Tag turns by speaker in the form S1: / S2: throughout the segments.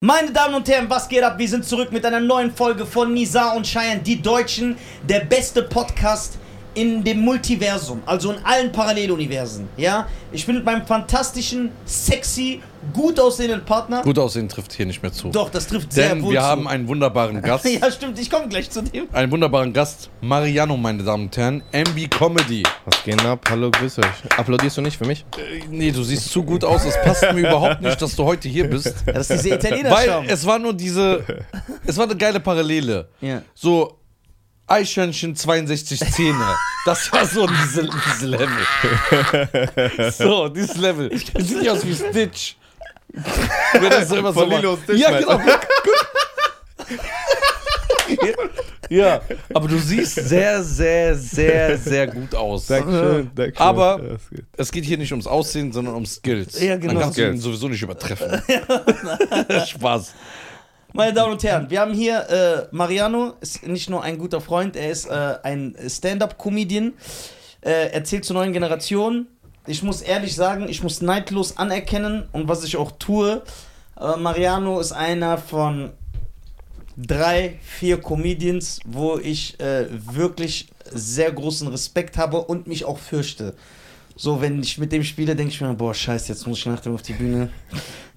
S1: Meine Damen und Herren, was geht ab? Wir sind zurück mit einer neuen Folge von Nizar und Cheyenne, die Deutschen, der beste Podcast in dem Multiversum, also in allen Paralleluniversen. Ja, ich bin mit meinem fantastischen, sexy, gut aussehenden Partner.
S2: Gut aussehen trifft hier nicht mehr zu.
S1: Doch, das trifft sehr
S2: Denn
S1: wohl
S2: wir
S1: zu.
S2: haben einen wunderbaren Gast.
S1: ja, stimmt, ich komme gleich zu dem.
S2: Einen wunderbaren Gast, Mariano, meine Damen und Herren. MB Comedy.
S3: Was geht denn ab? Hallo, grüß euch. Applaudierst du nicht für mich?
S2: Äh, Nee, du siehst zu gut aus. Es passt mir überhaupt nicht, dass du heute hier bist.
S1: Ja, Das ist diese italiener
S2: Weil es war nur diese. Es war eine geile Parallele.
S1: Ja.
S2: So. Eichhörnchen 62 Zähne. Das war so diese, dieses Level. So, dieses Level. Das sieht ja aus wie Stitch. Wenn das so immer
S3: Von
S2: so
S3: Lilo
S2: macht.
S3: Stitch,
S2: Ja,
S3: meinst
S2: genau. ja, aber du siehst sehr, sehr, sehr, sehr gut aus.
S3: Dankeschön, Dankeschön.
S2: Aber-
S3: Ja, es geht.
S2: Es geht hier nicht ums Aussehen, sondern um Skills.
S1: Ja, genau.
S2: Dann kannst du ihn
S3: Skills.
S2: sowieso nicht übertreffen. Spaß.
S1: Meine Damen und Herren, wir haben hier äh, Mariano, ist nicht nur ein guter Freund, er ist äh, ein Stand-up-Comedian, äh, er zählt zur neuen Generation. Ich muss ehrlich sagen, ich muss neidlos anerkennen und was ich auch tue, äh, Mariano ist einer von drei, vier Comedians, wo ich äh, wirklich sehr großen Respekt habe und mich auch fürchte. So, wenn ich mit dem spiele, denke ich mir, boah, scheiße, jetzt muss ich nach dem auf die Bühne.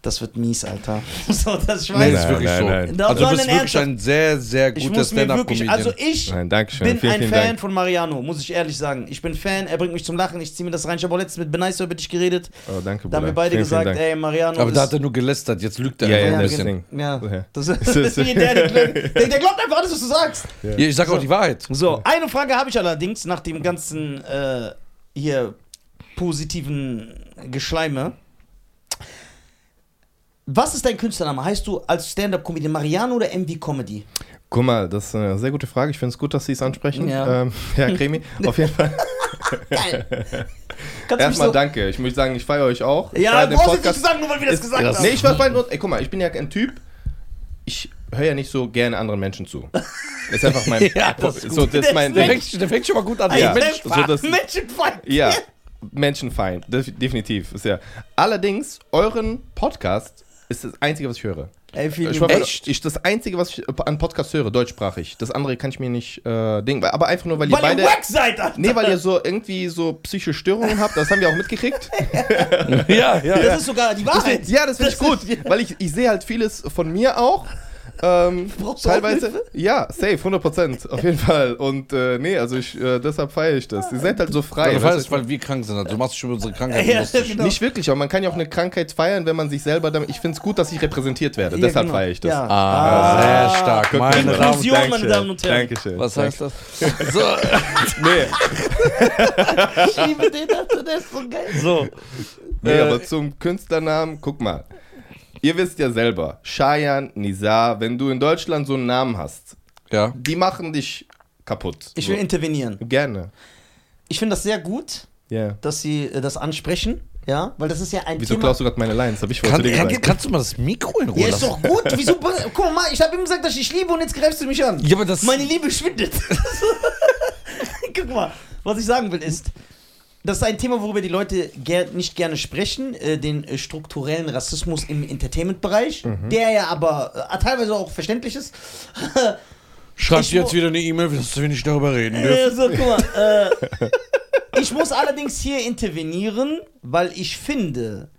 S1: Das wird mies, Alter. So, das ich weiß.
S2: das ist wirklich so.
S1: Da-
S2: also du
S1: sondern
S2: bist wirklich
S1: ernsthaft.
S2: ein sehr, sehr
S1: Ich
S2: guter
S1: muss mir wirklich,
S2: Stand-Up-Comedian.
S1: also ich
S3: Nein, Dankeschön.
S1: bin
S3: vielen,
S1: ein
S3: vielen
S1: Fan
S3: Dank.
S1: von Mariano, muss ich ehrlich sagen. Ich bin Fan, er bringt mich zum Lachen, ich ziehe mir das rein. Ich habe auch letztens mit Benaiso über dich geredet.
S3: Oh, danke,
S1: Da haben wir
S3: Bruder.
S1: beide
S3: vielen,
S1: gesagt,
S3: vielen Dank.
S1: ey, Mariano
S2: aber
S1: ist...
S2: da hat er nur gelästert, jetzt lügt er
S3: Ja,
S2: einfach
S3: ja,
S2: ein
S3: das
S2: bisschen.
S3: Ding.
S1: ja,
S3: Ja.
S1: das, das ist wie der, der, glaubt- der, der glaubt einfach alles, was du sagst.
S2: Hier, ich sag auch die Wahrheit.
S1: So, eine Frage habe ich allerdings nach dem ganzen äh, hier positiven Geschleime. Was ist dein Künstlername? Heißt du als Stand-Up-Comedian Mariano oder MV Comedy?
S3: Guck mal, das ist eine sehr gute Frage. Ich finde es gut, dass Sie es ansprechen.
S1: Ja.
S3: ähm, ja Kremi. Auf jeden Fall.
S1: Geil. Kannst du mich
S3: Erstmal
S1: so-
S3: danke. Ich muss sagen, ich feiere euch auch. Ich
S1: Ja,
S3: feier den
S1: brauchst du jetzt
S3: Podcast.
S1: nicht zu sagen, nur weil wir das
S3: Ist-
S1: gesagt haben.
S3: Nee, ich war bei Ey, guck mal, ich bin ja ein Typ, ich höre ja nicht so gerne anderen Menschen zu. Ist einfach mein.
S2: Ja, das ist gut.
S3: so, das ist mein
S2: Der
S1: Deswegen-
S3: Ding.
S2: fängt, der fängt schon mal gut an.
S3: Ja.
S2: Der Mensch-
S3: so das-
S1: Menschenfeind.
S3: Ja, Menschenfeind, def- definitiv. Ist ja. Allerdings, euren Podcast ist das Einzige, was ich höre.
S1: Ey, vielen
S3: Ich,
S1: Dank.
S3: war-
S1: Weil
S3: ich, Äh, das Einzige, was ich äh, an Podcast höre, deutschsprachig. Das andere kann ich mir nicht äh, denken. Aber einfach nur, weil, ihr beide.
S1: ihr wack seid, Alter.
S3: Nee, weil ihr so irgendwie so psychische Störungen habt, das haben wir auch mitgekriegt.
S2: Ja, ja.
S1: Das ist sogar die Wahrheit.
S3: Ja, das finde ich gut, weil ich, ich sehe halt vieles von mir auch. Ähm,
S1: Brauchst du auch
S3: teilweise,
S1: Hilfe?
S3: ja, safe, 100%, auf jeden Fall. Und äh, nee, also ich, äh, deshalb feiere ich das. Ihr seid halt so frei.
S2: Deine
S3: weißt
S2: Wahrheit
S3: du?
S2: ist, weil wir krank sind. Also du machst dich über unsere Krankheit
S1: Ja,
S2: lustig.
S1: genau.
S3: Nicht wirklich, aber man kann ja auch eine Krankheit feiern, wenn man sich selber damit. Ich finde es gut, dass ich repräsentiert werde,
S1: Ja,
S3: deshalb
S1: genau.
S3: feiere ich das.
S1: Ja.
S2: Ah, sehr stark.
S3: Guck genau. mal.
S2: Meine Damen und
S1: Inklusion, meine Damen und Herren.
S3: Dankeschön.
S2: Was heißt das? So,
S3: Nee,
S1: Ich liebe den, Alter, der ist so geil.
S2: so.
S3: nee
S2: Äh,
S3: aber zum Künstlernamen, guck mal. Ihr wisst ja selber, Shayan, Nizar, wenn du in Deutschland so einen Namen hast,
S2: Ja.
S3: die machen dich kaputt.
S1: Ich will intervenieren.
S3: so. Gerne.
S1: Ich finde das sehr gut,
S3: Ja.
S1: dass sie äh, das ansprechen, ja, weil das ist ja ein
S3: Wieso
S1: Thema.
S3: klaust du gerade meine Lines? Hab ich vorhin
S2: Kann,
S3: zu dir
S2: kann,
S3: gesagt.
S2: kannst du mal das Mikro in Ruhe
S1: ja, ist
S2: lassen?
S1: doch gut. Wieso? Guck mal, ich habe ihm gesagt, dass ich dich liebe und jetzt greifst du mich an.
S2: Ja, aber das-
S1: Meine Liebe schwindet. Guck mal, was ich sagen will ist, das ist ein Thema, worüber die Leute ger nicht gerne sprechen, äh, den äh, strukturellen Rassismus im Entertainment-Bereich,
S2: Mhm.
S1: der ja aber äh, teilweise auch verständlich ist.
S2: Schreib
S1: Ich
S2: dir jetzt
S1: mu-
S2: wieder eine E-Mail, dass wir nicht darüber reden dürfen.
S1: Äh, so, guck mal, äh, ich muss allerdings hier intervenieren, weil ich finde,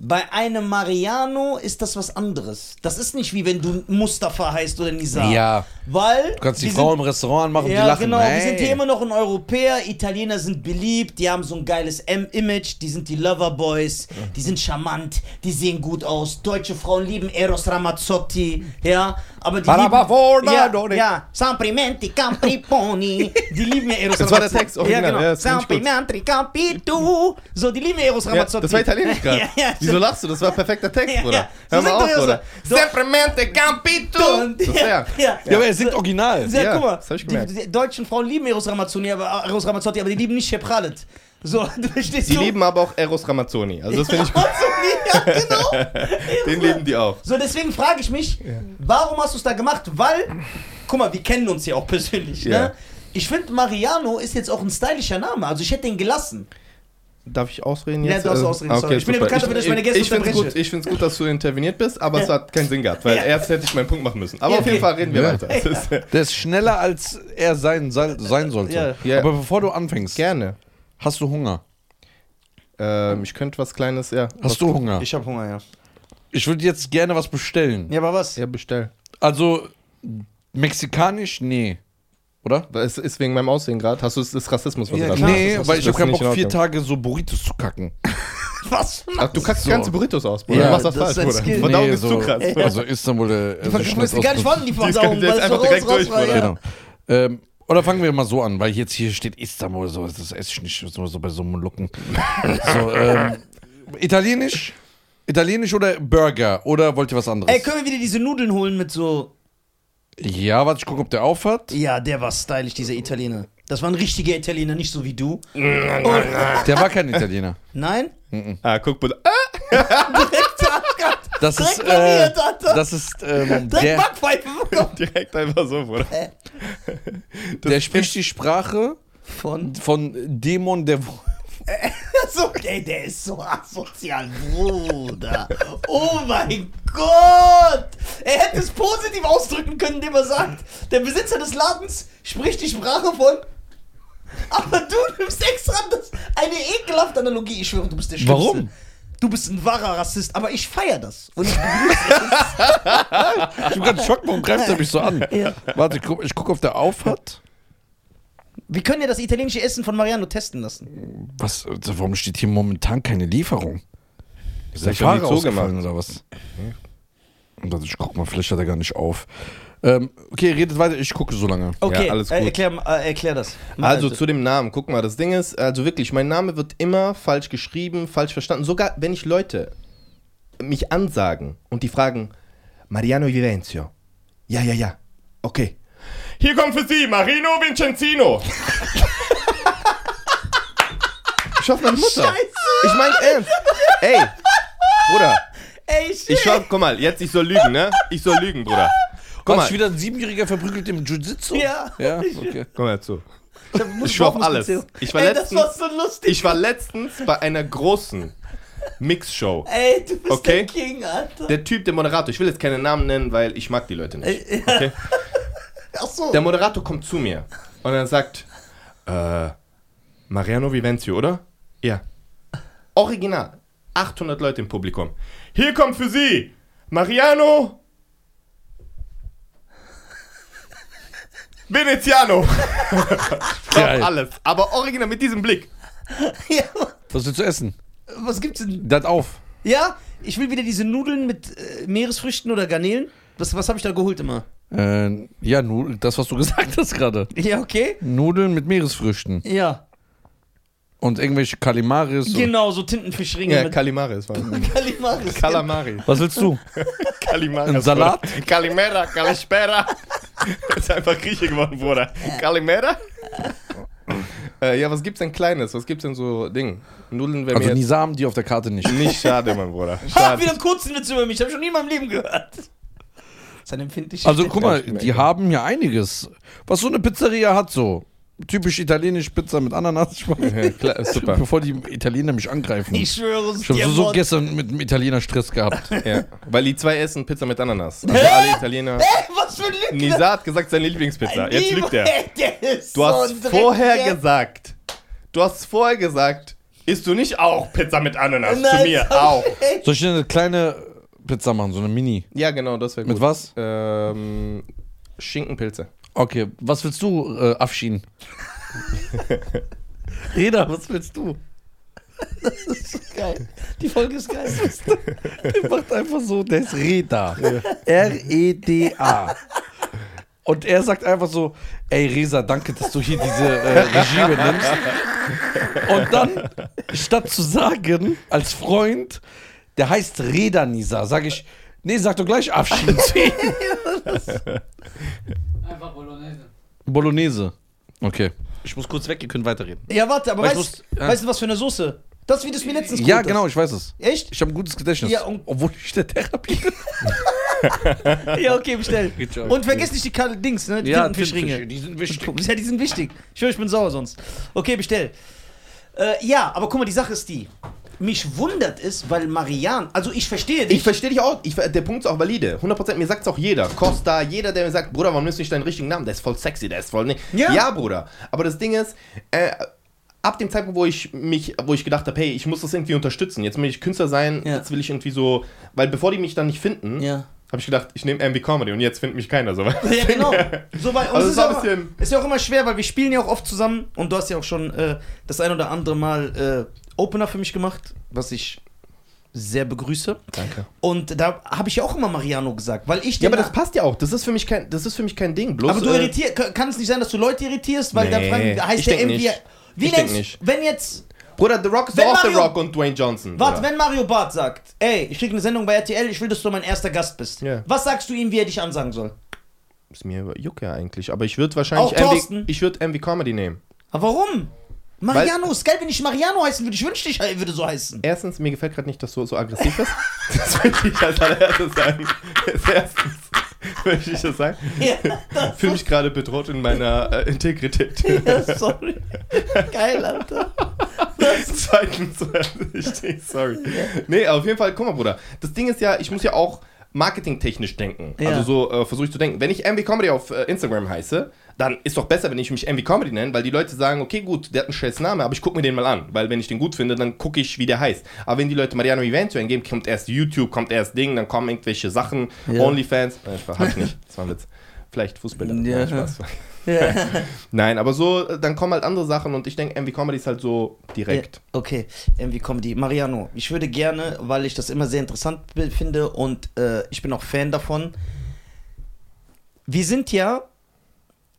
S1: bei einem Mariano ist das was anderes. Das ist nicht wie wenn du Mustafa heißt oder Nisa.
S2: Ja.
S1: Weil.
S2: Du kannst die
S1: wir
S2: Frau
S1: sind-
S2: im Restaurant anmachen,
S1: ja,
S2: die lachen.
S1: genau. Wir sind
S2: Hey.
S1: hier immer noch ein Europäer. Italiener sind beliebt. Die haben so ein geiles M-Image. Die sind die Loverboys. Die sind charmant. Die sehen gut aus. Deutsche Frauen lieben Eros Ramazzotti. Ja, aber die.
S2: Parabavona,
S1: lieben,
S2: Donne.
S1: ja, ja, Samprimenti Capriponi. Die lieben ja Eros
S3: Das war der
S1: Ramazzotti.
S3: Text, original. Ja, das find ich gut.
S1: Samprimenti Capitu. So, die lieben ja Eros
S3: Ja,
S1: Ramazzotti.
S3: das war italienisch gerade.
S1: Ja, ja,
S3: Wieso lachst du? Das war perfekter Text,
S1: Ja,
S3: Bruder.
S1: ja. So
S3: Hör mal
S1: singt doch
S3: auf,
S1: ja so.
S3: Bruder.
S1: So.
S3: Sempremente Campito! Das ist
S1: ja,
S3: der.
S1: ja.
S2: Ja, aber er singt original.
S1: Ja,
S3: Ja,
S1: guck mal,
S3: das hab ich
S1: die,
S3: gemerkt.
S1: die deutschen Frauen lieben Eros Ramazzotti, aber, äh, Eros Ramazzotti, aber die lieben nicht Shepralet. So, du verstehst
S3: Die
S1: du?
S3: lieben aber auch Eros Ramazzotti. Also das finde ich gut.
S1: ja, genau.
S3: Den lieben die auch.
S1: So, deswegen frage ich mich, warum hast du es da gemacht? Weil, guck mal, wir kennen uns ja auch persönlich,
S3: Ja.
S1: ne? Ich finde, Mariano ist jetzt auch ein stylischer Name, also ich hätte ihn gelassen.
S3: Darf ich ausreden
S1: Ja,
S3: jetzt?
S1: du darfst
S3: Äh,
S1: ausreden, sorry. Ich bin ja
S3: super.
S1: bekannt dafür, dass ich meine Gäste
S3: ich find's
S1: unterbreche.
S3: gut, Ich finde es gut, dass du interveniert bist, aber es hat keinen Sinn gehabt, weil
S1: Ja.
S3: erst hätte ich meinen Punkt machen müssen. Aber
S1: Ja,
S3: auf jeden
S1: okay.
S3: Fall reden wir
S2: Ja.
S3: weiter. Es ist-
S2: Der ist schneller, als er sein, sein, sein sollte.
S1: Ja.
S3: Ja.
S2: Aber bevor du anfängst,
S3: Gerne.
S2: hast du Hunger?
S3: Ähm, ich könnte was Kleines, ja.
S2: Hast du Hunger? Ich,
S1: Ich hab Hunger, ja.
S2: würde jetzt gerne was bestellen.
S1: Ja, aber was?
S3: Ja, bestell.
S2: Also, mexikanisch? Nee. Oder?
S3: Es ist wegen meinem Aussehen gerade. Hast du das ist Rassismus, was
S1: Ja,
S3: du gerade
S1: klar.
S3: machst.
S2: nee,
S3: Das ist-
S2: weil ich
S3: das
S2: habe
S3: ist
S2: keinen
S3: nicht in
S2: Bock, vier
S3: Ordnung.
S2: Tage so Burritos zu kacken.
S1: Was?
S3: Ach, du kackst
S2: So.
S3: ganze Burritos aus, Bruder.
S2: Ja,
S3: du machst das,
S1: das ist ein
S3: falsch, Bruder.
S1: Skill.
S3: Verdauung ist
S2: so,
S3: zu krass.
S2: Also Istanbul, der äh,
S1: Ich wusste gar nicht, wann die
S3: Die ist
S1: Verdauung,
S3: jetzt
S1: weil es so
S3: einfach
S1: raus,
S3: direkt
S1: raus
S3: durch,
S1: war,
S3: Bruder.
S1: ja.
S2: Genau. Ähm, oder fangen wir mal so an, weil jetzt hier steht Istanbul, so, das esse ich nicht, so, so bei so einem Lucken. so, ähm, Italienisch? Italienisch oder Burger? Oder wollt ihr was anderes?
S1: Ey, können wir wieder diese Nudeln holen mit so.
S2: ja, warte, ich gucke, ob der auf hat.
S1: Ja, der war stylisch, dieser Italiener. Das war ein richtiger Italiener, nicht so wie du.
S2: Der war kein Italiener.
S1: Nein?
S3: Ah, guck, Bruder. Ah,
S2: Das
S1: Direkt
S2: ist, äh,
S1: pariert, Alter.
S2: das ist ähm,
S1: Direkt
S2: der,
S1: Backpfeife bekommen.
S3: direkt einfach so, Bruder.
S2: der spricht die Sprache
S1: Von.
S2: von Dämon der
S1: So, ey, der ist so asozial, Bruder. Oh mein Gott. Er hätte es positiv ausdrücken können, indem er sagt: Der Besitzer des Ladens spricht die Sprache von. Aber du nimmst extra das, eine ekelhafte Analogie. Ich schwöre, du bist der Schlimmste.
S2: Warum?
S1: Du bist ein wahrer Rassist, aber ich feier das. Und ich
S2: Ich bin gerade schockt, warum greift er mich so an?
S1: Ja.
S2: Warte, ich gucke, guck, ob der auf hat.
S1: Wir können ja das italienische Essen von Mariano testen lassen.
S2: Was, also warum steht hier momentan keine Lieferung? Ist der
S3: hab ich noch nie
S2: Fahrer ausgefallen
S3: zugemacht.
S2: oder was? Also ich guck mal, vielleicht hat er gar nicht auf. Ähm, okay, redet weiter, ich gucke so lange.
S1: Okay,
S3: Ja, alles
S1: äh,
S3: gut.
S1: erklär, äh, erklär das. Mach
S3: Also
S1: halt.
S3: zu dem Namen, guck mal, das Ding ist, also wirklich, mein Name wird immer falsch geschrieben, falsch verstanden. Sogar wenn ich Leute mich ansagen und die fragen, Mariano Vivenzio. Ja, ja, ja. Okay. Hier kommt für Sie Marino Vincenzino. ich hoffe, meine Mutter.
S1: Scheiße,
S3: Ich meine ernst. Ey, Bruder,
S1: ey, shit.
S3: ich hoffe, guck mal, jetzt ich soll lügen, ne? Ich soll lügen, Bruder. Guck
S2: Guck
S3: mal,
S2: mal. wieder ein Siebenjähriger verprügelt im Jiu-Jitsu?
S1: Ja.
S2: Ja, okay.
S3: guck mal zu.
S1: Ich, hab- muss-
S3: ich schwör auf
S1: muss
S3: alles.
S1: erzählen.
S3: Ich war
S1: ey,
S3: letztens-
S1: Das war so lustig.
S3: Ich war letztens bei einer großen Mixshow.
S1: Ey, du bist der
S3: Okay.
S1: King, Alter.
S3: Der Typ, der Moderator, ich will jetzt keine Namen nennen, weil ich mag die Leute nicht.
S1: Ey, ja.
S3: Okay?
S1: Ach so.
S3: Der Moderator kommt zu mir und er sagt, äh, Mariano Vivenzio, oder? Ja. Original. 800 Leute im Publikum. Hier kommt für Sie Mariano Veneziano.
S2: Geil.
S3: Alles. Aber original mit diesem Blick.
S1: ja,
S2: Was willst du essen?
S1: was gibt's denn?
S2: Der hat auf.
S1: Ja, ich will wieder diese Nudeln mit äh, Meeresfrüchten oder Garnelen. Was, was habe ich da geholt immer?
S2: Äh, ja, nu- das, was du gesagt hast gerade.
S1: Ja, okay.
S2: Nudeln mit Meeresfrüchten.
S1: Ja,
S2: Und irgendwelche Kalimaris. Und
S1: genau, so Tintenfischringe mit
S3: Kalimare ist was.
S1: Kalimaris.
S3: Kalamari.
S2: was willst du?
S3: Kalimara.
S2: Ein Salat?
S3: Bruder. Kalimera, Kalispera. ist einfach Grieche geworden, Bruder. Kalimera? äh, ja, was gibt's denn Kleines? Was gibt's denn so Ding? Nudeln wäre
S2: Also
S3: mir jetzt
S2: Nisa haben die auf der Karte nicht.
S3: nicht schade, mein Bruder.
S1: Ha,
S3: Schade.
S1: wieder einen kurzen Witz über mich. Habe ich schon nie in meinem Leben gehört. Sein empfindlicher
S2: Also guck mal,
S3: Ja, stimmt,
S2: die
S3: ja.
S2: haben ja einiges. Was so eine Pizzeria hat so. Typisch italienisch Pizza mit Ananas.
S3: Ja, klar, ist super.
S2: Bevor die Italiener mich angreifen.
S1: Ich
S2: Ich
S1: schwöre es
S2: habe
S1: dir,
S2: so, so
S1: Mord.
S2: gestern mit einem Italiener Stress gehabt.
S3: Ja. Weil die zwei essen Pizza mit Ananas. Also alle Italiener.
S1: Ey, was für ein Lügner!
S3: Nisa hat gesagt, seine Lieblingspizza. Jetzt lügt er.
S1: Ey, der ist
S3: Du
S1: so
S3: hast
S1: ein Dreck,
S3: vorher
S1: gell?
S3: gesagt. Du hast vorher gesagt, isst du nicht auch Pizza mit Ananas zu
S1: Nein,
S3: mir?
S1: sorry.
S3: Auch.
S1: Ey,
S2: Soll ich dir eine kleine Pizza machen, so eine Mini?
S3: Ja, genau, das wäre gut.
S2: Mit was?
S3: Ähm, Schinkenpilze.
S2: Okay, was willst du äh, abschieben? Reda, was willst du?
S1: Das ist so geil. Die Folge ist geil.
S2: Der macht einfach so, der ist Reda. R-E-D-A. Und er sagt einfach so, ey Resa, danke, dass du hier diese äh, Regie übernimmst. Und dann, statt zu sagen, als Freund, der heißt Reda Nisa, sage ich, nee, sag doch gleich Abschied zu ihm.
S4: Einfach Bolognese.
S2: Bolognese. Okay. Ich muss kurz weg, ihr könnt weiterreden.
S1: Ja, warte, aber
S2: Weil
S1: weißt,
S2: ich muss- ja.
S1: weißt du was für eine Soße? Das, wie du es mir letztens
S2: Ja,
S1: geholt
S2: genau, ich weiß es.
S1: hast. Echt?
S2: Ich habe ein gutes Gedächtnis.
S1: Ja, und-
S2: obwohl ich der Therapie bin.
S1: Ja, okay, bestell.
S2: job.
S1: Und vergiss nicht die Kal Dings, ne? Die Tintenfischringe.
S2: Die sind
S1: Ja, die sind wichtig. Ich höre, ich bin sauer sonst. Okay, bestell. Äh, ja, aber guck mal, die Sache ist die. Mich wundert es, weil Marian, also ich verstehe dich.
S3: Ich verstehe dich auch. Ich, ver- der Punkt ist auch valide. 100% mir sagt es auch jeder. Costa, jeder, der mir sagt, Bruder, warum nimmst du nicht deinen richtigen Namen? Der ist voll sexy, der ist voll... Ne
S1: Ja.
S3: ja. Bruder. Aber das Ding ist, äh, ab dem Zeitpunkt, wo ich mich, wo ich gedacht habe, hey, ich muss das irgendwie unterstützen. Jetzt will ich Künstler sein,
S1: Ja.
S3: jetzt will ich irgendwie so... Weil bevor die mich dann nicht finden,
S1: ja.
S3: habe ich gedacht, ich nehme MV Comedy und jetzt findet mich keiner. So.
S1: Ja, genau. So bei uns
S3: Also es
S1: ist,
S3: war
S1: ja
S3: ein
S1: auch,
S3: bisschen-
S1: ist ja auch immer schwer, weil wir spielen ja auch oft zusammen und du hast ja auch schon äh, das ein oder andere Mal äh, Opener für mich gemacht, was ich sehr begrüße.
S3: Danke.
S1: Und da habe ich ja auch immer Mariano gesagt, weil ich
S3: Ja, aber
S1: den-
S3: das passt ja auch. Das ist für mich kein, das ist für mich kein Ding. Bloß,
S1: aber du
S3: äh,
S1: irritierst, kann- kann es nicht sein, dass du Leute irritierst, weil dann
S3: Nee,
S1: fragen, heißt
S3: ich
S1: der
S3: denk
S1: irgendwie.
S3: nicht.
S1: Wie
S3: Ich denk
S1: nennst
S3: nicht.
S1: wenn jetzt,
S3: Bruder, The Rock ist
S1: Wenn
S3: auch The
S1: Mario-
S3: Rock und Dwayne Johnson.
S1: warte,
S3: Bruder.
S1: wenn Mario Barth sagt, ey, ich krieg eine Sendung bei RTL, ich will, dass du mein erster Gast bist.
S3: Ja.
S1: Was sagst du ihm, wie er dich ansagen soll?
S3: Ist mir Jucke eigentlich. Aber ich würde
S1: Auch
S3: wahrscheinlich
S1: Thorsten?
S3: MV, ich würde MV Comedy nehmen.
S1: Aber warum? Mariano ist geil, wenn ich Mariano heißen würde. Ich wünschte, ich he- würde so heißen.
S3: Erstens, mir gefällt gerade nicht, dass du so aggressiv bist. Das würde ich als allererstes sagen. Als Erstens würde ich das sagen.
S1: Ja,
S3: Ich fühle mich gerade bedroht in meiner äh, Integrität.
S1: ja, sorry. Geil, Alter.
S3: Zweitens, äh, ich denk, sorry. Nee, auf jeden Fall, guck mal, Bruder. Das Ding ist ja, ich muss ja auch marketingtechnisch denken.
S1: Ja.
S3: Also so äh, versuche ich zu denken. Wenn ich MV Comedy auf äh, Instagram heiße, dann ist doch besser, wenn ich mich MV Comedy nenne, weil die Leute sagen, okay, gut, der hat einen scheiß Namen, aber ich gucke mir den mal an. Weil wenn ich den gut finde, dann gucke ich, wie der heißt. Aber wenn die Leute Mariano Evento eingeben, kommt erst YouTube, kommt erst Ding, dann kommen irgendwelche Sachen,
S1: Ja.
S3: Onlyfans. Äh, Spaß, hab ich nicht. Das war ein Witz. Vielleicht Fußball.
S1: Ja.
S3: Ja. Spaß.
S1: Ja.
S3: Nein, aber so, äh, dann kommen halt andere Sachen und ich denke, MV Comedy ist halt so direkt.
S1: Ja, okay, irgendwie Comedy. Mariano, ich würde gerne, weil ich das immer sehr interessant be- finde und äh, ich bin auch Fan davon. Wir sind ja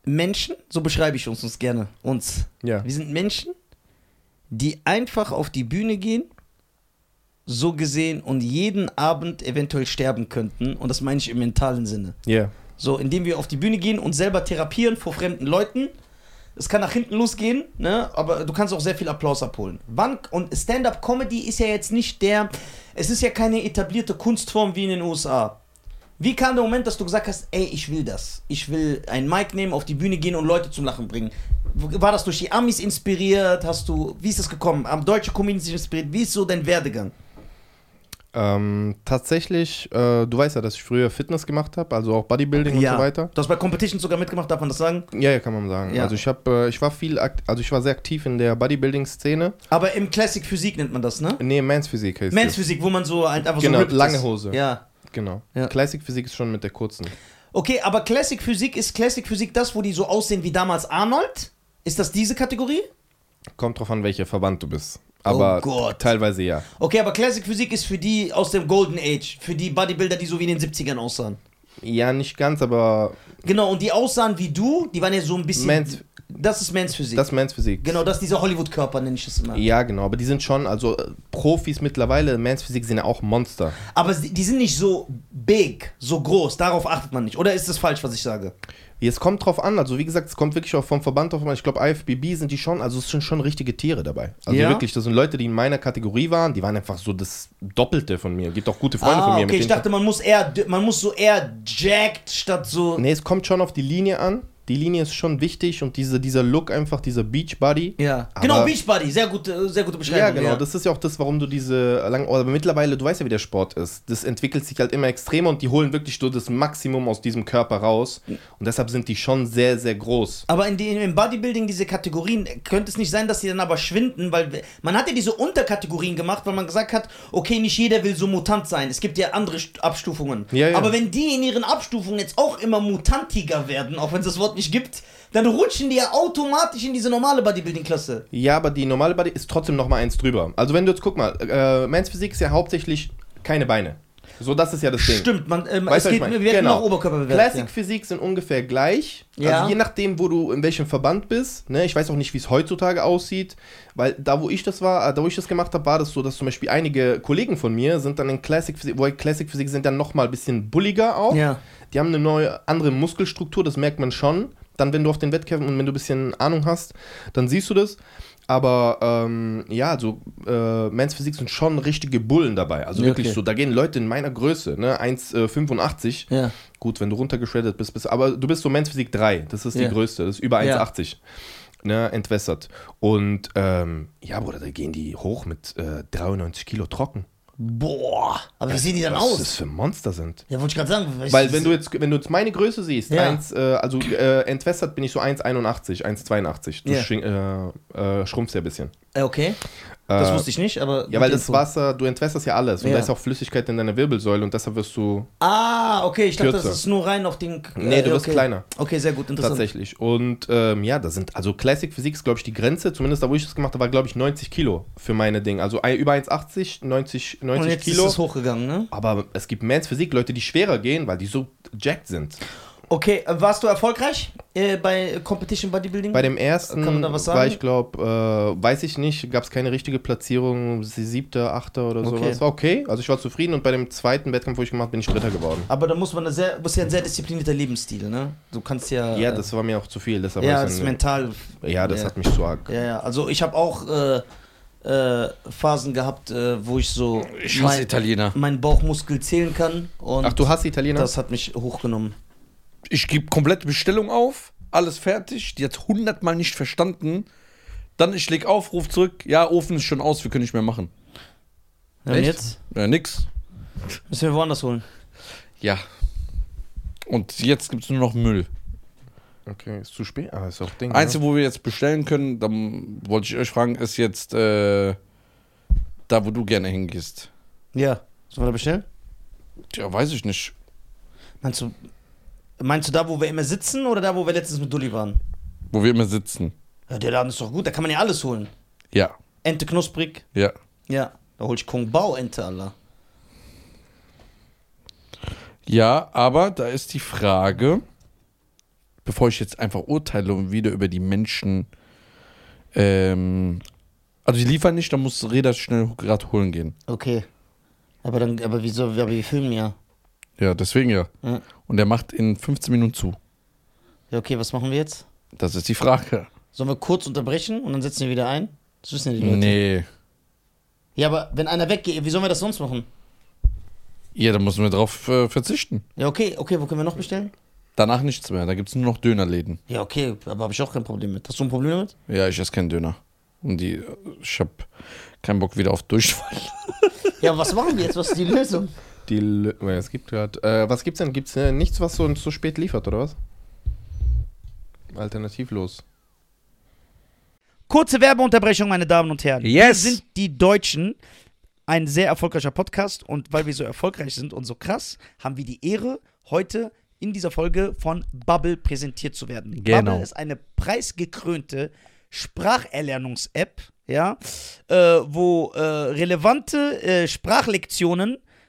S1: Menschen, so beschreibe ich uns, uns gerne, uns.
S3: Ja.
S1: Wir sind Menschen, die einfach auf die Bühne gehen, so gesehen, und jeden Abend eventuell sterben könnten. Und das meine ich im mentalen Sinne.
S3: Yeah.
S1: So, indem wir auf die Bühne gehen und selber therapieren vor fremden Leuten. Es kann nach hinten losgehen, ne? aber du kannst auch sehr viel Applaus abholen. Wann, und Stand-up-Comedy ist ja jetzt nicht der, es ist ja keine etablierte Kunstform wie in den USA. Wie kam der Moment, dass du gesagt hast, ey, ich will das. Ich will ein Mic nehmen, auf die Bühne gehen und Leute zum Lachen bringen. War das durch die Amis inspiriert? Hast du, wie ist das gekommen? Am deutsche Comedians sich inspiriert? Wie ist so dein Werdegang?
S3: Ähm, tatsächlich, äh, du weißt ja, dass ich früher Fitness gemacht habe, also auch Bodybuilding und so weiter.
S1: Du hast bei Competitions sogar mitgemacht, darf man das sagen?
S3: Ja, ja, kann man sagen.
S1: Ja.
S3: Also ich habe, äh, ich war viel, akt also ich war sehr aktiv in der Bodybuilding-Szene.
S1: Aber im Classic Physik nennt man das, ne?
S3: Nee, Men's Physik heißt
S1: Men's Physik, wo man so halt einfach
S3: Genau,
S1: so ripped
S3: lange
S1: ist.
S3: Hose.
S1: Ja.
S3: das. Genau.
S1: Ja.
S3: Classic Physik ist schon mit der kurzen.
S1: Okay, aber Classic Physik ist Classic Physik das, wo die so aussehen wie damals Arnold? Ist das diese Kategorie?
S3: Kommt drauf an, welcher Verband du bist. Aber
S1: Gott.
S3: teilweise ja.
S1: Okay, aber Classic Physik ist für die aus dem Golden Age, für die Bodybuilder, die so wie in den 70ern aussahen.
S3: Ja, nicht ganz, aber
S1: Genau, und die aussahen wie du, die waren ja so ein bisschen.
S3: Men's-
S1: das ist Men's Physik.
S3: das ist Men's Physik.
S1: genau, das ist dieser Hollywood-Körper, nenne ich es immer.
S3: Ja, genau, aber die sind schon, also äh, Profis mittlerweile, Men's Physik sind ja auch Monster.
S1: Aber sie- die sind nicht so big, so groß, darauf achtet man nicht. Oder ist das falsch, was ich sage?
S3: Es kommt drauf an, also wie gesagt, es kommt wirklich auch vom Verband drauf an. Ich glaube, IFBB sind die schon, also es sind schon richtige Tiere dabei. Also
S1: Ja?
S3: wirklich, das sind Leute, die in meiner Kategorie waren, die waren einfach so das Doppelte von mir. Gibt auch gute Freunde von mir.
S1: Ah, okay, ich
S3: denen-
S1: dachte, man muss eher, man muss so eher jacked statt so.
S3: nee, es kommt schon auf die Linie an. Die Linie ist schon wichtig und diese, dieser Look einfach, dieser Beachbody.
S1: Ja.
S3: Aber-
S1: Genau, Beachbody, sehr gute, sehr gute Beschreibung.
S3: Ja, genau. Das ist ja auch das, warum du diese lang. Aber mittlerweile, du weißt ja, wie der Sport ist. Das entwickelt sich halt immer extremer und die holen wirklich so das Maximum aus diesem Körper raus. Und deshalb sind die schon sehr, sehr groß.
S1: aber in den, im Bodybuilding, diese Kategorien, könnte es nicht sein, dass die dann aber schwinden, weil wir- man hat ja diese Unterkategorien gemacht, weil man gesagt hat, okay, nicht jeder will so mutant sein. Es gibt ja andere St- Abstufungen.
S3: Ja, ja.
S1: Aber wenn die in ihren Abstufungen jetzt auch immer mutantiger werden, auch wenn es das Wort nicht gibt, dann rutschen die ja automatisch in diese normale Bodybuilding-Klasse.
S3: Ja, aber die normale Body ist trotzdem noch mal eins drüber. Also wenn du jetzt guck mal, äh, Men's Physik ist ja hauptsächlich keine Beine. So, das ist ja das Ding.
S1: Stimmt, man, ähm, es
S3: Weißt du, was ich
S1: geht,
S3: meine?
S1: wir werden
S3: Genau.
S1: auch Oberkörper bewertet.
S3: Classic Physik sind ungefähr gleich.
S1: Ja.
S3: Also je nachdem, wo du in welchem Verband bist. Ne? Ich weiß auch nicht, wie es heutzutage aussieht, weil da, wo ich das war, äh, da, wo ich das gemacht habe, war das so, dass zum Beispiel einige Kollegen von mir sind dann in Classic Physik, wobei Classic Physik sind dann noch mal ein bisschen bulliger auch.
S1: Ja.
S3: Die haben eine neue, andere Muskelstruktur, das merkt man schon. Dann, wenn du auf den Wettkämpfen und wenn du ein bisschen Ahnung hast, dann siehst du das. Aber ähm, ja, also äh, Men's Physik sind schon richtige Bullen dabei. Also
S1: Ja,
S3: wirklich
S1: okay.
S3: so, da gehen Leute in meiner Größe, ne? 1,85.
S1: Ja.
S3: Gut, wenn du runtergeschreddert bist, bist aber du bist so Men's Physik 3, das ist
S1: Ja.
S3: die größte, das ist über
S1: Ja.
S3: 1,80. ne, entwässert. Und ähm, ja, Bruder, da gehen die hoch mit äh, 93 Kilo trocken.
S5: Boah, aber wie sehen die dann
S3: Was
S5: aus?
S3: das für Monster sind.
S5: Ja, wollte ich gerade sagen.
S3: Weil wenn du jetzt, wenn du jetzt meine Größe siehst,
S5: Ja.
S3: eins, äh, also äh, entwässert bin ich so 1,81, 1,82. Du
S5: Ja.
S3: schwing- äh, äh, schrumpfst ja ein bisschen.
S5: Äh, okay, das
S3: Äh,
S5: wusste ich nicht, aber...
S3: Ja, weil
S5: gute
S3: das
S5: Info.
S3: Wasser, du entwässerst ja alles und
S5: Ja.
S3: da ist auch Flüssigkeit in deiner Wirbelsäule und deshalb wirst du
S5: Ah, okay, ich dachte, das
S3: Kürzer.
S5: ist nur rein auf den... äh,
S3: Nee, du wirst
S5: okay.
S3: kleiner.
S5: Okay, sehr gut, interessant.
S3: tatsächlich. Und ähm, ja, da sind, also Classic Physik ist, glaube ich, die Grenze, zumindest da, wo ich das gemacht habe, war, glaube ich, 90 Kilo für meine Dinge. Also ein- über 1,80, 90,
S5: Und
S3: 90
S5: jetzt
S3: Kilo.
S5: ist es hochgegangen, ne?
S3: Aber es gibt Mans Physik, Leute, die schwerer gehen, weil die so jacked sind.
S5: Okay, äh, warst du erfolgreich äh, bei Competition Bodybuilding?
S3: Bei dem ersten
S5: Kann man da was sagen?
S3: war ich, glaube, äh, weiß ich nicht, gab es keine richtige Platzierung, sie- siebter, achter oder
S5: Okay.
S3: sowas. War okay, also ich war zufrieden und bei dem zweiten Wettkampf, wo ich gemacht bin, ich dritter geworden.
S5: aber da muss man eine sehr, muss ja ein sehr disziplinierter Lebensstil, ne? Du kannst ja.
S3: Ja,
S5: äh,
S3: das war mir auch zu viel. Deshalb
S5: ja,
S3: hab
S5: das
S3: ich
S5: ist
S3: dann,
S5: mental.
S3: ja, das
S5: ja.
S3: hat mich zu arg.
S5: Ja, ja. Also ich habe auch äh, äh, Phasen gehabt, äh, wo ich so
S2: Ich hasse
S5: mein-
S2: Italiener.
S5: meinen Bauchmuskel zählen kann. Und
S3: Ach, du hast Italiener?
S5: das hat mich hochgenommen.
S2: ich gebe komplette Bestellung auf, alles fertig, die hat hundertmal nicht verstanden. Dann ich leg auf, ruf zurück, ja, Ofen ist schon aus, wir können nicht mehr machen.
S5: Ja, und
S2: Echt?
S5: jetzt
S2: Ja, nix.
S5: müssen wir woanders holen.
S2: Ja. Und jetzt gibt's nur noch Müll.
S3: okay, ist zu spät, aber ist auch Ding.
S2: Einzige, wo wir jetzt bestellen können, dann wollte ich euch fragen, ist jetzt äh, da, wo du gerne hingehst.
S5: Ja. Sollen wir da bestellen?
S2: Ja, weiß ich nicht.
S5: Meinst du, meinst du da, wo wir immer sitzen oder da, wo wir letztens mit Dulli waren?
S2: Wo wir immer sitzen.
S5: Ja, der Laden ist doch gut, da kann man ja alles holen.
S2: Ja,
S5: Ente knusprig,
S2: ja.
S5: ja. Da hol ich Kung Bao Ente, Allah.
S2: Ja, aber da ist die Frage, bevor ich jetzt einfach urteile und wieder über die Menschen. Ähm, also, die liefern nicht, dann muss Reda schnell gerade holen gehen.
S5: Okay. Aber dann, aber wieso, aber wir filmen ja.
S2: Ja, deswegen ja.
S5: Ja.
S2: Und der macht in 15 Minuten zu.
S5: Ja, okay, was machen wir jetzt?
S2: Das ist die Frage.
S5: Sollen wir kurz unterbrechen und dann setzen wir wieder ein? Das wissen ja die Leute.
S2: Nee.
S5: Ja, aber wenn einer weggeht, wie sollen wir das sonst machen?
S2: Ja, da müssen wir drauf äh, verzichten.
S5: Ja, okay, okay, wo können wir noch bestellen?
S2: Danach nichts mehr. Da gibt es nur noch Dönerläden.
S5: Ja, okay, aber habe ich auch kein Problem mit. Hast du ein Problem damit?
S2: Ja, ich esse keinen Döner. Und die, ich hab keinen Bock wieder auf Durchfall.
S5: Ja, aber was machen wir jetzt? Was ist die Lösung?
S3: Die Lö- Wait, es gibt gerade. Äh, was gibt's denn? Gibt's äh, nichts, was so uns so spät liefert, oder was? Alternativlos.
S5: Kurze Werbeunterbrechung, meine Damen und Herren.
S2: Yes.
S5: Wir sind die Deutschen, ein sehr erfolgreicher Podcast. Und weil wir so erfolgreich sind und so krass, haben wir die Ehre, heute in dieser Folge von Bubble präsentiert zu werden.
S2: Genau.
S5: Bubble ist eine preisgekrönte Spracherlernungs-App, ja, äh, wo äh, relevante äh, Sprachlektionen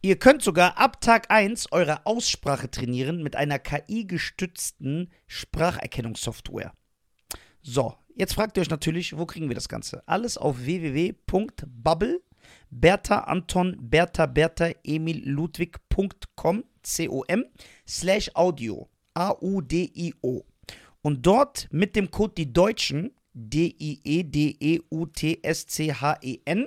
S5: Ihr könnt sogar ab Tag 1 eure Aussprache trainieren mit einer KI-gestützten Spracherkennungssoftware. So, jetzt fragt ihr euch natürlich, wo kriegen wir das Ganze? Alles auf www.bubble, Bertha Anton, Bertha Bertha Emil Ludwig.com, C-O-M, slash Audio, A-U-D-I-O. Und dort mit dem Code die Deutschen, E D-I-E-D-E-U-T-S-C-H-E-N,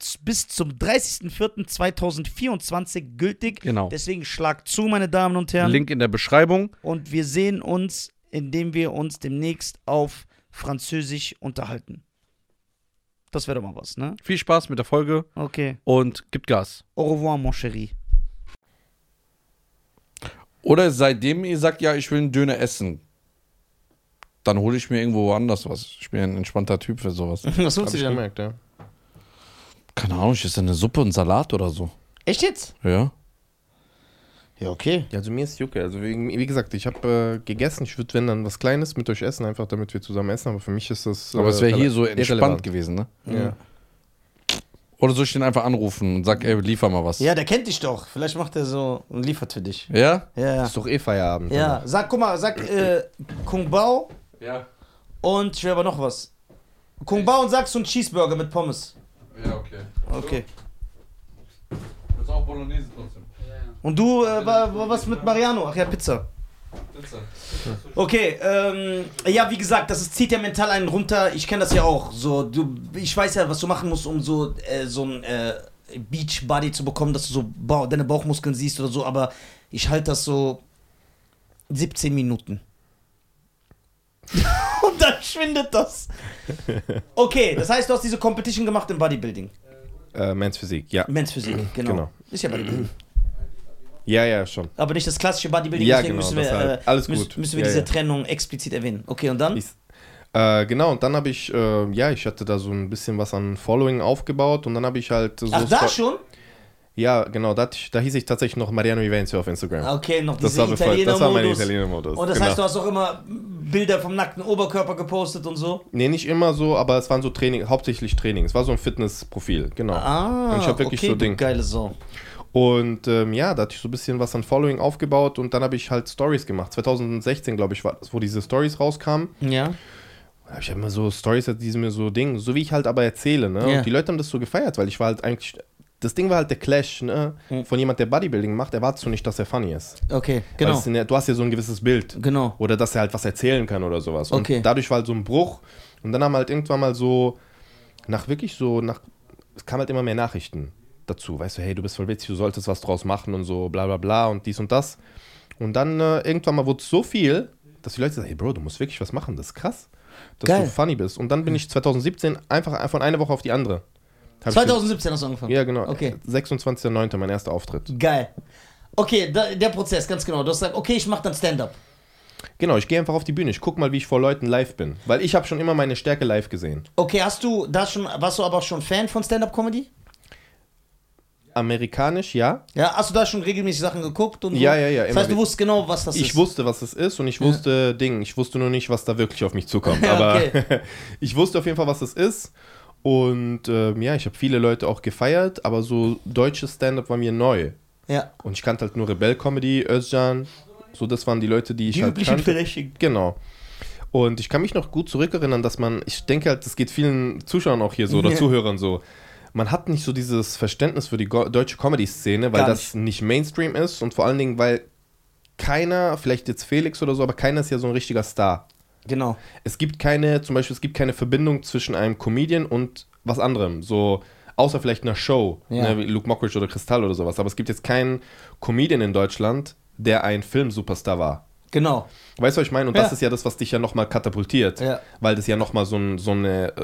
S5: z- bis zum 30.04.2024 gültig.
S4: Genau.
S5: Deswegen schlag zu, meine Damen und Herren.
S4: Link in der Beschreibung.
S5: Und wir sehen uns, indem wir uns demnächst auf Französisch unterhalten. Das wäre doch mal was, ne?
S4: Viel Spaß mit der Folge
S5: Okay.
S4: und gibt Gas.
S5: Au revoir, mon chéri.
S2: Oder seitdem ihr sagt, ja, ich will einen Döner essen, dann hole ich mir irgendwo anders was. Ich bin ja ein entspannter Typ für sowas.
S5: Was
S3: Hab
S5: holst
S3: ich gemerkt, ja.
S2: Keine Ahnung, ich esse eine Suppe und Salat oder so.
S5: Echt jetzt?
S2: Ja.
S1: Ja, okay.
S3: Ja, also mir ist Jucke. Also wegen, wie gesagt, ich habe äh, gegessen. Ich würde, wenn dann was Kleines mit euch essen, einfach damit wir zusammen essen. Aber für mich ist das.
S2: Aber
S3: äh,
S2: es wäre hier
S3: rele-
S2: so entspannt
S3: irrelevant.
S2: gewesen, ne?
S3: Ja.
S2: Oder soll ich den einfach anrufen und sag, ey, liefer mal was?
S1: Ja, der kennt dich doch. Vielleicht macht er so und liefert für dich.
S2: Ja?
S1: Ja, ja.
S3: Ist doch eh Feierabend.
S1: Ja, sag, guck mal, sag äh, Kung Bao
S2: Ja.
S1: und ich will aber noch was. Kung Bao und sagst du einen Cheeseburger mit Pommes.
S2: Ja, okay.
S1: Okay.
S2: Jetzt auch Bolognese trotzdem.
S1: Und du, äh, wa- wa- was mit Mariano? Ach ja, Pizza. Okay, ähm, ja, wie gesagt, das ist, zieht ja mental einen runter. Ich kenne das ja auch. So, du, ich weiß ja, was du machen musst, um so, äh, so ein äh, Beachbody zu bekommen, dass du so Bau- deine Bauchmuskeln siehst oder so, aber ich halte das so 17 Minuten. Und dann schwindet das. Okay, das heißt, du hast diese Competition gemacht im Bodybuilding.
S3: Äh, Men's Physik, ja.
S1: Men's Physik, genau.
S3: Genau.
S1: Ist ja Bodybuilding.
S3: Ja, ja, schon.
S1: Aber nicht das klassische Bodybuilding,
S3: Ja,
S1: deswegen
S3: genau,
S1: müssen wir,
S3: deshalb.
S1: äh,
S3: Alles
S1: müssen,
S3: gut.
S1: Müssen wir
S3: Ja,
S1: diese
S3: ja.
S1: Trennung explizit erwähnen. Okay, und dann?
S3: Ich- Äh, genau, und dann habe ich, äh, ja, ich hatte da so ein bisschen was an Following aufgebaut und dann habe ich halt so.
S1: Ach, da
S3: Sto-
S1: schon?
S3: Ja, genau, da, hatte ich- da hieß ich tatsächlich noch Mariano Ivancio auf Instagram.
S1: Ah, Okay, noch
S3: das,
S1: diese
S3: war bevor, das war mein
S1: Italiener-Modus.
S3: Italiener-Modus.
S1: Und das
S3: genau.
S1: heißt, du hast auch immer Bilder vom nackten Oberkörper gepostet und so?
S3: Nee, nicht immer so, aber es waren so Training, hauptsächlich Training. Es war so ein Fitnessprofil, genau.
S1: Ah,
S3: Und ich hab wirklich
S1: okay,
S3: so
S1: du
S3: Ding.
S1: geile Sau.
S3: Und ähm, ja, da hatte ich so ein bisschen was an Following aufgebaut und dann habe ich halt Stories gemacht. 2016, glaube ich, war das, wo diese Stories rauskamen.
S1: Ja.
S3: Da habe ich halt immer so Stories, die sind mir so Ding, so wie ich halt aber erzähle, ne?
S1: Ja.
S3: Und die Leute haben das so gefeiert, weil ich war halt eigentlich. Das Ding war halt der Clash, ne?
S1: Hm.
S3: Von jemand, der Bodybuilding macht, erwartest du nicht, dass er funny ist.
S1: Okay,
S3: Weil
S1: genau.
S3: es sind ja- du hast ja so ein gewisses Bild.
S1: Genau.
S3: Oder dass er halt was erzählen kann oder sowas.
S1: Okay.
S3: Und dadurch war halt so ein Bruch. Und dann haben halt irgendwann mal so, nach wirklich so, nach, es kamen halt immer mehr Nachrichten dazu. Weißt du, hey, du bist voll witzig, du solltest was draus machen und so, bla bla bla und dies und das. Und dann äh, irgendwann mal wurde es so viel, dass die Leute sagen, hey Bro, du musst wirklich was machen, das ist krass, dass
S1: Geil.
S3: du funny bist. Und dann bin ich 2017 einfach von einer Woche auf die andere. Hab ich
S1: 2017 hast du angefangen.
S3: ge- Ja, genau.
S1: Okay.
S3: 26.09. mein erster Auftritt.
S1: Geil. Okay, da, der Prozess, ganz genau. Du hast gesagt, okay, ich mach dann Stand-Up.
S3: Genau, ich gehe einfach auf die Bühne. Ich guck mal, wie ich vor Leuten live bin. Weil ich habe schon immer meine Stärke live gesehen.
S1: Okay, hast du da schon, warst du aber auch schon Fan von Stand-Up-Comedy?
S3: Amerikanisch, ja.
S1: Ja, hast du da schon regelmäßig Sachen geguckt? Und so?
S3: Ja, ja, ja,
S1: Das
S3: immer
S1: heißt, du
S3: wieder.
S1: wusstest genau, was das ist.
S3: Ich wusste, was es ist und ich wusste Ding. Ich wusste nur nicht, was da wirklich auf mich zukommt.
S1: Ja,
S3: Aber
S1: okay.
S3: ich wusste auf jeden Fall, was es ist. Und ähm, ja, ich habe viele Leute auch gefeiert, aber so deutsches Stand-up war mir neu.
S1: Ja.
S3: Und ich kannte halt nur Rebell-Comedy, Özcan. So, das waren die Leute, die ich
S1: Die
S3: halt
S1: üblichen
S3: kannte.
S1: Verdächtigen.
S3: Genau. Und ich kann mich noch gut zurückerinnern, dass man, ich denke halt, das geht vielen Zuschauern auch hier so oder
S1: Ja.
S3: Zuhörern so. Man hat nicht so dieses Verständnis für die go- deutsche Comedy-Szene, weil
S1: Gar
S3: das nicht Mainstream ist und vor allen Dingen, weil keiner, vielleicht jetzt Felix oder so, aber keiner ist ja so ein richtiger Star.
S1: Genau.
S3: Es gibt keine, zum Beispiel, es gibt keine Verbindung zwischen einem Comedian und was anderem. So, außer vielleicht einer Show,
S1: Ja.
S3: ne, wie Luke Mockridge oder Kristall oder sowas. Aber es gibt jetzt keinen Comedian in Deutschland, der ein Film-Superstar war.
S1: Genau.
S3: Weißt du, was ich meine? Und
S1: Ja.
S3: das ist ja das, was dich ja nochmal katapultiert.
S1: Ja.
S3: Weil das ja nochmal so, ein, so eine. Äh,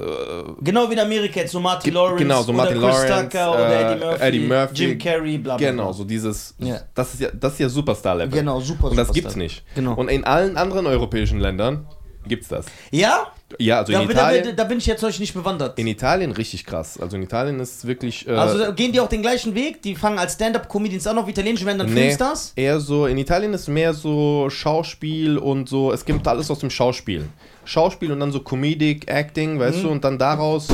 S1: Genau wie in Amerika jetzt, so Martin
S3: Ge-
S1: Lawrence
S3: genau, so Martin
S1: oder Chris
S3: Lawrence,
S1: Tucker oder Eddie
S3: äh,
S1: Murphy,
S3: Eddie Murphy.
S1: Jim Carrey, bla bla.
S3: genau, so dieses.
S1: Ja.
S3: Das ist ja, das ist ja Superstar-Level.
S1: Genau, super,
S3: Und das
S1: Superstar.
S3: gibt's nicht.
S1: Genau.
S3: Und in allen anderen europäischen Ländern gibt's das.
S1: Ja?
S3: Ja, also
S1: Da,
S3: in
S1: bin- da,
S3: Italien.
S1: bin- da bin ich jetzt noch nicht bewandert.
S3: in Italien richtig krass. Also in Italien ist es wirklich. Äh,
S1: also da gehen die auch den gleichen Weg? Die fangen als Stand-Up-Comedians an auf italienisch und werden dann Filmstars?
S3: Eher so, in Italien ist mehr so Schauspiel und so, es gibt alles aus dem Schauspiel. Schauspiel und dann so Comedic, Acting, weißt
S1: Mhm.
S3: du, und dann daraus.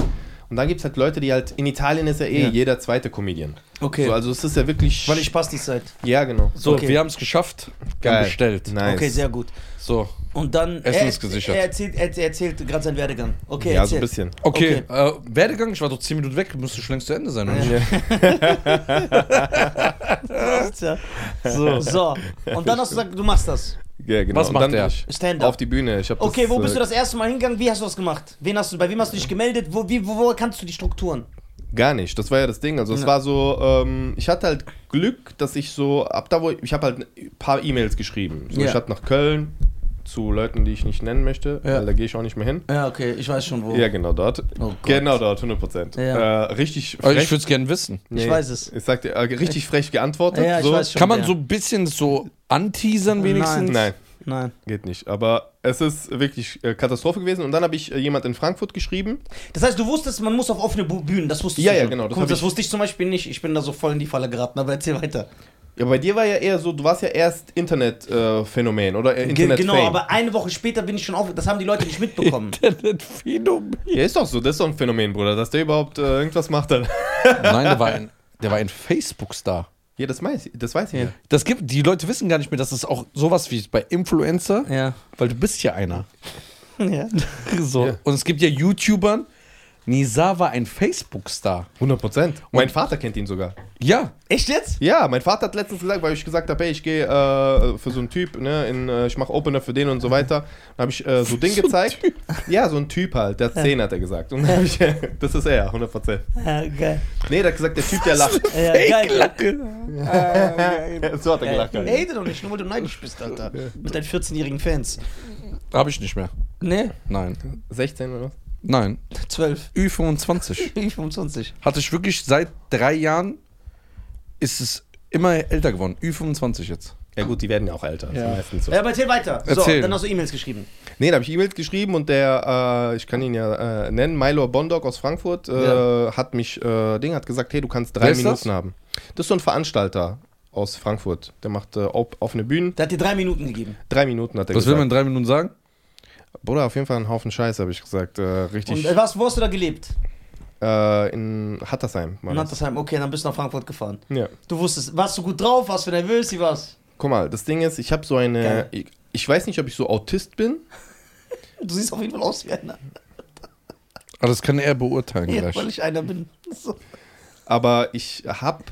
S3: Und dann gibt es halt Leute, die halt, in Italien ist ja eh
S1: Ja.
S3: jeder zweite Comedian.
S1: Okay.
S3: So, also es ist ja wirklich.
S1: Weil ich Spaß die Zeit.
S3: ja, genau.
S2: So,
S1: Okay.
S2: wir haben es geschafft. Wir haben bestellt.
S3: Nice.
S1: Okay, sehr gut.
S2: So.
S1: Und dann.
S2: Essen
S1: er-
S2: ist gesichert.
S1: Er erzählt, er er erzählt gerade seinen Werdegang. Okay,
S3: Ja,
S1: erzähl.
S3: so ein bisschen.
S2: Okay, Äh, Werdegang, ich war doch 10 Minuten weg, müsste schon längst zu Ende sein. oder nicht?
S1: Ja. So. so. Und dann hast du gesagt, du machst das.
S3: Ja, genau.
S2: Was
S3: Und
S2: macht
S3: dann
S2: der?
S3: bin ich
S1: Stand-up.
S3: Auf die Bühne. Ich hab
S1: Okay,
S3: das,
S1: wo bist
S3: äh,
S1: du das erste Mal hingegangen? Wie hast du das gemacht? Wen hast du, bei wem hast du dich gemeldet? Wo, wie, wo, wo kannst du die Strukturen?
S3: Gar nicht, das war ja das Ding. Also es
S1: Ja.
S3: war so, ähm, ich hatte halt Glück, dass ich so, ab da wo ich, ich habe halt ein paar E-Mails geschrieben. So,
S1: Ja.
S3: Ich hatte nach Köln zu Leuten, die ich nicht nennen möchte,
S1: Ja.
S3: weil da gehe ich auch nicht mehr hin.
S1: Ja, okay, ich weiß schon wo.
S3: Ja, genau dort.
S1: Oh Gott.
S3: genau dort, 100 Prozent.
S1: Ja.
S3: Äh, richtig
S2: Aber
S3: frech.
S2: ich würde es gerne wissen.
S1: Ich weiß es.
S3: Ich sagte, äh, richtig frech geantwortet.
S1: Ja, ich
S3: so.
S1: weiß schon.
S2: Kann man
S1: ja.
S2: so ein bisschen so anteasern wenigstens?
S3: Nein,
S1: Nein.
S3: geht nicht. Aber es ist wirklich äh, Katastrophe gewesen. Und dann habe ich äh, jemand in Frankfurt geschrieben.
S1: Das heißt, du wusstest, man muss auf offene Bu- Bühnen, das wusstest
S3: Ja,
S1: du
S3: ja,
S1: schon.
S3: genau, das
S1: Guck,
S3: hab
S1: das
S3: ich-
S1: wusste ich zum Beispiel nicht. Ich bin da so voll in die Falle geraten, aber erzähl weiter.
S3: Ja, bei dir war ja eher so, du warst ja erst Internetphänomen äh, Phänomen oder äh, Internet
S1: genau,
S3: Fame.
S1: aber eine Woche später bin ich schon auf. Das haben die Leute nicht mitbekommen.
S2: Phänomen.
S3: Ja, ist doch so, das ist doch ein Phänomen, Bruder, dass der überhaupt äh, irgendwas macht dann.
S2: Nein, der war ein, der war ein Facebook-Star.
S3: Ja, das weiß ich, das weiß ich. Ja.
S2: Das gibt, die Leute wissen gar nicht mehr, dass es auch sowas wie bei Influencer,
S1: ja.
S2: weil du bist ja einer.
S1: ja.
S2: So.
S3: Ja.
S2: Und es gibt ja YouTubern. Nisa war ein Facebook-Star.
S3: 100 Prozent. Mein Vater kennt ihn sogar.
S2: Ja,
S1: Echt jetzt?
S3: Ja, mein Vater hat letztens gesagt, weil ich gesagt habe, hey, ich gehe äh, für so einen Typ, ne, in, äh, ich mache Opener für den und so weiter. Dann habe ich äh, so Ding gezeigt. Ja, so ein Typ halt, der hat 10 hat er gesagt. Und dann hab ich, das ist er, 100 Prozent.
S1: Ja, geil.
S3: Nee, der hat gesagt, der Typ, der lacht.
S1: Ja, geil.
S3: so hat er gelacht.
S1: Ey,
S3: Alter.
S1: rede doch nicht, nur weil du neidisch bist, Alter. Mit deinen 14-jährigen Fans.
S2: habe ich nicht mehr.
S1: Ne?
S2: Nein.
S3: 16 oder was?
S2: Nein.
S1: 12.
S2: Ü25.
S1: Ich 25.
S2: Hatte ich wirklich seit drei Jahren, ist es immer älter geworden. Ü25 jetzt.
S3: Ja gut, die werden ja auch älter. Ja. Meistens so.
S1: Ja, aber erzähl weiter. So,
S2: Erzähl.
S1: dann hast du E-Mails geschrieben.
S3: Nee, da habe ich E-Mails geschrieben und der, äh, ich kann ihn ja äh, nennen, Milo Bondock aus Frankfurt, äh, hat mich, äh, Ding, hat gesagt, hey, du kannst drei
S2: Wer ist
S3: Minuten
S2: das?
S3: haben. Das ist so ein Veranstalter aus Frankfurt. Der macht äh, op- offene Bühnen.
S1: Der hat dir drei Minuten gegeben.
S3: Drei Minuten hat er
S2: Was will man in
S3: gesagt.
S2: drei Minuten sagen?
S3: Bruder, auf jeden Fall einen Haufen Scheiße, habe ich gesagt. Äh,
S1: Und
S3: richtig.
S1: äh, was, wo hast du da gelebt?
S3: äh, in Hattersheim. war
S1: In
S3: das.
S1: Nattersheim. Okay, dann bist du nach Frankfurt gefahren.
S3: Ja.
S1: Du wusstest, warst du gut drauf, warst du nervös, wie war's?
S3: Guck mal, das Ding ist, ich habe so eine.
S1: Geil.
S3: Ich, ich weiß nicht, ob ich so Autist bin.
S1: Du siehst auf jeden Fall aus wie einer.
S2: Aber Ah, das kann er beurteilen
S1: Ja, weil
S2: gleich.
S1: ich einer bin. So.
S3: aber ich habe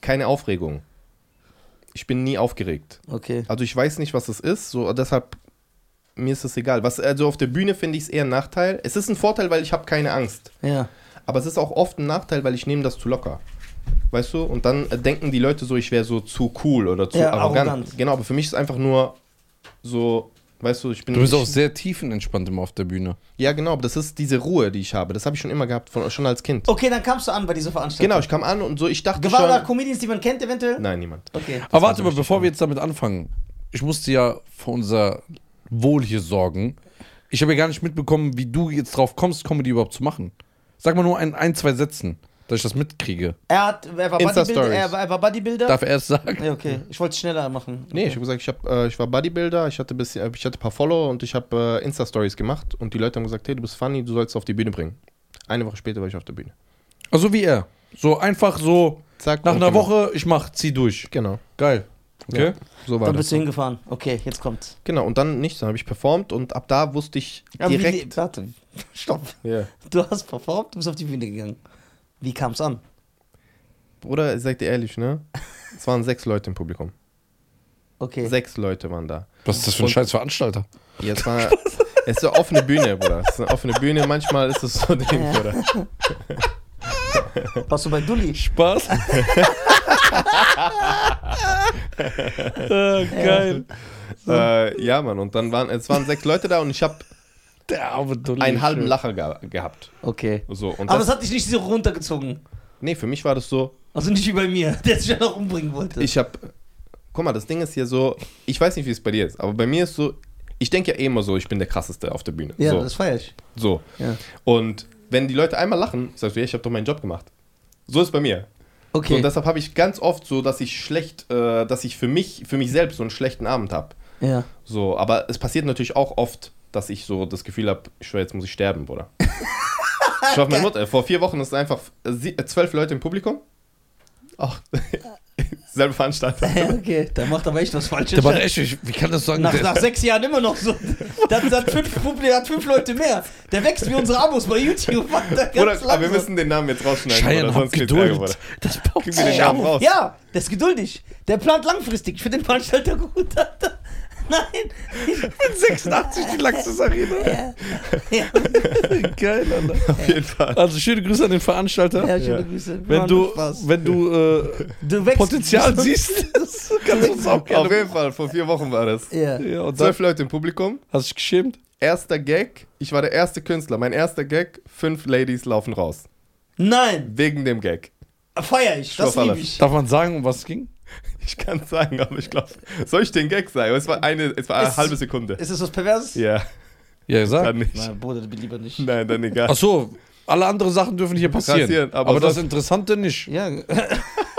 S3: keine Aufregung. Ich bin nie aufgeregt.
S1: Okay.
S3: Also ich weiß nicht, was es ist, so deshalb mir ist es egal. Was also auf der Bühne finde ich es eher ein Nachteil. Es ist ein Vorteil, weil ich habe keine Angst,
S1: Ja.
S3: aber es ist auch oft ein Nachteil, weil ich nehme das zu locker. Weißt du? Und dann äh, denken die Leute so, ich wäre so zu cool oder zu
S1: Ja,
S3: arrogant.
S1: arrogant.
S3: Genau, aber für mich ist einfach nur so, weißt du, ich bin
S2: Du bist auch
S3: ich,
S2: sehr tiefenentspannt immer auf der Bühne.
S3: Ja, genau, aber das ist diese Ruhe, die ich habe. Das habe ich schon immer gehabt, von, schon als Kind.
S1: Okay, dann kamst du an bei dieser Veranstaltung.
S3: Genau, ich kam an und so, ich dachte
S1: War da
S3: schon
S1: Comedians, die man kennt eventuell?
S3: Nein, niemand.
S1: Okay.
S2: Aber
S3: war
S2: warte
S3: so
S2: mal,
S3: richtig
S2: bevor wir jetzt damit anfangen. Ich musste ja für unser Wohl hier sorgen. Ich habe ja gar nicht mitbekommen, wie du jetzt drauf kommst, Comedy überhaupt zu machen. Sag mal nur ein, ein zwei Sätzen, dass ich das mitkriege.
S1: Er, hat, er, war,
S3: Insta-Stories.
S1: Bodybuilder, er, war, er war Bodybuilder.
S2: Darf er erst sagen?
S1: ja, okay. Ich wollte es schneller machen.
S3: Nee, ich habe gesagt, ich, hab, äh, ich war Bodybuilder, ich hatte, bisschen, äh, ich hatte ein paar Follower und ich habe äh, Insta-Stories gemacht und die Leute haben gesagt, hey, du bist funny, du sollst auf die Bühne bringen. Eine Woche später war ich auf der Bühne.
S2: Also wie er. So einfach so
S3: Zack.
S2: nach
S3: und
S2: einer
S3: genau.
S2: Woche, ich mach, zieh durch.
S3: Genau,
S2: Geil. Okay?
S3: Ja. so war
S1: Dann
S3: das.
S1: bist du hingefahren. Okay, jetzt kommt's.
S3: Genau, und dann nichts, dann habe ich performt und ab da wusste ich
S1: Aber wie
S3: direkt.
S1: le- warte, stopp.
S3: Ja.
S1: Du hast performt, du bist auf die Bühne gegangen. Wie kam's an?
S3: Bruder, ich sag dir ehrlich, ne? Es waren sechs Leute im Publikum.
S1: Okay.
S3: Sechs Leute waren da.
S2: Was ist das für ein
S3: Und-
S2: scheiß Veranstalter?
S3: Ja, es war. Es ist eine offene Bühne, Bruder. Es ist eine offene Bühne. Manchmal ist es so ein Ding, Bruder.
S1: Warst du bei Dulli?
S2: Spaß. geil.
S3: Äh, ja, Mann. Und dann waren es waren sechs Leute da und ich habe
S2: Der arme Dulli.
S3: einen halben Lacher ge gehabt.
S1: Okay.
S3: So, und
S1: Aber
S3: das-
S1: es hat dich nicht so runtergezogen.
S3: Nee, für mich war das so,
S1: Also nicht wie bei mir, der sich ja noch umbringen wollte.
S3: ich hab. Guck mal, das Ding ist hier so, ich weiß nicht, wie es bei dir ist, aber bei mir ist so, ich denke ja eh immer so, ich bin der krasseste auf der Bühne.
S1: ja,
S3: so.
S1: das feier ich.
S3: so.
S1: Ja.
S3: Und wenn die Leute einmal lachen, sagst du, ja, ich habe doch meinen Job gemacht. So ist bei mir. So,
S1: Okay.
S3: und deshalb habe ich ganz oft so, dass ich schlecht, äh, dass ich für mich, für mich selbst so einen schlechten Abend habe.
S1: ja.
S3: So, aber es passiert natürlich auch oft, dass ich so das Gefühl habe, ich schwör, jetzt muss ich sterben, Bruder. ich schwör auf meine Mutter, vor vier Wochen ist einfach äh, sie- äh, zwölf Leute im Publikum. Ach, selbe Veranstaltung.
S1: ja. Okay, da macht aber echt was Falsches.
S2: Der war echt, ich- wie kann das sagen?
S1: Nach,
S2: Der-
S1: nach sechs Jahren immer noch so. Das hat fünf, Publi- hat fünf Leute mehr. Der wächst wie unsere Abos bei YouTube. Alter, ganz
S3: Bruder, aber wir
S1: langsam.
S3: müssen den Namen jetzt rausschneiden,
S2: Scheiern,
S3: Bruder,
S2: hab
S3: kriegt's Ärger, Bruder.
S2: Geduld. Das baut
S3: Kriegen wir den
S2: sich
S3: Namen
S2: auf.
S3: raus.
S1: Ja, der ist geduldig. Der plant langfristig. Ich finde den Veranstalter gut. Alter. Nein.
S2: Mit 86 die Laxis Arena.
S1: Ja,
S2: Geil, Alter.
S3: Auf jeden Fall.
S2: Also schöne Grüße an den Veranstalter.
S1: ja schöne Grüße. Wir
S2: Wenn
S1: machen
S2: du,
S1: Spaß.
S2: wenn du äh,
S1: du wächst.
S2: Potenzial siehst, kannst du uns auch
S3: Auf
S2: gerne.
S3: jeden Fall, vor vier Wochen war das.
S1: Ja.
S2: Ja, und dann,
S3: Zwölf Leute im Publikum,
S2: hast du dich geschämt?
S3: erster Gag, ich war der erste Künstler, mein erster Gag, fünf Ladies laufen raus.
S1: Nein,
S3: Wegen dem Gag.
S1: feier ich. Das
S3: Schwör auf
S1: liebe
S3: alles.
S1: ich.
S2: Darf man sagen, um was es ging?
S3: Ich kann sagen, aber ich glaube, soll ich den Gag sagen? Aber Es war eine, es war eine
S1: Es-
S3: halbe Sekunde.
S1: Ist das was Perverses?
S3: Ja,
S2: Ja, sag.
S3: dann nicht.
S1: Nein, Bruder, lieber nicht.
S3: Nein, dann egal.
S2: Ach so, alle anderen Sachen dürfen hier passieren.
S3: Passieren, aber
S2: aber das
S3: sonst-
S2: Interessante nicht.
S1: Ja.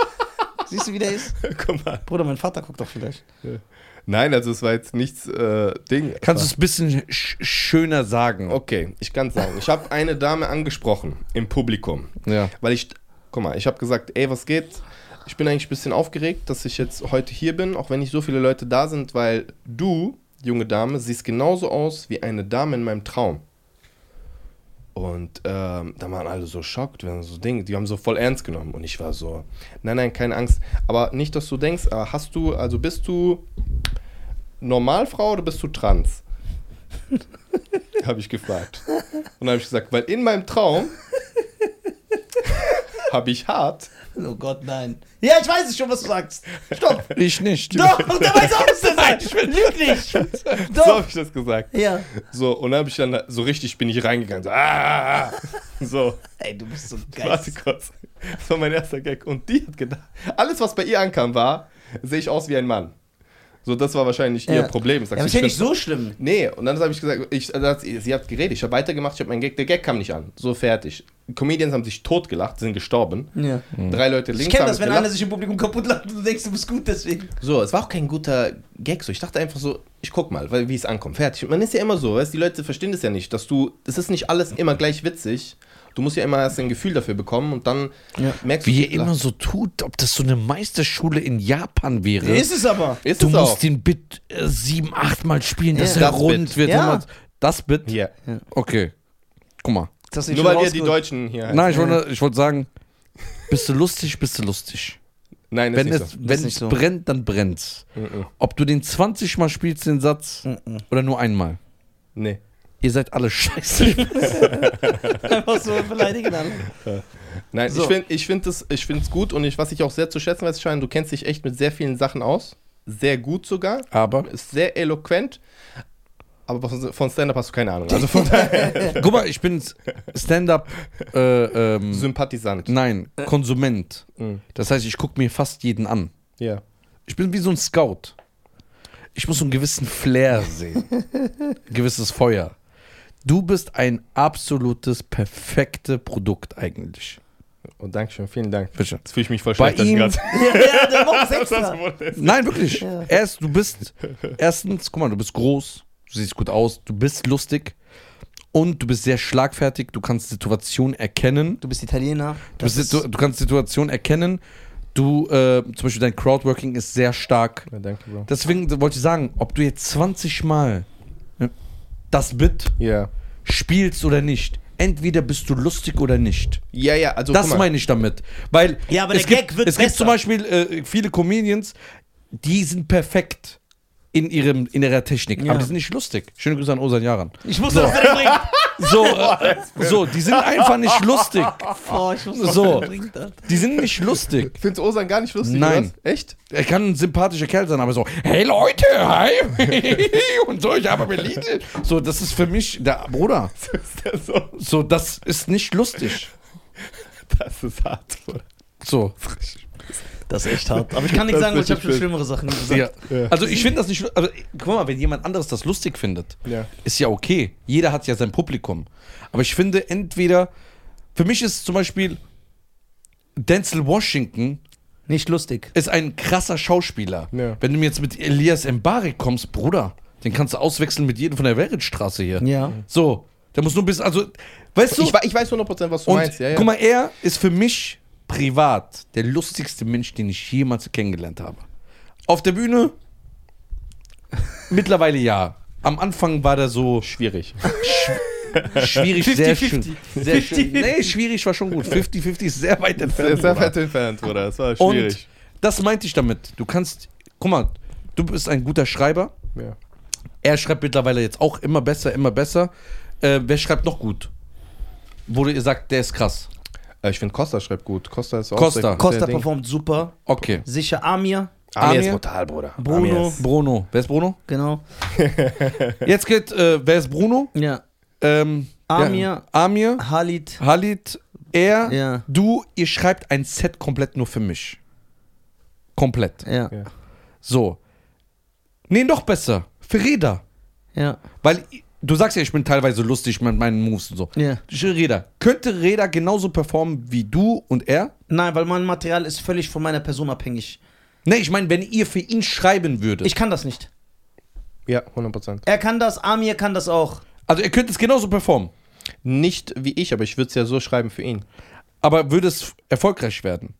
S1: Siehst du, wie der ist?
S3: Guck mal.
S1: Bruder, mein Vater guckt doch vielleicht.
S3: Nein, also es war jetzt nichts äh, Ding.
S2: Kannst du es ein bisschen sch schöner sagen?
S3: Okay, ich kann sagen. Ich habe eine Dame angesprochen im Publikum.
S2: Ja.
S3: Weil ich, guck mal, ich habe gesagt, ey, was geht? Ich bin eigentlich ein bisschen aufgeregt, dass ich jetzt heute hier bin, auch wenn nicht so viele Leute da sind, weil du, junge Dame, siehst genauso aus wie eine Dame in meinem Traum. Und ähm, da waren alle so schockt, wenn so Ding, die haben so voll ernst genommen und ich war so, nein, nein, keine Angst. Aber nicht, dass du denkst, äh, hast du, also bist du Normalfrau oder bist du trans? habe ich gefragt. Und dann habe ich gesagt, weil in meinem Traum habe ich hart.
S1: Oh Gott, nein. Ja, ich weiß es schon, was du sagst. Stopp.
S2: Ich nicht.
S1: Doch, der weiß auch, was du sagst. Lüg nicht.
S3: So habe
S1: Doch.
S3: ich das gesagt.
S1: Ja.
S3: So, und dann habe ich dann, so richtig bin ich reingegangen. So, ah, so
S1: Ey, du bist so geil.
S3: warte kurz. Das war mein erster Gag. Und die hat gedacht, alles, was bei ihr ankam, war, sehe ich aus wie ein Mann. So, das war wahrscheinlich ihr
S1: Ja.
S3: Problem.
S1: Ja,
S3: Sagt
S1: aber
S3: sie,
S1: ist ja nicht
S3: stimmt.
S1: so schlimm.
S3: Nee, und dann habe ich gesagt, ich, also hat sie, sie hat geredet, ich habe weitergemacht, ich habe meinen Gag, der Gag kam nicht an. So fertig. Comedians haben sich totgelacht, sind gestorben.
S1: Ja.
S3: Drei Leute links
S1: Ich kenne
S3: haben
S1: das, wenn
S3: gelacht.
S1: einer sich im Publikum kaputt lacht und du denkst, du bist gut deswegen.
S3: So, es war auch kein guter Gag so. Ich dachte einfach so, ich guck mal, weil wie es ankommt. Fertig. Man ist ja immer so, weißt, die Leute verstehen das ja nicht, dass du, es ist nicht alles immer gleich witzig. Du musst ja immer erst ein Gefühl dafür bekommen und dann merkst du
S2: Wie ihr immer so tut, ob das so eine Meisterschule in Japan wäre.
S1: Ist es aber.
S3: ist
S2: du
S3: es
S2: musst
S3: auch.
S2: den Bit äh, sieben, acht Mal spielen, dass
S1: Ja.
S2: er
S3: Das
S2: rund
S3: Bit.
S2: wird.
S1: Ja.
S2: Immer- Das Bit?
S3: Ja.
S2: Okay. Guck mal.
S1: Das hast du
S3: Nur
S1: schon
S3: weil wir die
S1: rausgeholt.
S3: Deutschen hier halt-
S2: Nein, ich wollte, ich wollte sagen, bist du lustig, bist du lustig.
S3: Nein ist
S2: Wenn
S3: nicht
S2: es,
S3: so.
S1: Ist
S2: wenn
S1: nicht
S2: es
S1: so.
S2: brennt, dann brennt's. Ob du den 20 Mal spielst, den Satz, oder nur einmal.
S3: Nee.
S2: Ihr seid alle scheiße.
S1: Einfach so beleidigen alle.
S3: Nein,
S1: So.
S3: ich finde ich find das- ich find's gut und ich, was ich auch sehr zu schätzen weiß, Schein, du kennst dich echt mit sehr vielen Sachen aus. Sehr gut sogar.
S2: Aber
S3: Ist sehr eloquent. Aber von, von Stand-Up hast du keine Ahnung. Also von daher
S2: guck mal, ich bin Stand-up, äh, ähm,
S3: Sympathisant.
S2: nein, Konsument.
S3: Mhm.
S2: Das heißt, ich gucke mir fast jeden an.
S3: Ja.
S2: Ich bin wie so ein Scout. Ich muss so einen gewissen Flair sehen. ein gewisses Feuer. Du bist ein absolutes, perfekte Produkt eigentlich.
S3: Und Dankeschön, Oh, vielen Dank.
S2: Bitte.
S3: Jetzt fühle ich mich voll
S2: Bei
S3: schlecht. dass ich
S2: ihm-
S3: grad-
S1: Ja, ja, der braucht es extra.
S2: Nein, wirklich. Erst, du bist, erstens, guck mal, du bist groß, du siehst gut aus, du bist lustig und du bist sehr schlagfertig, du kannst Situationen erkennen.
S1: Du bist Italiener.
S2: Du, bist, du, du kannst Situationen erkennen. Du, äh, zum Beispiel dein Crowdworking ist sehr stark.
S3: Ja, danke, Bro.
S2: Deswegen wollte ich sagen, ob du jetzt 20 Mal ne, das Bit
S3: Ja.
S2: spielst oder nicht. Entweder bist du lustig oder nicht.
S3: Ja, ja, also
S2: Das
S3: guck mal.
S2: meine ich damit. Weil
S1: Ja, aber
S2: es,
S1: der
S2: gibt,
S1: Gag wird
S2: es gibt
S1: besser.
S2: zum Beispiel äh, viele Comedians, die sind perfekt in, ihrem, in ihrer Technik,
S1: Ja.
S2: aber die sind nicht lustig. Schöne Grüße an Osan Yaran.
S1: Ich muss das wieder bringen.
S2: So, äh, so, die sind einfach nicht lustig.
S1: Oh, ich muss das
S2: So.
S1: bringen. Alter.
S2: Die sind nicht lustig.
S3: Findest Osan gar nicht lustig?
S2: Nein.
S3: oder was? Echt?
S2: Er kann ein sympathischer Kerl sein, aber so, hey Leute, hi, und so, ich habe Berlin. So, das ist für mich, der Bruder,
S3: Ist der so?
S2: so, das ist nicht lustig.
S3: Das ist hart, Bruder.
S2: So,
S1: Das ist echt hart. Aber ich kann nichts
S3: Das
S1: sagen, weil ich
S3: wird
S1: habe schon
S3: schön.
S1: schlimmere Sachen gesagt.
S2: ja. Also ich finde das nicht, lu- also, guck mal, wenn jemand anderes das lustig findet,
S3: Ja.
S2: ist ja okay. Jeder hat ja sein Publikum. Aber ich finde entweder, für mich ist zum Beispiel Denzel Washington
S1: Nicht lustig.
S2: ist ein krasser Schauspieler.
S3: Ja.
S2: Wenn du mir jetzt mit Elias Mbari kommst, Bruder, den kannst du auswechseln mit jedem von der Weritzstraße hier.
S1: Ja.
S2: So, der muss nur ein bisschen, also, weißt du,
S3: Ich, wei- ich weiß 100%, was du
S2: und
S3: meinst. Ja, ja.
S2: guck mal, er ist für mich privat der lustigste Mensch, den ich jemals kennengelernt habe. Auf der Bühne mittlerweile ja. Am Anfang war der so
S3: Schwierig.
S2: schwierig, sehr
S1: 50-50.
S2: schön. Sehr schön. Nee, schwierig war schon gut. 50-50 ist sehr weit
S3: Sehr,
S2: entfernt.
S3: sehr
S2: Bruder.
S3: weit entfernt, Bruder. Das war
S2: Und
S3: schwierig.
S2: das meinte ich damit. Du kannst, guck mal, du bist ein guter Schreiber.
S3: Ja.
S2: Er schreibt mittlerweile jetzt auch immer besser, immer besser. Äh, wer schreibt noch gut? Wo ihr sagt, der ist krass.
S3: Äh, Ich finde, Costa schreibt gut. Costa ist auch
S2: Costa.
S3: sehr- sehr
S1: Costa
S3: Ding.
S1: performt super.
S2: Okay.
S1: Sicher Amir.
S3: Amir ist
S2: Amir.
S3: brutal, Bruder.
S1: Bruno.
S3: Amir ist-
S2: Bruno. Wer ist Bruno?
S1: Genau.
S2: Jetzt geht, äh, wer ist Bruno?
S1: Ja.
S2: Ähm,
S1: Amir.
S2: Ja, Amir,
S1: Halit.
S2: Halit, er,
S1: Ja.
S2: du, ihr schreibt ein Set komplett nur für mich. Komplett.
S1: Ja.
S3: Ja.
S2: So. Nee, noch besser. Ferida.
S1: Ja.
S2: Weil i- du sagst ja, ich bin teilweise lustig mit meinen Moves und so.
S1: Ja.
S2: Reda. Könnte Reda genauso performen wie du und er?
S1: Nein, weil mein Material ist völlig von meiner Person abhängig.
S2: Nee, ich meine, wenn ihr für ihn schreiben würdet.
S1: Ich kann das nicht.
S3: Ja, 100%.
S1: Er kann das, Amir kann das auch.
S2: also ihr könnt es genauso performen,
S3: Nicht wie ich, aber ich würde es ja so schreiben für ihn.
S2: aber würde es erfolgreich werden?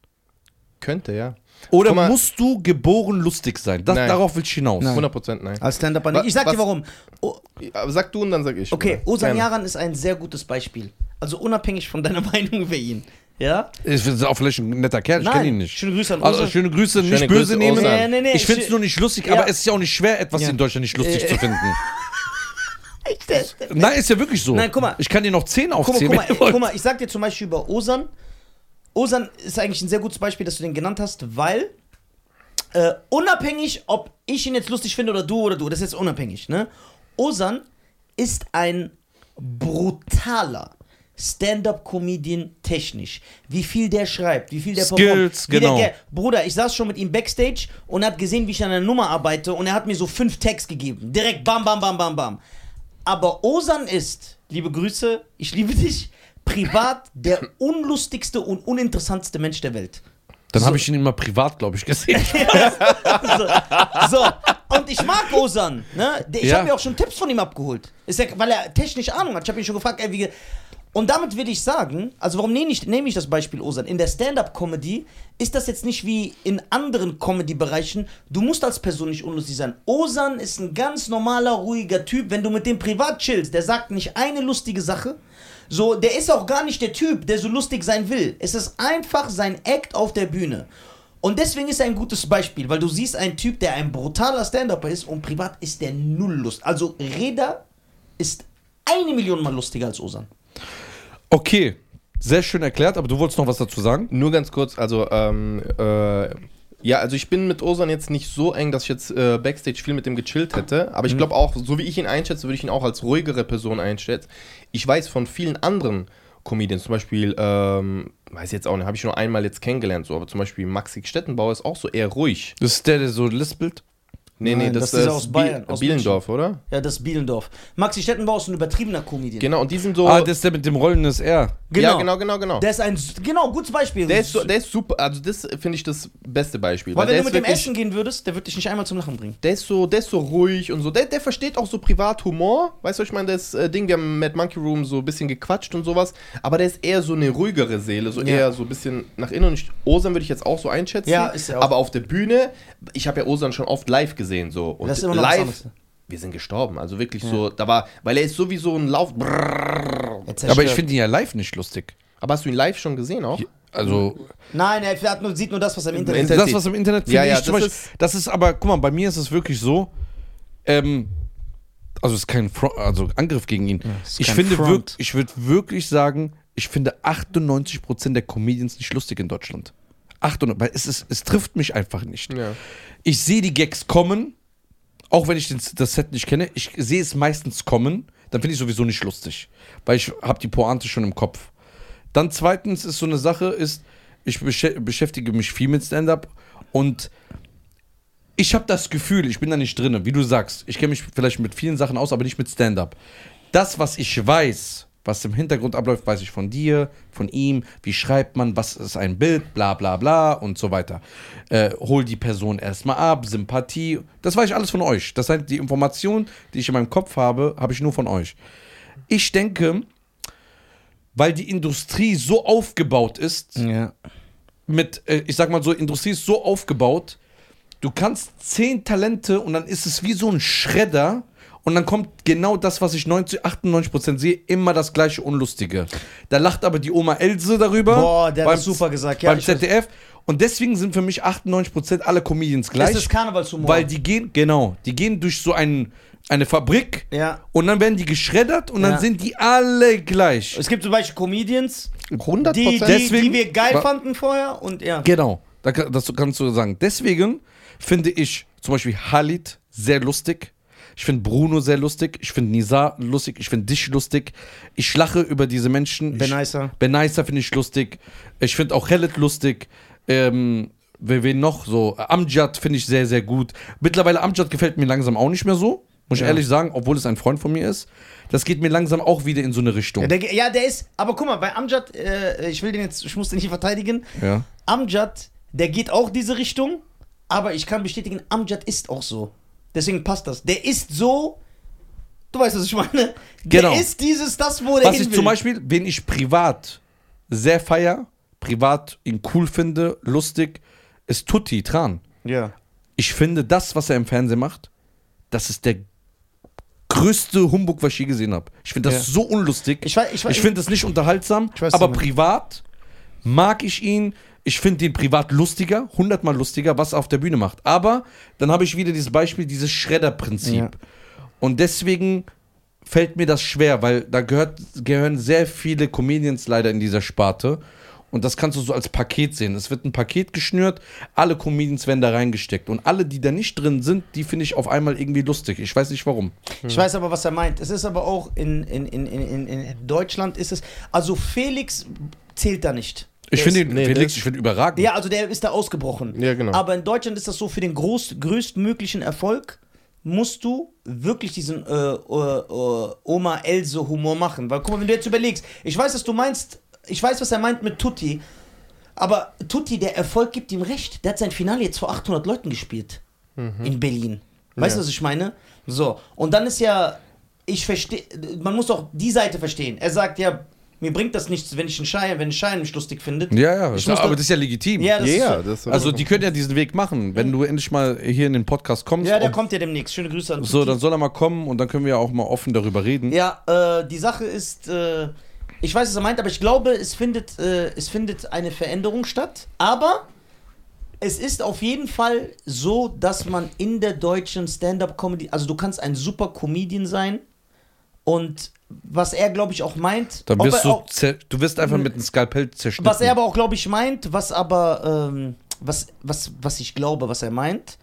S3: Könnte, ja.
S2: Oder
S3: Guck mal-
S2: musst du geboren lustig sein? Das,
S3: Nein. Also-
S2: darauf willst du hinaus.
S3: 100% nein.
S1: Als Stand-Upper
S3: Wa-
S1: nicht. Ich sag dir
S3: was-
S1: warum. O
S3: Aber sag du und dann sag ich.
S1: okay,
S3: Oder?
S1: Ozan
S3: Gerne.
S1: Yaran ist ein sehr gutes Beispiel. Also unabhängig von deiner Meinung über ihn. Ja?
S2: Ich finde es auch vielleicht ein netter Kerl, ich
S1: Nein.
S2: kenne ihn nicht.
S1: Schöne Grüße an
S2: Also
S1: Ozan.
S2: schöne Grüße, nicht
S3: Schöne
S2: böse
S3: Grüße,
S2: nehmen.
S3: Ozan.
S1: Nee, nee, nee,
S2: ich finde es
S1: schö-
S2: nur nicht lustig,
S1: Ja.
S2: aber es ist ja auch nicht schwer, etwas
S1: Ja.
S2: in Deutschland nicht lustig
S1: Äh,
S2: zu finden. Nein, ist ja wirklich so.
S1: Nein, guck mal.
S2: Ich kann dir noch
S1: Guck
S2: 10
S1: mal,
S2: aufzählen.
S1: guck mal,
S2: wenn ihr wollt.
S1: guck mal, ich sag dir zum Beispiel über Osan. Osan ist eigentlich ein sehr gutes Beispiel, dass du den genannt hast, weil äh, unabhängig, ob ich ihn jetzt lustig finde oder du oder du, das ist jetzt unabhängig, ne? Osan ist ein brutaler Stand-up-Comedian technisch. Wie viel der schreibt, wie viel der
S2: Skills,
S1: wie
S2: genau.
S1: Der, ge- Bruder, ich saß schon mit ihm backstage und er hat gesehen, wie ich an einer Nummer arbeite und er hat mir so fünf Tags gegeben. Direkt bam, bam, bam, bam, bam. Aber Osan ist, liebe Grüße, ich liebe dich, privat der unlustigste und uninteressanteste Mensch der Welt.
S2: Dann habe ich ihn immer privat, glaube ich, gesehen.
S1: So, so. und ich mag Osan. Ne? Der- Ich
S2: Ja.
S1: habe mir auch schon Tipps von ihm abgeholt. Ist ja, weil er technisch Ahnung hat. Ich habe ihn schon gefragt, ey, wie. ge- Und damit will ich sagen, also warum nehme ich, nehme ich das Beispiel Osan? In der Stand-Up-Comedy ist das jetzt nicht wie in anderen Comedy-Bereichen. Du musst als Person nicht unlustig sein. Osan ist ein ganz normaler, ruhiger Typ. Wenn du mit dem privat chillst, der sagt nicht eine lustige Sache. So, der ist auch gar nicht der Typ, der so lustig sein will. Es ist einfach sein Act auf der Bühne. Und deswegen ist er ein gutes Beispiel, weil du siehst einen Typ, der ein brutaler Stand-Upper ist und privat ist der null Lust. Also Reda ist eine Million Mal lustiger als Osan.
S2: Okay, sehr schön erklärt, aber du wolltest noch was dazu sagen?
S3: Nur ganz kurz, also, ähm, äh, ja, also ich bin mit Osan jetzt nicht so eng, dass ich jetzt äh, Backstage viel mit dem gechillt hätte, aber ich
S1: Mhm.
S3: glaube auch, so wie ich ihn einschätze, würde ich ihn auch als ruhigere Person einschätzen. Ich weiß von vielen anderen Comedians, zum Beispiel, ähm, weiß jetzt auch nicht, habe ich nur einmal jetzt kennengelernt, so, aber zum Beispiel Maxi Stettenbauer ist auch so eher ruhig.
S2: Das ist der, der so lispelt.
S3: Nee, nee,
S1: Nein,
S3: das,
S1: das ist
S3: ist
S1: aus
S3: Bi-
S1: Bayern, aus
S3: Bielendorf, oder?
S1: Ja, das ist Bielendorf. Maxi Stettenbauer ist ein übertriebener Comedian.
S3: Genau, und die sind so.
S2: Ah, das ist der mit dem rollenden R.
S3: Ja, genau, genau, genau.
S1: Der ist ein, s- genau, gutes Beispiel.
S3: Der ist, so, der ist super, also das finde ich das beste Beispiel.
S1: weil
S3: der
S1: wenn du mit
S3: ist
S1: dem
S3: wirklich-
S1: Essen gehen würdest, der würde dich nicht einmal zum Lachen bringen.
S3: Der ist so, der ist so ruhig und so. Der, der versteht auch so Privathumor. Weißt du, ich meine, das äh, Ding, wir haben mit Monkey Room so ein bisschen gequatscht und sowas. Aber der ist eher so eine ruhigere Seele, so eher so ein bisschen nach innen. Und ich, Osan würde ich jetzt auch so einschätzen.
S1: Ja, ist er auch.
S3: Aber auf der Bühne, ich habe ja Osan schon oft live gesehen so. Und
S1: Das ist immer noch was
S3: live,
S1: anderes.
S3: wir sind gestorben. Also wirklich so, da war, weil er ist sowieso ein Lauf.
S2: Aber ich finde ihn ja live nicht lustig.
S3: Aber hast du ihn live schon gesehen auch?
S2: Also,
S1: Nein, er hat nur, sieht nur das, was er im Internet
S3: Internet-
S1: sieht.
S2: das, was im Internet finde
S3: Ja, ja,
S2: ich zum
S3: das
S2: Beispiel, das ist aber, guck mal, bei mir ist es wirklich so, ähm, also es ist kein Fro also Angriff gegen ihn.
S1: ist
S2: ich
S1: kein
S2: finde,
S1: Front.
S2: wirk ich würde wirklich sagen, ich finde 98% der Comedians nicht lustig in Deutschland. 800, weil es, ist, es trifft mich einfach nicht.
S3: Ja.
S2: Ich sehe die Gags kommen, auch wenn ich den, das Set nicht kenne, ich sehe es meistens kommen, dann finde ich sowieso nicht lustig, weil ich habe die Pointe schon im Kopf. Dann zweitens ist so eine Sache, ist, ich beschä beschäftige mich viel mit Stand-up und ich habe das Gefühl, ich bin da nicht drin, wie du sagst. Ich kenne mich vielleicht mit vielen Sachen aus, aber nicht mit Stand-up. Das, was ich weiß, was im Hintergrund abläuft, weiß ich von dir, von ihm, wie schreibt man, was ist ein Bild, bla bla bla und so weiter. Äh, hol die Person erstmal ab, Sympathie, das weiß ich alles von euch. Das heißt, die Information, die ich in meinem Kopf habe, habe ich nur von euch. Ich denke, weil die Industrie so aufgebaut ist,
S1: Ja.
S2: mit, äh, ich sag mal so, Industrie ist so aufgebaut, du kannst zehn Talente und dann ist es wie so ein Schredder und dann kommt genau das, was ich 90, 98% sehe, immer das gleiche Unlustige. Da lacht aber die Oma Else darüber.
S1: Boah, der hat
S2: beim-
S1: das super gesagt. Ja,
S2: beim
S1: ich weiß.
S2: ZDF. Und deswegen sind für mich 98% alle Comedians
S1: Das
S2: gleich.
S1: ist Karnevalshumor.
S2: Weil die gehen, genau, die gehen durch so einen, eine Fabrik
S1: Ja.
S2: und dann werden die geschreddert und
S1: Ja.
S2: dann sind die alle gleich.
S1: es gibt zum Beispiel Comedians,
S3: 100
S1: die, die, die
S2: Deswegen-
S1: wir geil
S2: Wa-
S1: fanden vorher und ja.
S2: Genau, da, kann- das kannst du sagen. Deswegen finde ich zum Beispiel Halit sehr lustig. Ich finde Bruno sehr lustig. Ich finde Nizar lustig. Ich finde dich lustig. Ich lache über diese Menschen.
S1: Beneiser.
S2: Ich, Beneiser finde ich lustig. Ich finde auch Halit lustig. Ähm, wer- wen noch so? Amjad finde ich sehr, sehr gut. Mittlerweile Amjad gefällt mir langsam auch nicht mehr so. Muss ich ehrlich sagen, obwohl es ein Freund von mir ist, das geht mir langsam auch wieder in so eine Richtung.
S1: Ja, der, ge- ja, der ist, aber guck mal, bei Amjad, äh, ich will den jetzt, ich muss den nicht verteidigen.
S2: Ja.
S1: Amjad, der geht auch diese Richtung, aber ich kann bestätigen, Amjad ist auch so. Deswegen passt das. Der ist so, du weißt, was ich meine.
S2: Genau.
S1: Der ist dieses, das, wo der
S2: Was
S1: hin
S2: ich
S1: will.
S2: zum Beispiel, wen ich privat sehr feier, privat ihn cool finde, lustig, ist Tutti Tran.
S1: Ja.
S2: Ich finde das, was er im Fernsehen macht, das ist der größte Humbug, was ich je gesehen habe. Ich finde das
S1: Ja.
S2: so unlustig.
S1: Ich weiß- ich weiß-
S2: finde das nicht unterhaltsam,
S1: Ich weiß,
S2: aber
S1: was du
S2: privat mag ich ihn. Ich finde ihn privat lustiger, hundertmal lustiger, was er auf der Bühne macht. Aber dann habe ich wieder dieses Beispiel, dieses Schredder-Prinzip.
S1: Ja.
S2: Und deswegen fällt mir das schwer, weil da gehört, gehören sehr viele Comedians leider in dieser Sparte. Und das kannst du so als Paket sehen. Es wird ein Paket geschnürt, alle Comedians werden da reingesteckt. Und alle, die da nicht drin sind, die finde ich auf einmal irgendwie lustig. Ich weiß nicht warum.
S1: Ich weiß aber, was er meint. Es ist aber auch in, in, in, in, in- in Deutschland ist es. Also Felix zählt da nicht.
S2: Ich
S1: Der
S2: finde
S1: ist-
S2: ihn,
S3: nee,
S2: Felix,
S3: das-
S2: ich finde ihn überragend.
S1: Ja, also der ist da ausgebrochen.
S3: Ja, genau.
S1: Aber in Deutschland ist das so, für den groß, größtmöglichen Erfolg musst du wirklich diesen äh, äh, äh, Oma-Else-Humor machen. Weil guck mal, wenn du jetzt überlegst, ich weiß, was du meinst, ich weiß, was er meint mit Tutti, aber Tutti, der Erfolg gibt ihm recht. Der hat sein Finale jetzt vor 800 Leuten gespielt.
S3: Mhm.
S1: In Berlin. Weißt du, was ich meine? So, und dann ist ja, ich verstehe, man muss auch die Seite verstehen. Er sagt ja, mir bringt das nichts, wenn ich einen Schein, wenn ein Schein mich lustig findet.
S2: ja, ja
S1: Ich
S2: das-
S1: muss
S2: aber
S1: da-
S2: das ist ja legitim.
S1: Ja, das
S3: ja,
S1: ist
S3: ja,
S1: so-
S3: das
S2: also die können ja diesen Weg machen. Wenn du endlich mal hier in den Podcast kommst,
S1: Ja, der
S2: ob-
S1: kommt ja demnächst. Schöne Grüße an
S2: so,
S1: Tutti.
S2: dann soll er mal kommen und dann können wir ja auch mal offen darüber reden.
S1: Ja, äh, die Sache ist, äh, ich weiß, was er meint, aber ich glaube, es findet, äh, es findet eine Veränderung statt. Aber es ist auf jeden Fall so, dass man in der deutschen Stand-up-Comedy, also du kannst ein super Comedian sein und was er, glaube ich, auch meint,
S2: Dann
S1: ob
S2: wirst
S1: er
S2: du,
S1: auch, Mhm.
S2: zer- du wirst einfach mit einem Skalpell zerschnitten.
S1: was er aber auch, glaube ich, meint, was aber, ähm, was, was, was ich glaube, was er meint,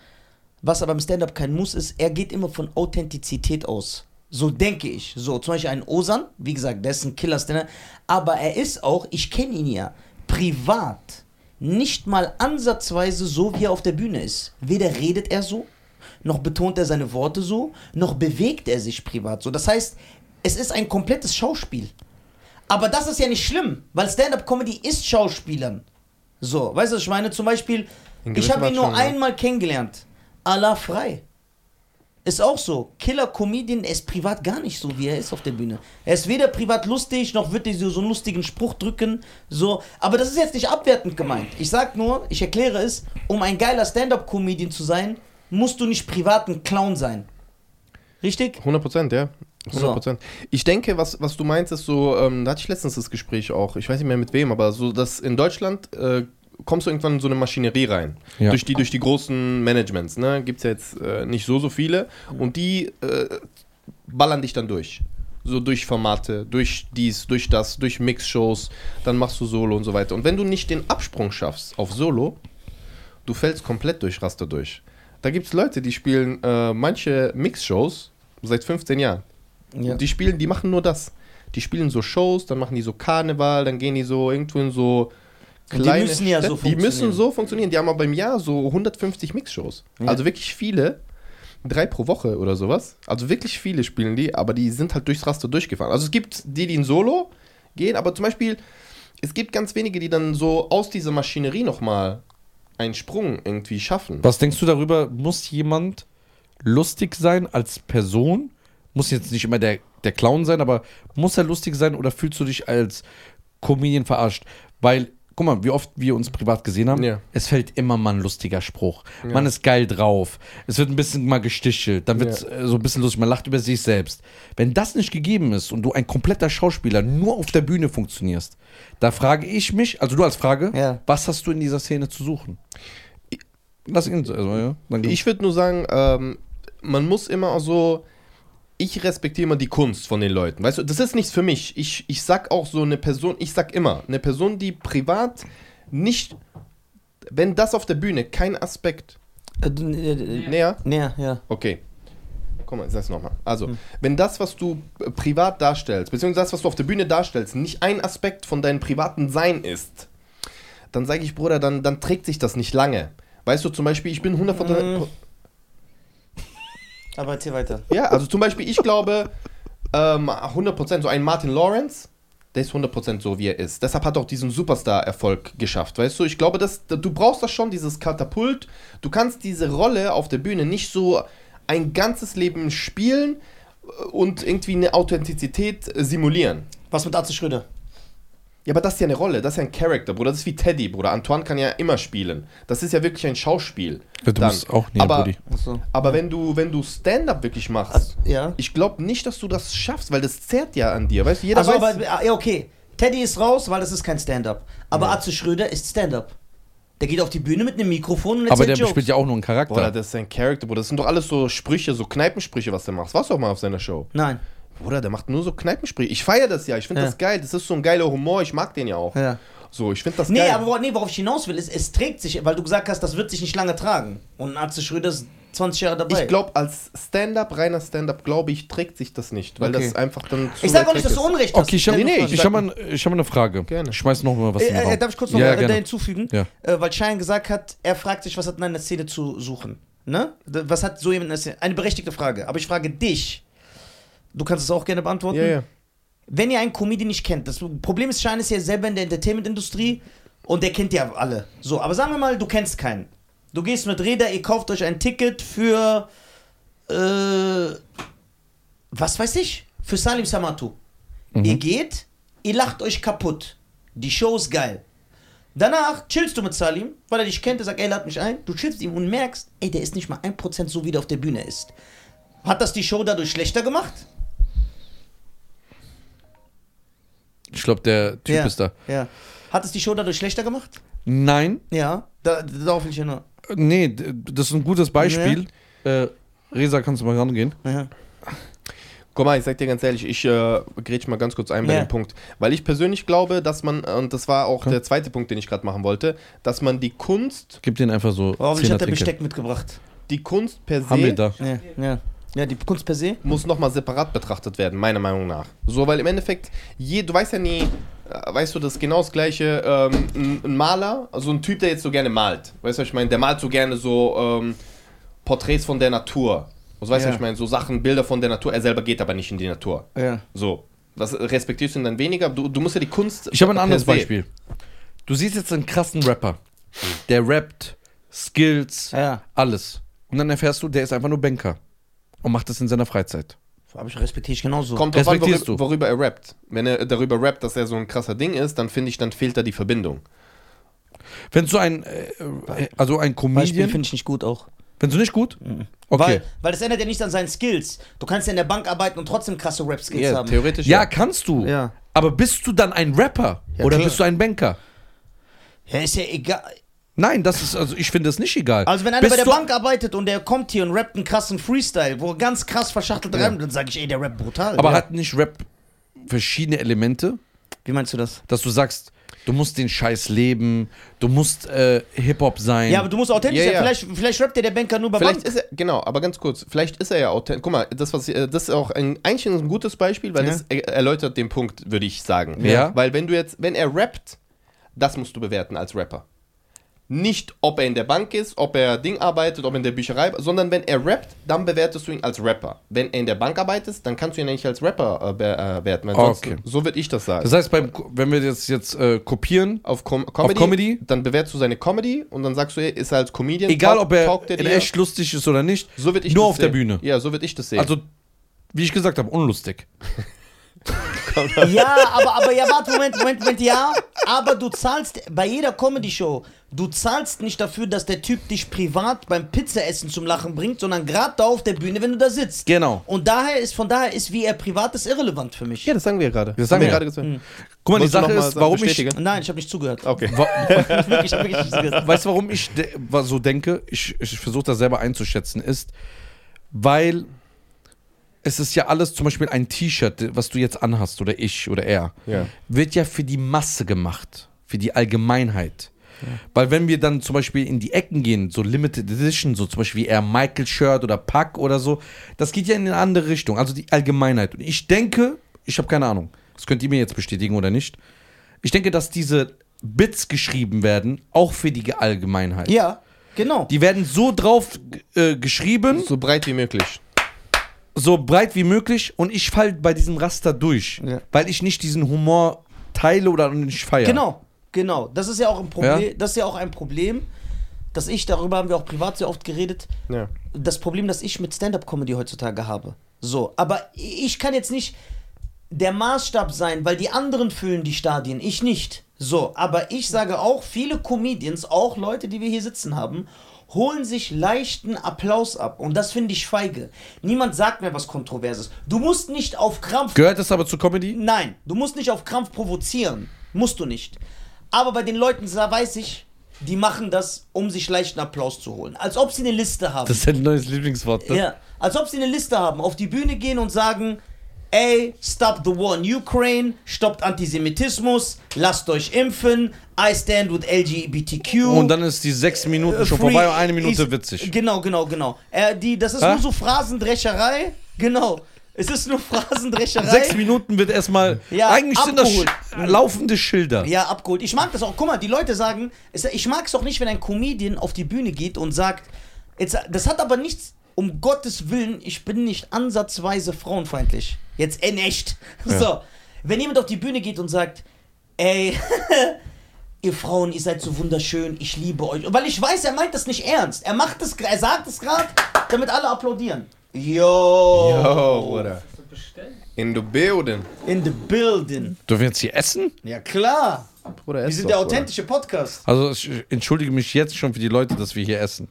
S1: was aber im Stand-Up kein Muss ist, er geht immer von Authentizität aus. So denke ich. So, zum Beispiel ein Osan, wie gesagt, der ist ein killer stand aber er ist auch, ich kenne ihn ja, privat nicht mal ansatzweise so, wie er auf der Bühne ist. Weder redet er so, noch betont er seine Worte so, noch bewegt er sich privat so. Das heißt, es ist ein komplettes Schauspiel. Aber das ist ja nicht schlimm, weil Stand-up-Comedy ist Schauspielern. So, weißt du, was ich meine zum Beispiel, ich
S3: gewissem
S1: habe ihn
S3: Maß
S1: nur
S3: schon, ja.
S1: einmal kennengelernt. Allah frei. Ist auch so. Killer Comedian, er ist privat gar nicht so, wie er ist auf der Bühne. Er ist weder privat lustig, noch wird er so, so einen lustigen Spruch drücken. So. Aber das ist jetzt nicht abwertend gemeint. Ich sag nur, ich erkläre es, um ein geiler Stand-up-Comedian zu sein, musst du nicht privat ein Clown sein. Richtig?
S3: 100 Prozent, ja. 100 Prozent. Ich denke, was, was du meinst, ist so, ähm, da hatte ich letztens das Gespräch auch, ich weiß nicht mehr mit wem, aber so, dass in Deutschland äh, kommst du irgendwann in so eine Maschinerie rein.
S2: Ja.
S3: Durch, die, durch die großen Managements, ne? Gibt es ja jetzt äh, nicht so, so viele. Und die äh, ballern dich dann durch. So durch Formate, durch dies, durch das, durch Mixshows, dann machst du Solo und so weiter. Und wenn du nicht den Absprung schaffst auf Solo, du fällst komplett durch Raster durch. Da gibt es Leute, die spielen äh, manche Mixshows seit 15 Jahren.
S1: Ja.
S3: Die spielen, die machen nur das. Die spielen so Shows, dann machen die so Karneval, dann gehen die so irgendwo in so
S1: Und die
S3: kleine
S1: müssen ja so
S3: Städte. Die müssen
S1: funktionieren.
S3: so funktionieren. Die haben aber im Jahr so 150 Mixshows. Also wirklich viele. Drei pro Woche oder sowas. Also wirklich viele spielen die, aber die sind halt durchs Raster durchgefahren. Also es gibt die, die in Solo gehen, aber zum Beispiel, es gibt ganz wenige, die dann so aus dieser Maschinerie nochmal einen Sprung irgendwie schaffen.
S2: Was denkst du darüber? Muss jemand lustig sein als Person? Muss jetzt nicht immer der, der Clown sein, aber muss er lustig sein oder fühlst du dich als Comedian verarscht? Weil, guck mal, wie oft wir uns privat gesehen haben,
S3: Ja.
S2: es fällt immer mal ein lustiger Spruch. Man ist geil drauf. Es wird ein bisschen mal gestichelt. Dann wird es äh, so ein bisschen lustig. Man lacht über sich selbst. Wenn das nicht gegeben ist und du ein kompletter Schauspieler nur auf der Bühne funktionierst, da frage ich mich, also du als Frage,
S1: Ja.
S2: was hast du in dieser Szene zu suchen? Lass ihn, also, ja. Dann
S3: Ich würde nur sagen, ähm, man muss immer auch so. Ich respektiere immer die Kunst von den Leuten. Weißt du, das ist nichts für mich. Ich, ich sag auch so eine Person, ich sag immer, eine Person, die privat nicht. Wenn das auf der Bühne kein Aspekt
S1: Äh, d- äh, äh,
S3: näher.
S1: Ja, ja.
S3: Okay. Guck mal, sag's nochmal. Also, wenn das, was du äh, privat darstellst, beziehungsweise das, was du auf der Bühne darstellst, nicht ein Aspekt von deinem privaten Sein ist, dann sage ich, Bruder, dann, dann trägt sich das nicht lange. Weißt du, zum Beispiel, ich bin 100%.
S1: Aber erzähl weiter.
S3: Ja, also zum Beispiel, ich glaube, ähm, 100% so ein Martin Lawrence, der ist 100% so, wie er ist. Deshalb hat er auch diesen Superstar-Erfolg geschafft, weißt du? Ich glaube, das, du brauchst das schon, dieses Katapult. Du kannst diese Rolle auf der Bühne nicht so ein ganzes Leben spielen äh, und irgendwie eine Authentizität äh, simulieren.
S1: Was mit Arze Schröder?
S3: Ja, aber das ist ja eine Rolle, das ist ja ein Charakter, Bruder. Das ist wie Teddy, Bruder. Antoine kann ja immer spielen. Das ist ja wirklich ein Schauspiel.
S2: Ja, du bist auch näher,
S3: aber,
S2: Brudi.
S1: Achso.
S3: aber wenn du, wenn du Stand-up wirklich
S1: Also
S3: machst,
S1: Ja.
S3: ich glaube nicht, dass du das schaffst, weil das zerrt ja an dir. Weißt du, jeder
S1: also,
S3: weiß.
S1: aber, ah, ja, okay. Teddy ist raus, weil das ist kein Stand-up. Aber Arze Schröder ist Stand-up. Der geht auf die Bühne mit einem Mikrofon und
S2: Aber
S1: erzählt
S2: der
S1: Jokes.
S2: spielt ja auch nur einen Charakter.
S3: Bruder, das ist ein Charakter, Bruder. Das sind doch alles so Sprüche, so Kneipensprüche, was der macht. Warst du auch mal auf seiner Show?
S1: Nein.
S3: Bruder, der macht nur so Kneipensprüche. Ich feiere das ja, ich finde
S1: Ja.
S3: das geil. Das ist so ein geiler Humor, ich mag den ja auch.
S1: Ja.
S3: So, ich finde das
S1: Nee,
S3: geil.
S1: aber wor- nee, worauf ich hinaus will, ist, es trägt sich, weil du gesagt hast, das wird sich nicht lange tragen. Und Arze Schröder ist 20 Jahre dabei.
S3: ich glaube, als Stand-up, reiner Stand-up, glaube ich, trägt sich das nicht, weil
S1: Okay.
S3: das einfach dann zu
S1: Ich sag auch
S3: weit
S1: nicht,
S3: weg
S1: dass du
S3: ist.
S1: Unrecht hast.
S2: Okay, ich habe
S3: Nee, nee, ich
S2: ich
S3: sag-
S2: hab mal, ich hab mal eine Frage.
S3: Gerne.
S2: Schmeiß noch mal was in den
S1: Äh, äh,
S2: Raum.
S1: darf ich kurz noch
S2: ja,
S1: mal,
S2: ja,
S1: äh,
S2: gerne.
S1: da hinzufügen?
S2: Ja.
S1: Äh, weil Schein gesagt hat, er fragt sich, was hat in einer Szene zu suchen? Ne? D- Was hat so jemand in der Szene? Eine berechtigte Frage. Aber ich frage dich. Du kannst es auch gerne beantworten.
S3: Ja, ja.
S1: Wenn ihr einen Comedian nicht kennt, das Problem ist, Schein ist ja selber in der Entertainment-Industrie und der kennt ja alle. So, aber sagen wir mal, du kennst keinen. Du gehst mit Reda, ihr kauft euch ein Ticket für. Äh, was weiß ich? Für Salim Samatu. Ihr geht, ihr lacht euch kaputt. Die Show ist geil. Danach chillst du mit Salim, weil er dich kennt, er sagt, ey, lad mich ein. Du chillst ihm und merkst, ey, der ist nicht mal 1% so, wie der auf der Bühne ist. Hat das die Show dadurch schlechter gemacht?
S2: Ich glaube, der Typ
S1: ja.
S2: ist da.
S1: Ja. Hat es die Show dadurch schlechter gemacht?
S2: Nein,
S1: Ja. Da, darauf will ich ja nur.
S2: äh, nee, d- das ist ein gutes Beispiel. Äh, Reza, kannst du mal rangehen?
S1: Ja.
S3: Guck mal, ich sag dir ganz ehrlich, ich äh, grätsch mal ganz kurz ein bei
S1: Ja.
S3: dem Punkt. Weil ich persönlich glaube, dass man, äh, und das war auch der zweite Punkt, den ich gerade machen wollte, dass man die Kunst,
S2: Gib den einfach so
S1: Hoffentlich hat er
S2: Trinke.
S1: Besteck mitgebracht.
S3: die Kunst per se.
S2: Haben wir da.
S1: Ja. ja. Ja, die Kunst per se.
S3: muss nochmal separat betrachtet werden, meiner Meinung nach. So, weil im Endeffekt, je, du weißt ja nie, äh, weißt du, das ist genau das gleiche, ähm, ein, ein Maler, also ein Typ, der jetzt so gerne malt, weißt du, was ich meine, der malt so gerne so ähm, Porträts von der Natur. Also, weißt du,
S1: Ja.
S3: was ich meine, so Sachen, Bilder von der Natur, er selber geht aber nicht in die Natur.
S1: Ja.
S3: So, das respektierst du ihn dann weniger, du, du musst ja die Kunst...
S2: Ich habe ein
S3: per
S2: anderes
S3: se-
S2: Beispiel. Du siehst jetzt einen krassen Rapper. Der rappt, Skills,
S1: Ja.
S2: alles. Und dann erfährst du, der ist einfach nur Banker. Und macht das in seiner Freizeit.
S1: Aber ich respektiere ich genauso.
S3: Kommt drauf an,
S2: Respektierst
S3: worüber,
S2: du.
S3: worüber er rappt. Wenn er darüber rappt, dass er so ein krasser Ding ist, dann finde ich, dann fehlt da die Verbindung.
S2: Wenn du ein, äh, äh, also ein
S1: Beispiel
S2: Comedian,
S1: finde ich nicht gut auch. Mhm.
S2: wenn du nicht gut? Okay.
S1: Weil, weil das ändert ja nichts an seinen Skills. Du kannst ja in der Bank arbeiten und trotzdem krasse Rap-Skills
S3: Ja,
S1: haben.
S3: theoretisch.
S2: ja, kannst du.
S1: Ja.
S2: Aber bist du dann ein Rapper
S1: Ja,
S2: oder
S1: klar.
S2: bist du ein Banker?
S1: Ja, ist ja egal.
S2: Nein, das ist also ich finde das nicht egal.
S1: Also wenn einer
S2: bist
S1: bei der
S2: du,
S1: Bank arbeitet und der kommt hier und rappt einen krassen Freestyle, wo er ganz krass verschachtelt reimt, dann sage ich, ey, der rappt brutal.
S2: aber
S1: ja.
S2: hat nicht Rap verschiedene Elemente,
S1: Wie meinst du das?
S2: dass du sagst, du musst den Scheiß leben, du musst äh, Hip Hop sein.
S1: Ja, aber du musst authentisch
S3: Ja,
S1: sein.
S3: ja.
S1: Vielleicht, vielleicht rappt dir der Banker nur bei
S3: Vielleicht
S1: Bank.
S3: ist er, genau, aber ganz kurz, vielleicht ist er ja authentisch. Guck mal, das, was, äh, das ist auch ein, eigentlich ein gutes Beispiel, weil
S1: Ja.
S3: das er- erläutert den Punkt, würde ich sagen.
S2: Ja.
S3: Weil wenn du jetzt, wenn er rappt, das musst du bewerten als Rapper. Nicht, ob er in der Bank ist, ob er Ding arbeitet, ob er in der Bücherei, sondern wenn er rappt, dann bewertest du ihn als Rapper. Wenn er in der Bank arbeitet, dann kannst du ihn eigentlich als Rapper äh, be- äh, bewerten. Weil sonst-
S2: Okay.
S3: So würde ich das sagen.
S2: Das heißt, beim, Ko- wenn wir das jetzt äh, kopieren,
S3: auf, Com Comedy,
S2: Comedy?
S3: dann bewertest du seine Comedy und dann sagst du, ey, ist er als Comedian,
S2: egal
S3: taug-
S2: ob er
S3: taugt
S2: in
S3: dir?
S2: echt lustig ist oder nicht,
S3: so würd ich
S2: nur
S3: das
S2: auf der
S3: sehen.
S2: Bühne.
S3: Ja, so würde ich das sehen.
S2: Also wie ich gesagt habe, unlustig.
S1: Ja, aber, aber ja, warte, Moment, Moment, Moment, ja. Aber du zahlst bei jeder Comedy-Show, du zahlst nicht dafür, dass der Typ dich privat beim Pizzaessen zum Lachen bringt, sondern gerade da auf der Bühne, wenn du da sitzt.
S2: Genau.
S1: Und daher ist, von daher ist, wie er privat ist, irrelevant für mich.
S3: Ja, das sagen wir ja gerade.
S2: Das sagen
S3: Haben
S2: wir
S3: gerade gesagt.
S2: Guck mal, die
S3: Wolltest du
S2: Sache
S3: noch mal
S2: ist,
S3: sagen,
S2: warum ich,
S3: bestätigen?
S1: Nein, ich habe nicht zugehört.
S3: Okay.
S2: wa
S1: Ich hab wirklich- ich hab wirklich nicht zugehört.
S2: weißt du, warum ich de- wa- so denke? Ich, ich versuche das selber einzuschätzen, ist, weil es ist ja alles, zum Beispiel ein T-Shirt, was du jetzt anhast oder ich oder er,
S3: Ja.
S2: wird ja für die Masse gemacht, für die Allgemeinheit. Weil wenn wir dann zum Beispiel in die Ecken gehen, so Limited Edition, so zum Beispiel wie eher Michael Shirt oder Pack oder so, das geht ja in eine andere Richtung, also die Allgemeinheit. Und ich denke, ich habe keine Ahnung, das könnt ihr mir jetzt bestätigen oder nicht, ich denke, dass diese Bits geschrieben werden, auch für die Allgemeinheit.
S1: Ja, genau.
S2: Die werden so drauf äh, geschrieben,
S3: So breit wie möglich.
S2: so breit wie möglich und ich falle bei diesem Raster durch,
S1: Ja.
S2: weil ich nicht diesen Humor teile oder nicht feiere.
S1: Genau, genau. Das ist ja auch ein Problem.
S2: Ja.
S1: Das ist ja auch ein Problem, dass ich darüber haben wir auch privat sehr oft geredet.
S3: Ja.
S1: Das Problem, das ich mit Stand-up-Comedy heutzutage habe. So, aber ich kann jetzt nicht der Maßstab sein, weil die anderen füllen die Stadien, ich nicht. So, aber ich sage auch, viele Comedians, auch Leute, die wir hier sitzen haben, holen sich leichten Applaus ab. Und das finde ich feige. Niemand sagt mir was Kontroverses. Du musst nicht auf Krampf
S2: Gehört das aber zur Comedy?
S1: Nein, du musst nicht auf Krampf provozieren. Musst du nicht. Aber bei den Leuten, da weiß ich, die machen das, um sich leichten Applaus zu holen. Als ob sie eine Liste haben.
S2: Das ist ein neues Lieblingswort. Ne?
S1: ja. Als ob sie eine Liste haben, auf die Bühne gehen und sagen, ey, stop the war in Ukraine, stoppt Antisemitismus, lasst euch impfen, I stand with LGBTQ.
S2: Und dann ist die sechs Minuten
S1: äh,
S2: schon
S1: free
S2: vorbei und eine Minute
S1: is-
S2: witzig.
S1: Genau, genau, genau. Äh, die, das ist
S2: Hä?
S1: nur so Phrasendrescherei. Genau. Es ist nur Phrasendrescherei.
S2: Sechs Minuten wird erstmal.
S1: Ja,
S2: eigentlich sind das
S1: abgeholt.
S2: Sch- laufende Schilder.
S1: Ja, abgeholt. Ich mag das auch. Guck mal, die Leute sagen, es- ich mag es auch nicht, wenn ein Comedian auf die Bühne geht und sagt, jetzt, das hat aber nichts, um Gottes Willen, ich bin nicht ansatzweise frauenfeindlich. Jetzt in echt. So, wenn jemand auf die Bühne geht und sagt, ey, ihr Frauen, ihr seid so wunderschön, ich liebe euch. Weil ich weiß, er meint das nicht ernst. Er macht es, er sagt es gerade, damit alle applaudieren. Yo,
S3: Yo, Oh, Bruder. In the building.
S1: in the building.
S2: Dürfen wir jetzt hier essen?
S1: Ja klar,
S3: Bruder,
S1: wir
S3: ess
S1: sind
S3: doch,
S1: der authentische Podcast.
S2: Also ich entschuldige mich jetzt schon für die Leute, dass wir hier essen.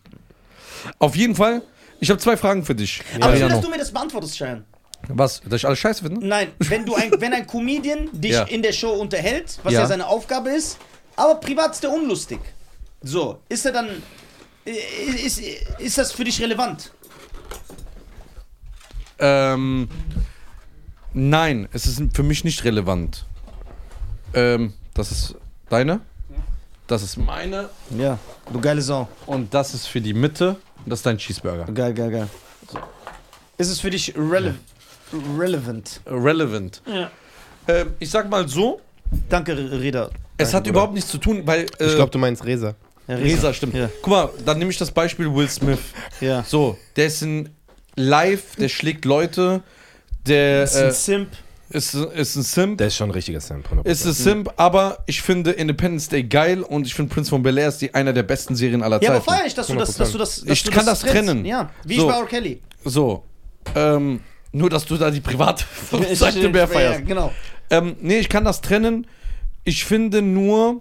S2: Auf jeden Fall, ich habe zwei Fragen für dich.
S1: Aber ich will,
S2: Mariano.
S1: dass du mir das beantwortest, Schein.
S2: Was? Dass ich alles scheiße finde?
S1: Nein, wenn du ein, wenn ein Comedian dich
S2: Ja.
S1: in der Show unterhält, was
S2: Ja.
S1: ja. seine Aufgabe ist, aber privat ist der unlustig. So, ist er dann. äh, Ist, ist das für dich relevant?
S2: Ähm, nein, es ist für mich nicht relevant. Ähm, das ist deine, das ist meine
S1: Ja, du geile Sau.
S2: und das ist für die Mitte und das ist dein Cheeseburger.
S1: Geil, geil, geil. Ist es für dich rele relevant?
S2: Relevant.
S1: Ja.
S2: Ähm, ich sag mal so,
S1: Danke, Reda.
S2: es hat
S3: Bruder.
S2: überhaupt nichts zu tun, weil äh,
S3: Ich glaube, du meinst Resa.
S1: Herr
S2: Resa stimmt.
S1: Ja.
S2: Guck mal, dann nehme ich das Beispiel Will Smith.
S1: Ja.
S2: So, der ist ein Live, der schlägt Leute, der
S1: Ist ein
S2: äh,
S1: Simp.
S2: ist, ist ein Simp.
S3: Der ist schon ein richtiger ne? Simp. 100%.
S2: Ist ein Simp, aber ich finde Independence Day geil und ich finde Prince von Bel Air ist die einer der besten Serien aller
S1: Ja, aber
S2: Zeiten.
S1: feier ich, dass du das. Dass du das dass
S2: Ich
S1: du
S2: kann das
S1: trennst.
S2: trennen.
S1: Ja, wie
S2: So.
S1: ich bei R. Kelly.
S2: so. Ähm, nur, dass du da die private Seite mehr
S1: ja,
S2: feierst.
S1: genau.
S2: Ähm, nee, ich kann das trennen. Ich finde nur.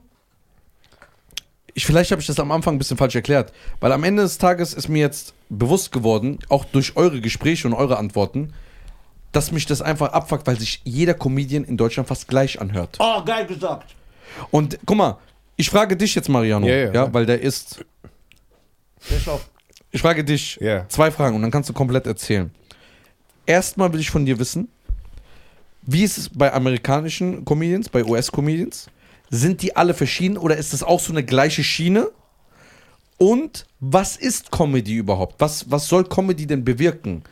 S2: Ich, vielleicht habe ich das am Anfang ein bisschen falsch erklärt, weil am Ende des Tages ist mir jetzt bewusst geworden, auch durch eure Gespräche und eure Antworten, dass mich das einfach abfuckt, weil sich jeder Comedian in Deutschland fast gleich anhört.
S1: Oh, geil gesagt.
S2: Und guck mal, ich frage dich jetzt, Mariano,
S3: Ja,
S2: ja,
S3: ja, ja.
S2: weil der ist.
S1: Der Schau.
S2: Ich frage dich
S3: Ja.
S2: zwei Fragen und dann kannst du komplett erzählen. Erstmal will ich von dir wissen, wie ist es bei amerikanischen Comedians, bei US-Comedians? Sind die alle verschieden oder ist das auch so eine gleiche Schiene? Und was ist Comedy überhaupt? Was, was soll Comedy denn bewirken?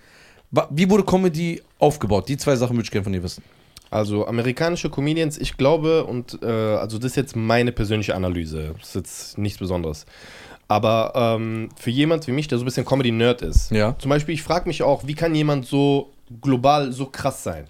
S2: Wa- Wie wurde Comedy aufgebaut? Die zwei Sachen würde ich gerne von dir wissen.
S3: Also amerikanische Comedians, ich glaube, und äh, also das ist jetzt meine persönliche Analyse, das ist jetzt nichts Besonderes. Aber ähm, für jemand wie mich, der so ein bisschen Comedy-Nerd ist,
S2: Ja.
S3: zum Beispiel, ich frage mich auch, wie kann jemand so global so krass sein?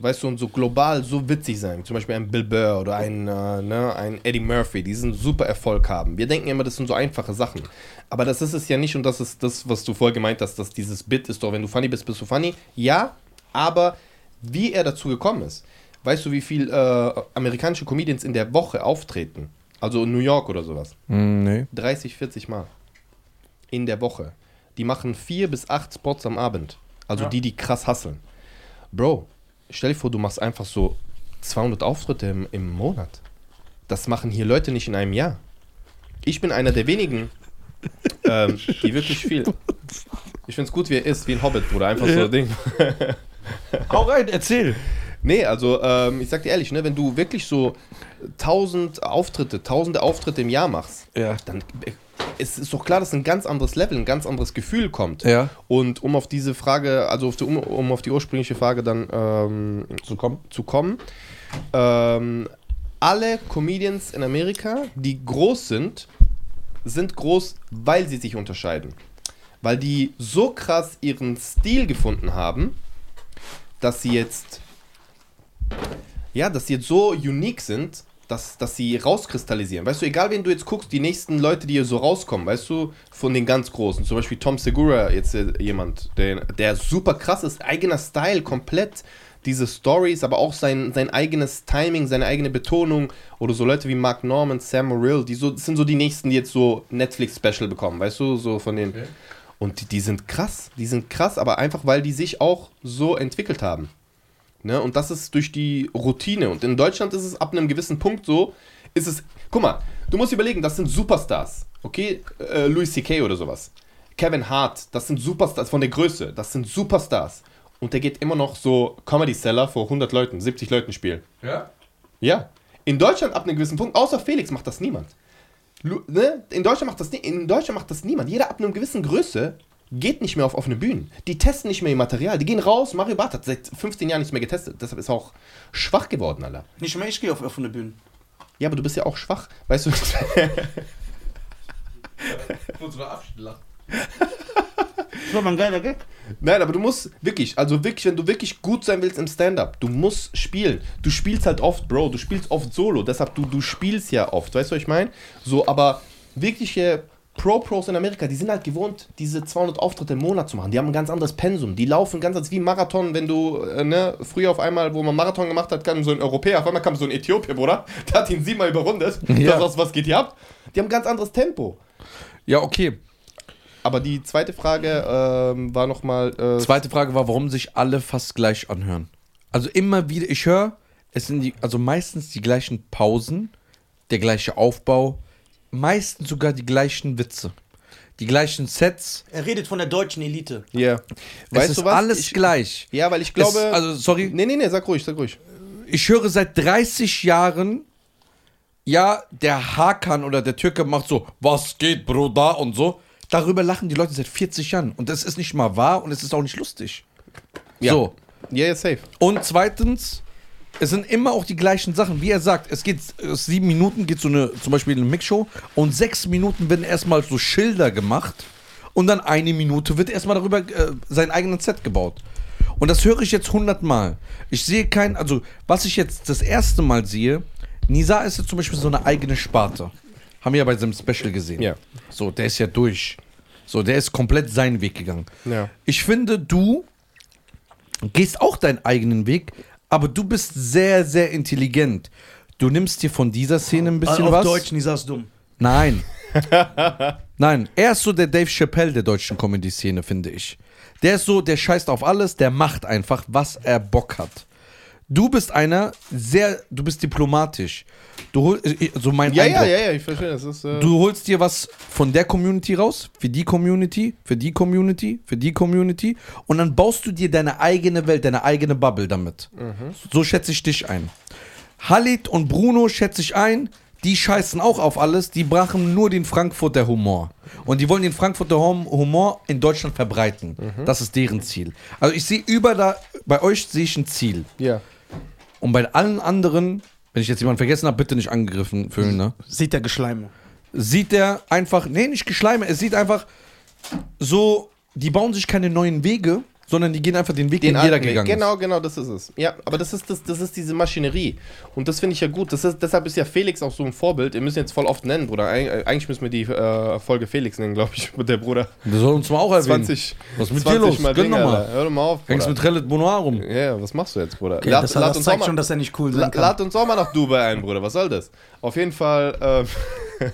S3: Weißt du, und so global so witzig sein. Zum Beispiel ein Bill Burr oder ein, äh, ne, ein Eddie Murphy, die diesen super Erfolg haben. Wir denken immer, das sind so einfache Sachen. Aber das ist es ja nicht und das ist das, was du vorher gemeint hast, dass dieses Bit ist doch, wenn du funny bist, bist du funny. Ja, aber wie er dazu gekommen ist. Weißt du, wie viel äh, amerikanische Comedians in der Woche auftreten? Also in New York oder sowas.
S2: nee.
S3: 30, 40 Mal in der Woche. Die machen vier bis acht Spots am Abend. Also die, die krass hasseln. Bro, stell dir vor, du machst einfach so 200 Auftritte im, im Monat. Das machen hier Leute nicht in einem Jahr. Ich bin einer der wenigen, ähm, die wirklich viel. Ich find's gut, wie er ist, wie ein Hobbit, Bruder. Einfach so ein Ding.
S2: Hau rein, erzähl.
S3: Nee, also ähm, ich sag dir ehrlich, ne, wenn du wirklich so 1000 Auftritte, tausende Auftritte im Jahr machst,
S2: Ja.
S3: dann äh, es ist doch klar, dass ein ganz anderes Level, ein ganz anderes Gefühl kommt.
S2: Ja.
S3: Und um auf diese Frage, also auf die, um, um auf die ursprüngliche Frage dann ähm, zu kommen, zu kommen ähm, alle Comedians in Amerika, die groß sind, sind groß, weil sie sich unterscheiden. Weil die so krass ihren Stil gefunden haben, dass sie jetzt. Ja, dass sie jetzt so unique sind, dass, dass sie rauskristallisieren. Weißt du, egal wen du jetzt guckst, die nächsten Leute, die hier so rauskommen, weißt du, von den ganz Großen, zum Beispiel Tom Segura, jetzt äh, jemand, der, der super krass ist, eigener Style komplett, diese Stories, aber auch sein, sein eigenes Timing, seine eigene Betonung oder so Leute wie Mark Norman, Sam Morrill, die so, das sind so die nächsten, die jetzt so Netflix-Special bekommen, weißt du, so von den. Und die, die sind krass, die sind krass, aber einfach, weil die sich auch so entwickelt haben. Ne? Und das ist durch die Routine. Und in Deutschland ist es ab einem gewissen Punkt so, ist es. Guck mal, du musst überlegen, das sind Superstars. Okay? Äh, Louis C.K. oder sowas. Kevin Hart, das sind Superstars von der Größe. Das sind Superstars. Und der geht immer noch so Comedy-Seller vor 100 Leuten, 70 Leuten spielen.
S2: Ja?
S3: Ja. In Deutschland ab einem gewissen Punkt, außer Felix, macht das niemand. Lu- Ne? In, Deutschland macht das, ni- in Deutschland macht das niemand. Jeder ab einer gewissen Größe geht nicht mehr auf offene Bühnen. Die testen nicht mehr ihr Material. Die gehen raus. Mario Barth hat seit 15 Jahren nichts mehr getestet. Deshalb ist er auch schwach geworden, Alter.
S1: Nicht mehr ich gehe auf offene Bühnen.
S3: Ja, aber du bist ja auch schwach. Weißt du,
S1: Das war mal ein geiler Gag.
S3: Nein, aber du musst wirklich, also wirklich, wenn du wirklich gut sein willst im Stand-up, du musst spielen. Du spielst halt oft, Bro, du spielst oft Solo, deshalb du, du spielst ja oft, weißt du, was ich meine? So, aber wirkliche Pro-Pros in Amerika, die sind halt gewohnt, diese 200 Auftritte im Monat zu machen. Die haben ein ganz anderes Pensum. Die laufen ganz anders wie Marathon, wenn du, äh, ne, früher auf einmal, wo man Marathon gemacht hat, kam so ein Europäer, auf einmal kam so ein Äthiopier, Bruder, der hat ihn siebenmal überrundet.
S2: Ja.
S3: Ja. Das, was geht hier ab? Die haben ein ganz anderes Tempo.
S2: Ja, okay.
S3: Aber die zweite Frage ähm, war nochmal. Äh,
S2: Zweite Frage war, warum sich alle fast gleich anhören. Also immer wieder, ich höre, es sind die, also meistens die gleichen Pausen, der gleiche Aufbau, meistens sogar die gleichen Witze, die gleichen Sets.
S1: Er redet von der deutschen Elite.
S3: Ja.
S2: es
S3: Weißt
S2: ist
S3: du was?
S2: alles
S3: ich,
S2: gleich.
S3: ja, weil ich glaube.
S2: es, also sorry,
S3: nee, nee, nee, sag ruhig, sag ruhig.
S2: ich höre seit 30 Jahren, ja, der Hakan oder der Türke macht so, was geht, Bruder, und so. Darüber lachen die Leute seit 40 Jahren. Und das ist nicht mal wahr und es ist auch nicht lustig.
S3: Ja.
S2: So.
S3: Ja, ja, safe.
S2: Und zweitens, es sind immer auch die gleichen Sachen. Wie er sagt, es geht äh, sieben Minuten, geht so eine, zum Beispiel eine Mixshow und sechs Minuten werden erstmal so Schilder gemacht und dann eine Minute wird erstmal darüber äh, sein eigenes Set gebaut. Und das höre ich jetzt hundertmal. Ich sehe kein, also was ich jetzt das erste Mal sehe, Nisa ist jetzt zum Beispiel so eine eigene Sparte. Haben wir ja bei seinem Special gesehen.
S3: Ja.
S2: So, der ist ja durch. So, der ist komplett seinen Weg gegangen.
S3: Ja.
S2: Ich finde, du gehst auch deinen eigenen Weg, aber du bist sehr, sehr intelligent. Du nimmst dir von dieser Szene ein bisschen
S1: auf
S2: was.
S1: Deutsch, Nisa ist dumm.
S2: Nein. Nein, er ist so der Dave Chappelle der deutschen Comedy-Szene, finde ich. Der ist so, der scheißt auf alles, der macht einfach, was er Bock hat. Du bist einer sehr, du bist diplomatisch. Du hol- äh, so mein
S3: Ja, ja,
S2: Eindruck.
S3: ja, ja, ich verstehe. Das ist. Äh,
S2: Du holst dir was von der Community raus, für die Community, für die Community, für die Community und dann baust du dir deine eigene Welt, deine eigene Bubble damit. So schätze ich dich ein. Halit und Bruno schätze ich ein, die scheißen auch auf alles, die brachen nur den Frankfurter Humor. Und die wollen den Frankfurter Hum- Humor in Deutschland verbreiten. Das ist deren Ziel. Also ich sehe über da, bei euch sehe ich ein Ziel.
S3: ja.
S2: Und bei allen anderen, wenn ich jetzt jemanden vergessen habe, bitte nicht angegriffen fühlen, ne?
S1: Sieht der Geschleime.
S2: sieht er einfach, nee, nicht Geschleime, es sieht einfach so, die bauen sich keine neuen Wege, sondern die gehen einfach den Weg, den,
S3: alten
S2: jeder
S3: Weg.
S2: gegangen
S3: Genau, genau, das ist es. Ja, aber das ist, das, das ist diese Maschinerie. Und das finde ich ja gut. Das ist, deshalb ist ja Felix auch so ein Vorbild. Wir müssen jetzt voll oft nennen, Bruder. Eig äh, eigentlich müssen wir die äh, Folge Felix nennen, glaube ich, mit der Bruder.
S2: ist. Der soll uns mal auch erwähnen.
S3: 20.
S2: Was ist mit
S3: 20
S2: dir los?
S3: Mal
S2: Gönn
S3: Ding,
S2: doch mal.
S3: Alter. Hör doch mal auf,
S2: Hängst
S3: Bruder.
S2: mit Relit Bonoir rum.
S3: Ja, was machst du jetzt, Bruder?
S1: Okay,
S3: Lad-
S1: das
S3: lad
S1: das
S3: uns auch
S1: zeigt
S3: mal-
S1: schon, dass er nicht cool
S3: La
S1: sein kann.
S3: lad uns auch mal nach Dubai ein, Bruder. Was soll das? Auf jeden Fall. Ähm,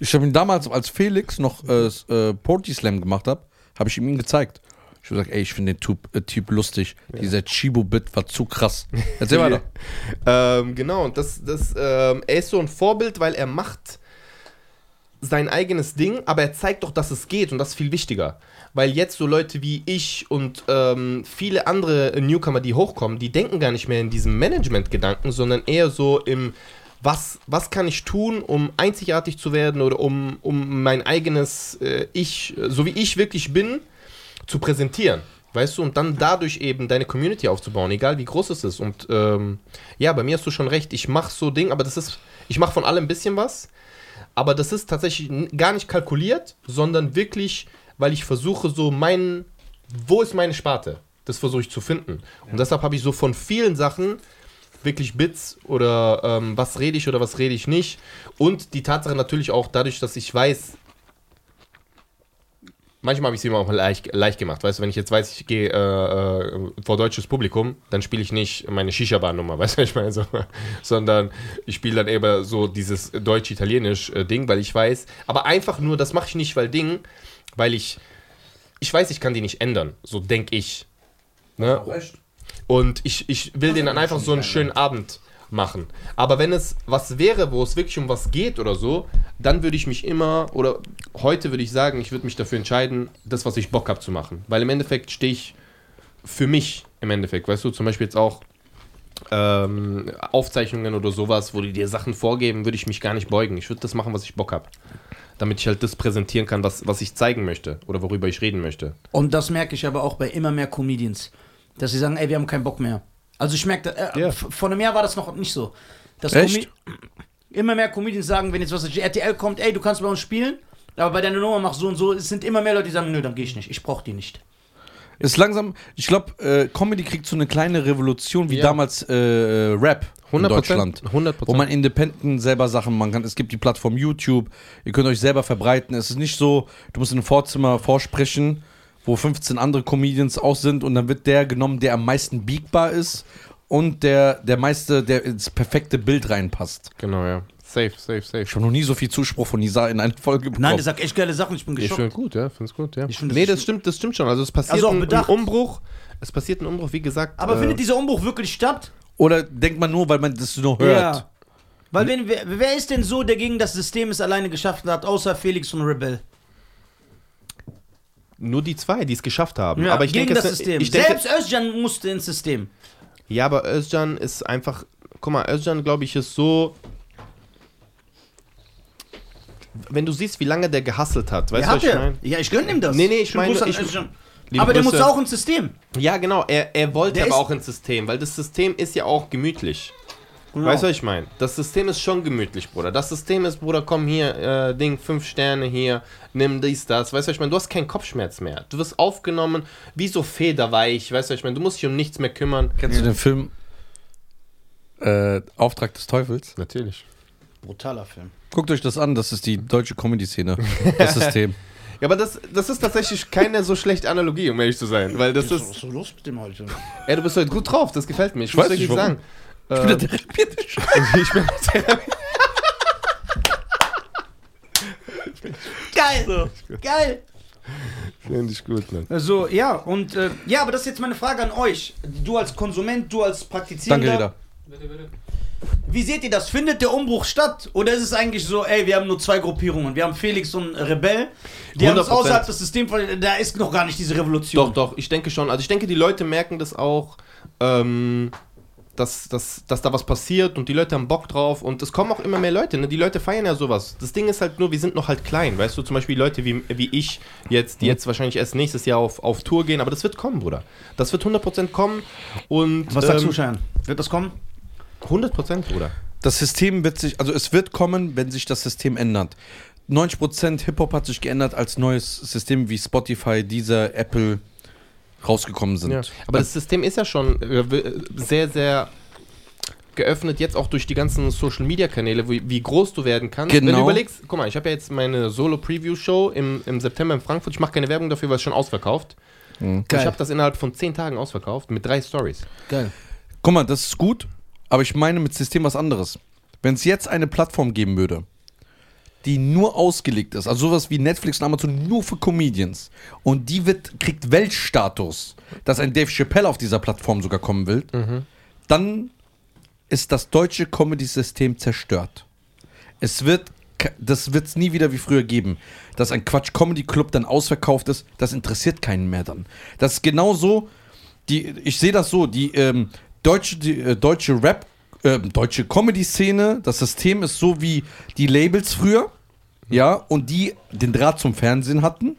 S2: Ich habe ihn damals, als Felix noch äh, s- äh, Porty Slam gemacht habe, habe ich ihm ihn gezeigt. Ich habe gesagt, ey, ich finde den typ, äh, typ lustig. Dieser Chibo-Bit war zu krass. Erzähl weiter.
S3: Ähm, genau, und das, das, ähm, er ist so ein Vorbild, weil er macht sein eigenes Ding, aber er zeigt doch, dass es geht und das ist viel wichtiger. Weil jetzt so Leute wie ich und ähm, viele andere Newcomer, die hochkommen, die denken gar nicht mehr in diesem Management-Gedanken, sondern eher so im, was, was kann ich tun, um einzigartig zu werden oder um, um mein eigenes äh, Ich, äh, so wie ich wirklich bin, zu präsentieren. Weißt du, und dann dadurch eben deine Community aufzubauen, egal wie groß es ist. Und ähm, ja, bei mir hast du schon recht, ich mache so Ding, aber das ist, ich mache von allem ein bisschen was, aber das ist tatsächlich n- gar nicht kalkuliert, sondern wirklich weil ich versuche so meinen, wo ist meine Sparte? Das versuche ich zu finden. Und deshalb habe ich so von vielen Sachen wirklich Bits oder ähm, was rede ich oder was rede ich nicht. Und die Tatsache natürlich auch dadurch, dass ich weiß, manchmal habe ich es immer auch leicht, leicht gemacht. Weißt du, wenn ich jetzt weiß, ich gehe äh, äh, vor deutsches Publikum, dann spiele ich nicht meine Shisha-Bar-Nummer, weißt du, was ich meine? So, sondern ich spiele dann eher so dieses deutsch-italienisch-Ding, weil ich weiß, aber einfach nur, das mache ich nicht, weil Ding, weil ich, ich weiß, ich kann die nicht ändern. So denke ich. Ne? Und ich, ich will denen dann einfach so einen schönen Abend machen. Aber wenn es was wäre, wo es wirklich um was geht oder so, dann würde ich mich immer, oder heute würde ich sagen, ich würde mich dafür entscheiden, das, was ich Bock habe zu machen. Weil im Endeffekt stehe ich für mich im Endeffekt. Weißt du, zum Beispiel jetzt auch ähm, Aufzeichnungen oder sowas, wo die dir Sachen vorgeben, würde ich mich gar nicht beugen. Ich würde das machen, was ich Bock habe. Damit ich halt das präsentieren kann, was, was ich zeigen möchte oder worüber ich reden möchte.
S1: Und das merke ich aber auch bei immer mehr Comedians, dass sie sagen, ey, wir haben keinen Bock mehr. Also ich merke, äh,
S2: Ja.
S1: f- vor einem Jahr war das noch nicht so. Dass Comi-
S2: Echt?
S1: Immer mehr Comedians sagen, wenn jetzt was aus RTL kommt, ey, du kannst bei uns spielen, aber bei deiner Nummer mach so und so. Es sind immer mehr Leute, die sagen, nö, dann gehe ich nicht, ich brauche die nicht.
S2: Ist langsam, ich glaube, äh, Comedy kriegt so eine kleine Revolution wie
S3: Ja.
S2: damals äh, Rap in
S3: 100%,
S2: Deutschland.
S3: 100%.
S2: Wo man independent selber Sachen machen kann. Es gibt die Plattform YouTube, ihr könnt euch selber verbreiten. Es ist nicht so, du musst in einem Vorzimmer vorsprechen, wo 15 andere Comedians auch sind und dann wird der genommen, der am meisten biegbar ist und der, der meiste, der ins perfekte Bild reinpasst.
S3: Genau, ja. Safe, safe, safe.
S2: Ich habe noch nie so viel Zuspruch von Nisa in einer Folge bekommen.
S1: Nein, der sagt echt geile Sachen, ich bin
S3: Ich
S1: geschockt.
S3: finde gut, ja, finde es gut, ja.
S1: Ich find, das
S3: nee,
S1: ist-
S3: das stimmt, das stimmt schon. Also es passiert
S1: Also auch
S3: ein, ein
S1: bedacht.
S3: Umbruch. Es passiert ein Umbruch, wie gesagt.
S1: aber
S3: äh,
S1: findet dieser Umbruch wirklich statt?
S2: Oder denkt man nur, weil man das nur hört.
S1: Ja. Weil wenn, wer, wer ist denn so, der gegen das System es alleine geschafft hat, außer Felix und Rebel?
S3: nur die zwei, die es geschafft haben.
S1: Ja,
S3: aber ich
S1: gegen
S3: denke,
S1: das
S3: es-
S1: System.
S3: Ich denke,
S1: Selbst Özcan musste ins System.
S3: ja, aber Özcan ist einfach. Guck mal, Özcan, glaube ich, ist so. Wenn du siehst, wie lange der gehasselt hat, weißt
S1: Ja,
S3: du, was
S1: hat
S3: ich
S1: er.
S3: meine?
S1: Ja, ich gönn ihm das.
S3: Nee, nee, ich
S1: Schönen
S3: meine,
S1: Gruß an
S3: ich-
S1: Özcan.
S3: Liebe
S1: Aber der
S3: Grüße.
S1: muss auch ins System.
S3: Ja, genau, er, er wollte
S1: Der
S3: aber
S1: ist-
S3: auch ins System, weil das System ist ja auch gemütlich.
S1: Genau.
S3: Weißt du, was ich meine? Das System ist schon gemütlich, Bruder. Das System ist, Bruder, komm hier, äh, Ding, fünf Sterne hier, nimm dies, das. Weißt du, was ich meine? Du hast keinen Kopfschmerz mehr. Du wirst aufgenommen wie so federweich. Weißt du, was ich meine? Du musst dich um nichts mehr kümmern.
S2: Kennst du den Film äh, Auftrag des Teufels?
S3: Natürlich.
S1: Brutaler Film.
S2: Guckt euch das an, das ist die deutsche Comedy-Szene, das System.
S3: Ja, aber das, das ist tatsächlich keine so schlechte Analogie, um ehrlich zu sein. Weil das ist.
S1: so los mit dem heute?
S3: Ey, du bist heute gut drauf, das gefällt mir. Ich, muss
S2: weiß
S3: wirklich
S2: nicht, warum.
S3: sagen. Äh, ich bin
S1: Geil! Geil!
S3: Finde ich gut, Mann.
S1: So, ja, und äh, ja, aber das ist jetzt meine Frage an euch. Du als Konsument, du als Praktizierender.
S2: Danke, Reda.
S1: Wie seht ihr das? Findet der Umbruch statt? Oder ist es eigentlich so, ey, wir haben nur zwei Gruppierungen? Wir haben Felix und Rebell. Die haben es
S3: 100%.
S1: außerhalb des Systems, ver- da ist noch gar nicht diese Revolution.
S3: Doch, doch, ich denke schon. Also ich denke, die Leute merken das auch, ähm, dass, dass, dass da was passiert und die Leute haben Bock drauf und es kommen auch immer mehr Leute. Ne? Die Leute feiern ja sowas. Das Ding ist halt nur, wir sind noch halt klein. Weißt du, zum Beispiel Leute wie, wie ich jetzt,
S1: Mhm.
S3: die jetzt wahrscheinlich erst nächstes Jahr auf, auf Tour gehen, aber das wird kommen, Bruder. Das wird 100% kommen und
S1: Was sagst du,
S3: ähm,
S1: Schein? Wird das kommen?
S3: 100% Bruder.
S2: Das System wird sich, also es wird kommen, wenn sich das System ändert. 90% Hip-Hop hat sich geändert, als neues System wie Spotify, dieser Apple rausgekommen sind.
S3: Ja. Aber das System ist ja schon äh, w- äh, sehr, sehr geöffnet, jetzt auch durch die ganzen Social-Media-Kanäle, wie, wie groß du werden kannst. Wenn du
S2: Genau.
S3: überlegst, guck mal, ich habe ja jetzt meine Solo-Preview-Show im, im September in Frankfurt. Ich mache keine Werbung dafür, weil es schon ausverkauft.
S2: Mhm.
S1: Geil.
S3: Ich habe das innerhalb von zehn Tagen ausverkauft mit drei Stories.
S1: Geil.
S2: Guck mal, das ist gut, aber ich meine mit System was anderes. Wenn es jetzt eine Plattform geben würde, die nur ausgelegt ist, also sowas wie Netflix und Amazon nur für Comedians, und die wird, kriegt Weltstatus, dass ein Dave Chappelle auf dieser Plattform sogar kommen will, dann ist das deutsche Comedy-System zerstört. Es wird, ke- das wird es nie wieder wie früher geben. Dass ein Quatsch-Comedy-Club dann ausverkauft ist, das interessiert keinen mehr dann. Das ist genauso, die, ich sehe das so, die ähm, deutsche, die, äh, deutsche Rap, ähm, deutsche Comedy-Szene, das System ist so wie die Labels früher, ja, und die den Draht zum Fernsehen hatten.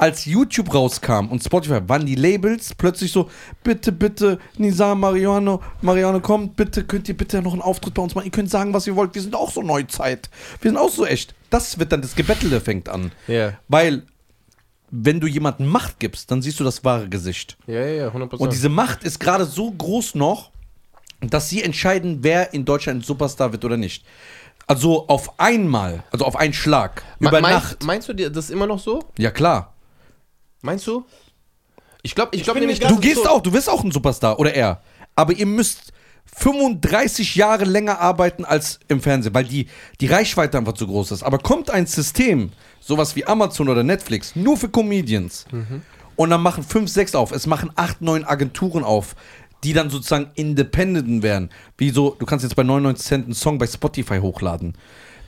S2: Als YouTube rauskam und Spotify, waren die Labels plötzlich so, bitte, bitte, Nisa, Mariano, Mariano, kommt, bitte, könnt ihr bitte noch einen Auftritt bei uns machen, ihr könnt sagen, was ihr wollt, wir sind auch so Neuzeit, wir sind auch so echt. Das wird dann, das Gebettele fängt an.
S3: Ja.
S2: Weil wenn du jemandem Macht gibst, dann siehst du das wahre Gesicht.
S3: Ja, ja, ja, 100%.
S2: Und diese Macht ist gerade so groß noch, dass sie entscheiden, wer in Deutschland ein Superstar wird oder nicht. Also auf einmal, also auf einen Schlag,
S3: Ma-
S2: über
S3: meinst,
S2: Nacht.
S3: Meinst du dir das ist immer noch so?
S2: Ja klar.
S3: Meinst du? Ich glaube, ich glaube
S1: bin
S3: nämlich,
S1: mir
S3: dass
S2: Du
S1: ganz-
S3: es
S2: gehst
S3: so-
S2: auch, du wirst auch ein Superstar oder er. Aber ihr müsst 35 Jahre länger arbeiten als im Fernsehen, weil die, die Reichweite einfach zu groß ist. Aber kommt ein System, sowas wie Amazon oder Netflix, nur für Comedians, und dann machen 5, 6 auf, es machen 8, 9 Agenturen auf, die dann sozusagen Independenten werden. Wie so, du kannst jetzt bei 99 Cent einen Song bei Spotify hochladen.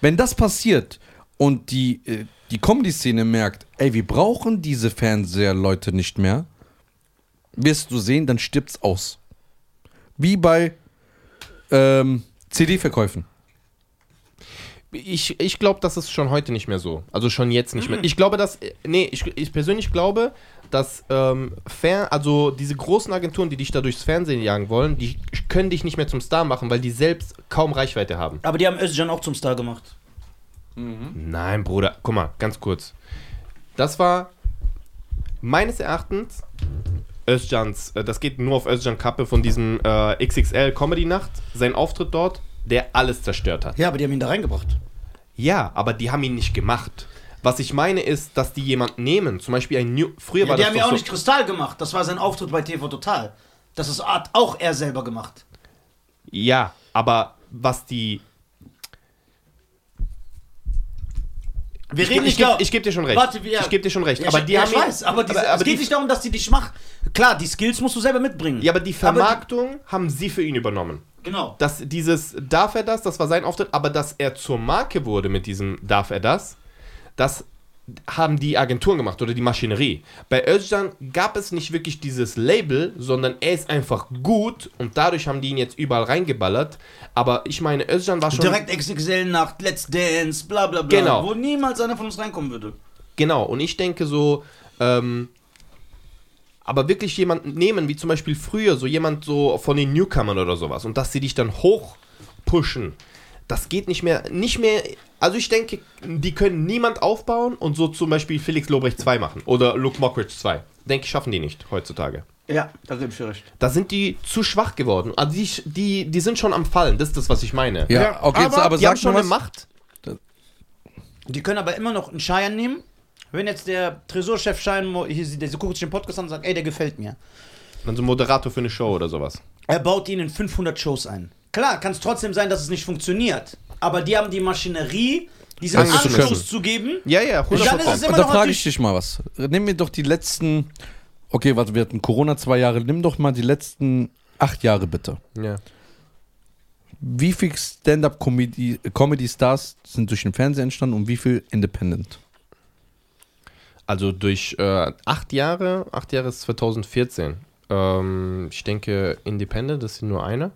S2: Wenn das passiert und die, äh, die Comedy-Szene merkt, ey, wir brauchen diese Fernseherleute nicht mehr, wirst du sehen, dann stirbt's aus. Wie bei ähm, CD-Verkäufen.
S3: Ich, ich glaube, das ist schon heute nicht mehr so. Also schon jetzt nicht mehr. Ich glaube, dass. äh, Nee, ich, ich persönlich glaube, dass ähm, Fer also diese großen Agenturen, die dich da durchs Fernsehen jagen wollen, die können dich nicht mehr zum Star machen, weil die selbst kaum Reichweite haben.
S1: Aber die haben Özcan auch zum Star gemacht.
S3: Nein, Bruder. Guck mal, ganz kurz. Das war meines Erachtens Özcans, äh, das geht nur auf Özcan Kappe von diesem äh, XXL Comedy Nacht, sein Auftritt dort, der alles zerstört hat.
S1: Ja, aber die haben ihn da reingebracht.
S3: Ja, aber die haben ihn nicht gemacht. Was ich meine ist, dass die jemanden nehmen, zum Beispiel ein New. Früher
S1: Ja,
S3: war
S1: die
S3: das
S1: haben
S3: doch
S1: ja auch
S3: so.
S1: nicht Kristall gemacht. Das war sein Auftritt bei TV Total. Das ist Art auch er selber gemacht.
S3: Ja, aber was die.
S1: Wir
S3: Ich,
S1: reden
S3: ich,
S1: nicht
S3: geb-
S1: laut.
S3: ich gebe dir schon recht.
S1: Warte, wir-
S3: ich gebe dir schon recht.
S1: Ja,
S3: aber
S1: ich-
S3: die
S1: ja,
S3: haben
S1: ich
S3: ihn-
S1: weiß, aber, diese,
S3: aber,
S1: es
S3: aber
S1: geht
S3: die,
S1: nicht darum, dass die dich machen. Klar, die Skills musst du selber mitbringen.
S3: Ja, aber die
S1: Aber die-
S3: Vermarktung haben sie für ihn übernommen.
S1: Genau.
S3: Dass dieses Darf er das, das war sein Auftritt, aber dass er zur Marke wurde mit diesem Darf er das, das haben die Agenturen gemacht oder die Maschinerie. Bei Özcan gab es nicht wirklich dieses Label, sondern er ist einfach gut und dadurch haben die ihn jetzt überall reingeballert. Aber ich meine, Özcan war schon.
S1: Direkt XXL Nacht, Let's Dance, bla bla bla.
S3: Genau.
S1: Wo niemals einer von uns reinkommen würde.
S3: Genau, und ich denke so, ähm, aber wirklich jemanden nehmen, wie zum Beispiel früher, so jemand so von den Newcomern oder sowas, und dass sie dich dann hoch pushen, das geht nicht mehr, nicht mehr, also ich denke, die können niemand aufbauen und so zum Beispiel Felix Lobrecht 2 machen oder Luke Mockridge 2. Denke ich, schaffen die nicht heutzutage.
S1: Ja, da gebe ich dir recht.
S3: Da sind die zu schwach geworden. Also die, die, die sind schon am Fallen, das ist das, was ich meine.
S2: Ja, okay,
S3: aber,
S2: so, aber
S3: die haben
S2: sag
S3: schon
S2: mal
S3: eine
S2: was.
S3: Macht.
S1: Die können aber immer noch einen Schein nehmen. Wenn jetzt der Tresorchef Schein, hier, der guckt sich den Podcast an und sagt, ey, der gefällt mir.
S3: Dann so Moderator für eine Show oder sowas.
S1: Er baut ihn in 500 Shows ein. Klar, kann es trotzdem sein, dass es nicht funktioniert. Aber die haben die Maschinerie, diesen
S2: Das zu können.
S1: Anstoß zu geben.
S3: Ja, ja, 100%.
S1: Dann ist es immer
S2: Und da
S1: noch
S2: frage
S1: natürlich-
S2: ich dich mal was. Nimm mir doch die letzten, okay, warte, wir hatten Corona zwei Jahre, nimm doch mal die letzten acht Jahre bitte.
S3: ja.
S2: Wie viel Stand-Up-Comedy-Stars sind durch den Fernseher entstanden und wie viel Independent?
S3: Also durch äh, acht Jahre, acht Jahre ist 2014. Ähm, ich denke, Independent, das sind nur eine.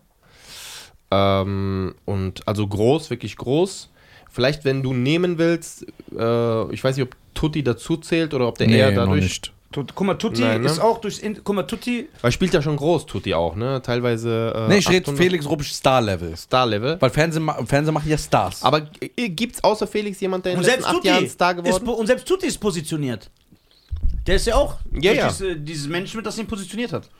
S3: Ähm, und also groß, wirklich groß. Vielleicht, wenn du nehmen willst, äh, ich weiß nicht, ob Tutti dazu zählt oder ob der eher dadurch.
S1: Tut, guck mal, Tutti
S3: Nein, ne?
S1: ist auch durchs. In guck mal, Tutti.
S3: Weil spielt ja schon groß, Tutti auch, ne? Teilweise. Äh,
S2: Nee, ich rede
S3: 800
S2: Felix Rubisch Star-Level.
S3: Star-Level.
S2: Weil Fernsehen, ma- Fernsehen machen ja Stars.
S3: Aber äh, gibt's außer Felix jemand, der in
S1: Und
S3: den letzten
S1: selbst,
S3: acht
S1: Tutti
S3: Jahren
S1: ist,
S3: Star geworden
S1: po- und selbst Tutti ist positioniert. Der ist ja auch
S3: Ja,
S1: durch
S3: ja.
S1: Diese, dieses Management, das ihn positioniert hat.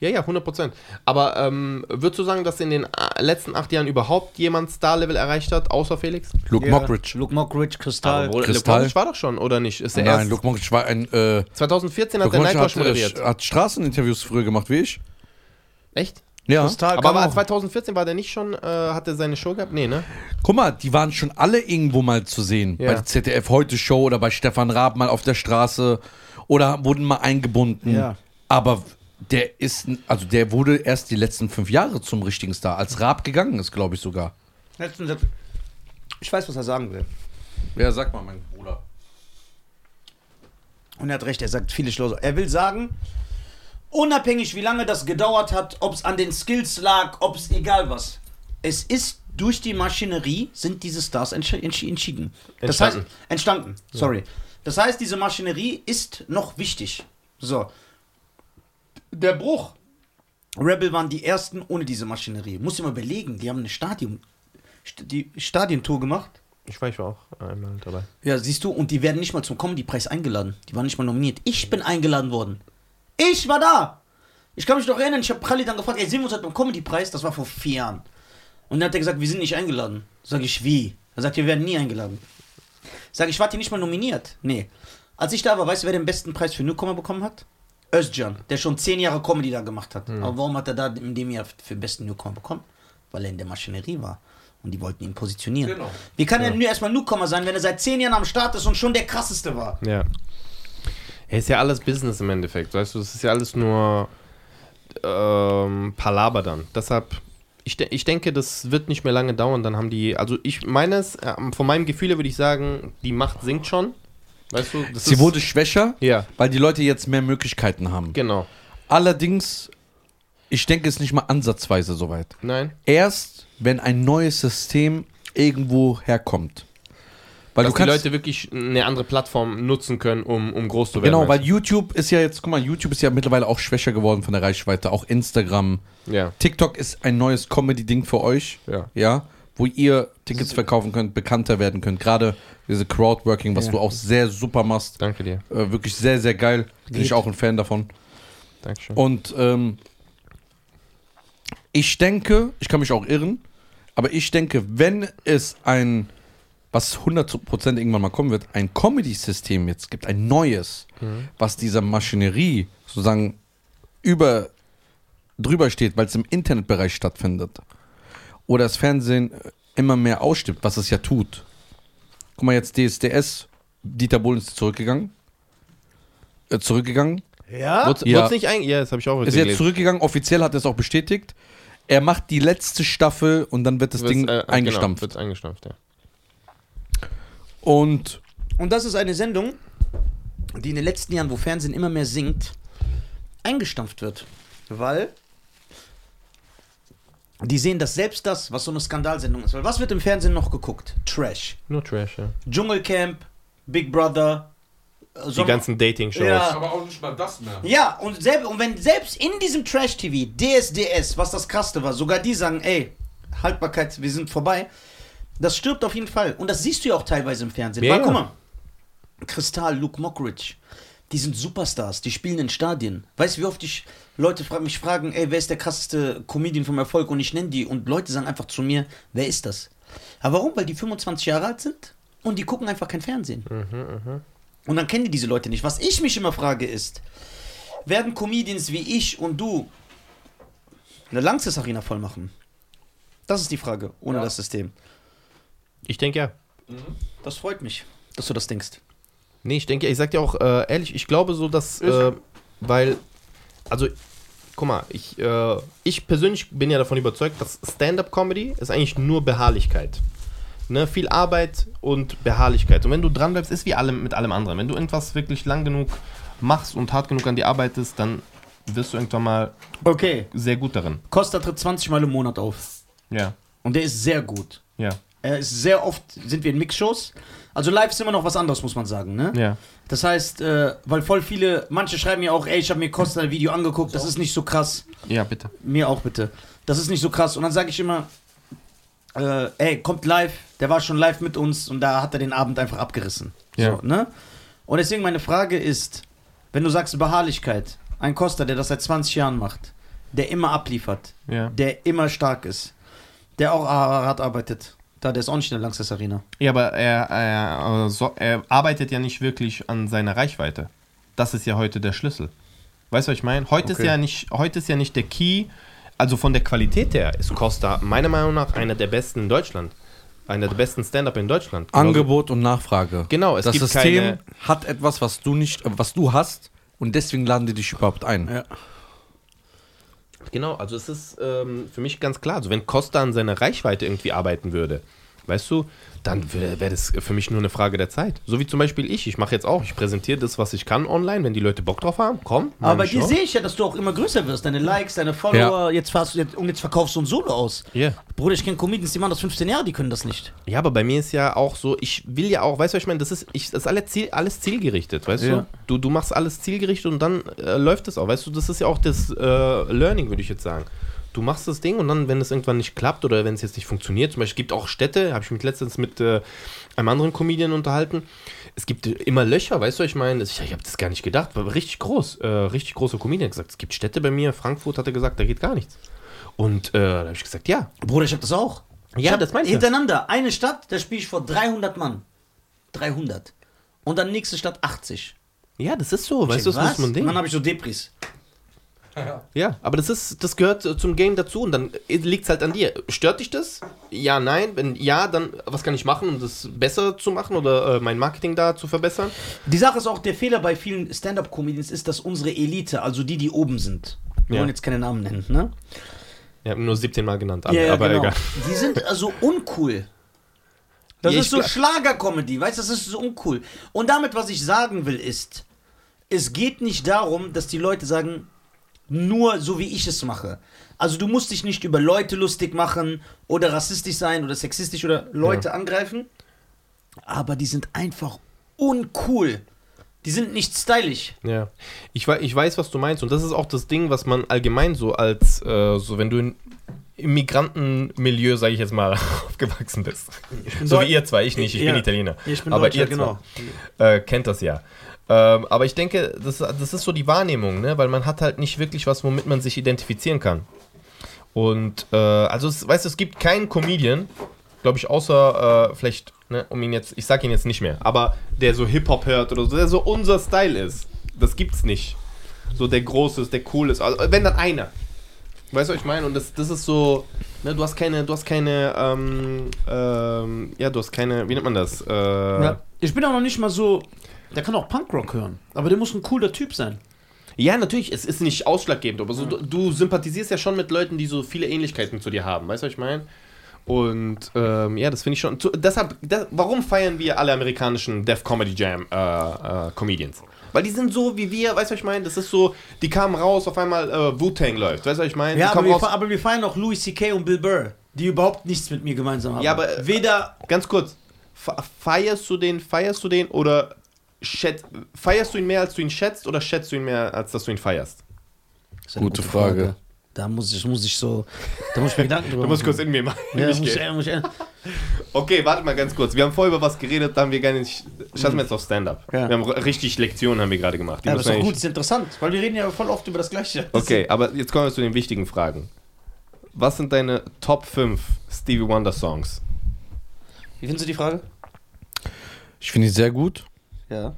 S3: Ja, ja, 100 Prozent. Aber ähm, würdest du sagen, dass in den äh, letzten acht Jahren überhaupt jemand Star-Level erreicht hat, außer Felix?
S2: Luke Mockridge.
S1: Luke Mockridge, Kristall.
S3: Aber Bruder,
S2: Kristall.
S3: Kristall. war doch schon, oder nicht? Ist er
S2: Nein,
S3: erst
S2: Luke Mockridge war ein. Äh,
S3: 2014 hat
S2: Luke
S3: er
S2: Mockridge
S3: Nightwatch
S2: hat,
S3: moderiert.
S2: äh, hat Straßeninterviews früher gemacht, wie ich.
S3: Echt?
S2: Ja.
S1: Kristall
S3: Aber
S1: kam
S2: genau.
S3: war-
S1: auch.
S3: 2014 war der nicht schon, äh, hat er seine Show gehabt? Nee, ne?
S2: Guck mal, die waren schon alle irgendwo mal zu sehen.
S3: Ja.
S2: Bei der ZDF Heute Show oder bei Stefan Raab mal auf der Straße oder wurden mal eingebunden.
S1: Ja.
S2: Aber der ist, n- also der wurde erst die letzten fünf Jahre zum richtigen Star, als Raab gegangen ist, glaube ich sogar.
S1: Letzten Satz. Ich weiß, was er sagen will.
S2: Ja, sag mal, mein Bruder.
S1: Und er hat recht, er sagt viele Schlauer. Er will sagen, unabhängig wie lange das gedauert hat, ob es an den Skills lag, ob es egal was, es ist durch die Maschinerie sind diese Stars entsch entsch entschieden. Das heißt,
S3: Entstanden.
S1: entstanden, sorry. Das heißt, diese Maschinerie ist noch wichtig. So. Der Bruch. Rebel waren die ersten ohne diese Maschinerie. Muss ich mal überlegen, die haben eine Stadion, St- die Stadientour gemacht.
S3: Ich war, ich war auch einmal dabei.
S1: Ja, siehst du, und die werden nicht mal zum Comedy-Preis eingeladen. Die waren nicht mal nominiert. Ich bin eingeladen worden. Ich war da. Ich kann mich noch erinnern, ich habe Khalid dann gefragt, ey, sehen wir uns heute beim Comedy-Preis? Das war vor vier Jahren. Und dann hat er gesagt, wir sind nicht eingeladen. Sag ich, wie? Er sagt, wir werden nie eingeladen. Sag ich, wart ihr nicht mal nominiert? Nee. Als ich da war, weißt du, wer den besten Preis für Newcomer bekommen hat? Özcan, der schon zehn Jahre Comedy da gemacht hat. Aber warum hat er da in dem Jahr für besten Newcomer bekommen? Weil er in der Maschinerie war. Und die wollten ihn positionieren.
S2: Genau.
S1: Wie kann er nur erstmal Newcomer sein, wenn er seit zehn Jahren am Start ist und schon der krasseste war?
S3: Ja. Ey, ist ja alles Business im Endeffekt, weißt du, es ist ja alles nur ähm, Palaber dann. Deshalb, ich, de ich denke, das wird nicht mehr lange dauern, dann haben die, also ich meines, äh, von meinem Gefühle würde ich sagen, die Macht sinkt schon. Weißt du, das
S2: Sie
S3: ist,
S2: wurde schwächer,
S3: Ja,
S2: weil die Leute jetzt mehr Möglichkeiten haben.
S3: genau.
S2: Allerdings, ich denke, es ist nicht mal ansatzweise soweit.
S3: Nein.
S2: Erst, wenn ein neues System irgendwo herkommt. Weil
S3: Dass
S2: du
S3: die
S2: kannst,
S3: Leute wirklich eine andere Plattform nutzen können, um, um groß zu werden.
S2: genau,
S3: weißt
S2: weil YouTube ist ja jetzt, guck mal, YouTube ist ja mittlerweile auch schwächer geworden von der Reichweite, auch Instagram.
S3: du? Ja,
S2: TikTok ist ein neues Comedy-Ding für euch,
S3: ja.
S2: ja, wo ihr Tickets verkaufen könnt, bekannter werden könnt. Gerade diese Crowdworking, was du auch sehr super machst,
S3: Danke dir.
S2: äh, wirklich sehr, sehr geil. Bin ich auch ein Fan davon.
S3: Dankeschön.
S2: Und ähm, ich denke, ich kann mich auch irren, aber ich denke, wenn es ein, was 100% irgendwann mal kommen wird, ein Comedy-System jetzt gibt, ein neues, was dieser Maschinerie sozusagen über, drüber steht, weil es im Internetbereich stattfindet, oder das Fernsehen immer mehr ausstimmt, was es ja tut. Guck mal, jetzt DSDS, Dieter Bohlen ist zurückgegangen. Äh, zurückgegangen.
S5: Ah.
S1: Ja?
S3: Wurz,
S2: Ja.
S3: wurz nicht ein, ja, das habe ich auch
S2: Ist jetzt zurückgegangen, offiziell hat er es auch bestätigt. Er macht die letzte Staffel und dann wird das Ding
S3: Wird's, äh, Genau,
S2: eingestampft.
S3: wird's eingestampft, ja.
S2: Und
S1: Und das ist eine Sendung, die in den letzten Jahren, wo Fernsehen immer mehr sinkt, eingestampft wird. Weil die sehen das selbst das, was so eine Skandalsendung ist. Weil was wird im Fernsehen noch geguckt? Trash.
S3: Nur Trash, ja.
S1: Dschungelcamp, Big Brother. äh,
S3: Die
S1: Sommer-
S3: ganzen Dating-Shows.
S1: Ja.
S2: aber auch nicht mal das mehr.
S1: ja, und, selb, und wenn selbst in diesem Trash-TV, DSDS, was das Krasseste war, sogar die sagen, ey, Haltbarkeit, wir sind vorbei. Das stirbt auf jeden Fall. Und das siehst du ja auch teilweise im Fernsehen.
S3: Ja,
S1: Weil,
S3: ja.
S1: guck mal, Kristall, Luke Mockridge, die sind Superstars, die spielen in Stadien. Weißt du, wie oft ich Leute fra mich fragen, ey, wer ist der krasseste Comedian vom Erfolg? Und ich nenne die. Und Leute sagen einfach zu mir, wer ist das? Aber warum? Weil die 25 Jahre alt sind und die gucken einfach kein Fernsehen.
S3: Mhm,
S1: Und dann kennen die diese Leute nicht. Was ich mich immer frage ist, werden Comedians wie ich und du eine Lanxess Arena voll machen? Das ist die Frage, ohne das System.
S3: Ich denke ja.
S1: Das freut mich, dass du das denkst.
S3: Nee, ich denke, ich sag dir auch äh, ehrlich, ich glaube so, dass, äh, weil, also, guck mal, ich, äh, ich persönlich bin ja davon überzeugt, dass Stand-Up-Comedy ist eigentlich nur Beharrlichkeit. Ne, viel Arbeit und Beharrlichkeit. Und wenn du dranbleibst, ist wie allem mit allem anderen. Wenn du irgendwas wirklich lang genug machst und hart genug an dir arbeitest, dann wirst du irgendwann mal
S1: Okay.
S3: sehr gut darin.
S1: Costa tritt 20 Mal im Monat auf.
S3: Ja,
S1: Und der ist sehr gut.
S3: ja,
S1: Er ist sehr oft, sind wir in Mixshows. Also live ist immer noch was anderes, muss man sagen, ne?
S3: ja.
S1: Das heißt, äh, weil voll viele, manche schreiben mir auch, ey, ich habe mir Costa ein Video angeguckt, das ist nicht so krass.
S3: Ja, bitte.
S1: Mir auch bitte. Das ist nicht so krass. Und dann sage ich immer, äh, ey, kommt live. Der war schon live mit uns und da hat er den Abend einfach abgerissen.
S3: Ja.
S1: So, ne? Und deswegen meine Frage ist, wenn du sagst Beharrlichkeit, ein Costa, der das seit 20 Jahren macht, der immer abliefert,
S3: Ja.
S1: der immer stark ist, der auch hart arbeitet. Da, der ist auch nicht in der Langsess Arena.
S3: Ja, aber er, er, äh, so, er arbeitet ja nicht wirklich an seiner Reichweite. Das ist ja heute der Schlüssel. Weißt du, was ich meine? Heute, ist
S2: Okay.
S3: ja nicht, heute ist ja nicht der Key. Also von der Qualität her ist Costa meiner Meinung nach einer der besten in Deutschland. Einer der besten Stand-Up in Deutschland. Genauso-
S2: Angebot und Nachfrage.
S3: Genau, es
S2: das
S3: gibt
S2: System
S3: keine-
S2: hat etwas, was du nicht, äh, was du hast und deswegen laden die dich überhaupt ein.
S1: Ja.
S3: Genau, also es ist ähm, für mich ganz klar. Also wenn Costa an seiner Reichweite irgendwie arbeiten würde, weißt du, dann wäre wär das für mich nur eine Frage der Zeit. So wie zum Beispiel ich. Ich mache jetzt auch. Ich präsentiere das, was ich kann online. Wenn die Leute Bock drauf haben, komm.
S1: Aber bei
S3: meine
S1: dir
S3: Show.
S1: sehe ich ja, dass du auch immer größer wirst. Deine Likes, deine Follower, jetzt, fast, jetzt, und jetzt verkaufst du ein Solo aus.
S3: Ja.
S1: Bruder, ich kenne Comedians, die machen das 15 Jahre, die können das nicht.
S3: Ja, aber bei mir ist ja auch so, ich will ja auch, weißt du, was ich meine, das ist, ich, das ist alles, Ziel, alles zielgerichtet, weißt
S1: Ja.
S3: du? du? Du machst alles zielgerichtet und dann äh, läuft es auch, weißt du? Das ist ja auch das äh, Learning, würde ich jetzt sagen. du machst das Ding und dann, wenn es irgendwann nicht klappt oder wenn es jetzt nicht funktioniert, zum Beispiel gibt auch Städte, habe ich mich letztens mit äh, einem anderen Comedian unterhalten. Es gibt immer Löcher, weißt du, ich meine, ich, ich habe das gar nicht gedacht, aber richtig groß, äh, richtig große Comedian hat gesagt, es gibt Städte bei mir, Frankfurt hat er gesagt, da geht gar nichts. Und äh, da habe ich gesagt, ja.
S1: Bruder, ich hab das auch.
S3: Ja,
S1: ich hab
S3: das meinte ich.
S1: Hintereinander. Eine Stadt, da spiele ich vor 300 Mann. 300. Und dann nächste Stadt 80.
S3: Ja, das ist so, weißt du,
S1: Ich denk,
S3: das muss man denken.
S1: Dann habe ich so Depris.
S3: Ja, aber das ist, das gehört äh, zum Game dazu und dann liegt's halt an dir. Stört dich das? Ja, nein. Wenn ja, dann was kann ich machen, um das besser zu machen oder äh, mein Marketing da zu verbessern?
S1: Die Sache ist auch, der Fehler bei vielen Stand-Up-Comedians ist, dass unsere Elite, also die, die oben sind, wir
S3: Ja.
S1: wollen jetzt keine Namen nennen, ne?
S3: Ich habe nur 17 Mal genannt, aber, aber
S1: genau.
S3: egal.
S1: Die sind also uncool. Das
S3: Ja,
S1: ist
S3: ich
S1: so
S3: glaub-
S1: Schlager-Comedy, weißt du, das ist so uncool. Und damit, was ich sagen will, ist, es geht nicht darum, dass die Leute sagen, nur so wie ich es mache. Also du musst dich nicht über Leute lustig machen oder rassistisch sein oder sexistisch oder Leute angreifen, aber die sind einfach uncool. Die sind nicht stylisch.
S3: Ja, ich, wei- ich weiß, was du meinst. Und das ist auch das Ding, was man allgemein so als, äh, so wenn du in, im Migrantenmilieu, sage ich jetzt mal, aufgewachsen bist. so
S1: Deu-
S3: wie ihr zwei, ich nicht, ich
S1: Ja.
S3: bin Italiener.
S1: Ich bin
S3: aber
S1: Deutscher,
S3: ihr
S1: genau.
S3: zwei, äh, kennt das ja. Ähm, aber ich denke, das, das ist so die Wahrnehmung, ne? weil man hat halt nicht wirklich was, womit man sich identifizieren kann. Und äh, also, es, weißt du, es gibt keinen Comedian, glaube ich, außer äh, vielleicht, ne, um ihn jetzt, ich sag ihn jetzt nicht mehr, aber der so Hip-Hop hört oder so, der so unser Style ist. Das gibt's nicht. So der Große ist, der Cool ist. Also, wenn dann einer. Weißt du, was ich meine? Und das, das ist so, ne, du hast keine, du hast keine, ähm, ähm, ja, du hast keine, wie nennt man das? Äh, ja.
S6: Ich bin auch noch nicht mal so. Der kann auch Punkrock hören, aber der muss ein cooler Typ sein.
S3: natürlich, es ist nicht ausschlaggebend, aber
S1: Mhm.
S3: so, du, du sympathisierst ja schon mit Leuten, die so viele Ähnlichkeiten zu dir haben. Weißt du, was ich meine? Und ähm, ja, das finde ich schon. Zu, deshalb, das, warum feiern wir alle amerikanischen Death Comedy Jam äh, äh, Comedians? Weil die sind so wie wir, weißt du, was ich meine? Das ist so, die kamen raus, auf einmal äh, Wu-Tang läuft, weißt du, was ich meine? Die
S1: Ja, aber
S3: kamen
S1: wir,
S3: raus-
S1: fe- aber wir feiern auch Louis C.K. und Bill Burr, die überhaupt nichts mit mir gemeinsam haben.
S3: Ja, aber, äh,
S1: weder
S3: Ganz kurz, fe- feierst du den, feierst du den oder schätzt, feierst du ihn mehr, als du ihn schätzt oder schätzt du ihn mehr, als dass du ihn feierst?
S1: Das ist eine
S2: Gute Frage.
S1: Da muss ich, muss ich so, da muss ich mir Gedanken drüber
S3: Da muss ich kurz in mir machen.
S1: ja,
S3: mich
S1: muss ich,
S3: gehen.
S1: muss ich,
S3: okay, warte mal ganz kurz. Wir haben vorher über was geredet, da haben wir gar nicht. Schaffen wir jetzt auf Stand-up.
S1: Hm. Ja.
S3: Wir haben r- richtig Lektionen haben wir gerade gemacht. Die
S1: ja, das ist
S3: müssen
S1: doch
S3: eigentlich-
S1: gut, das ist interessant, weil wir reden ja voll oft über das Gleiche.
S3: Okay, aber jetzt kommen wir zu den wichtigen Fragen. Was sind deine Top 5 Stevie Wonder Songs?
S1: Wie findest du die Frage?
S2: Ich finde ihn sehr gut.
S1: Ja.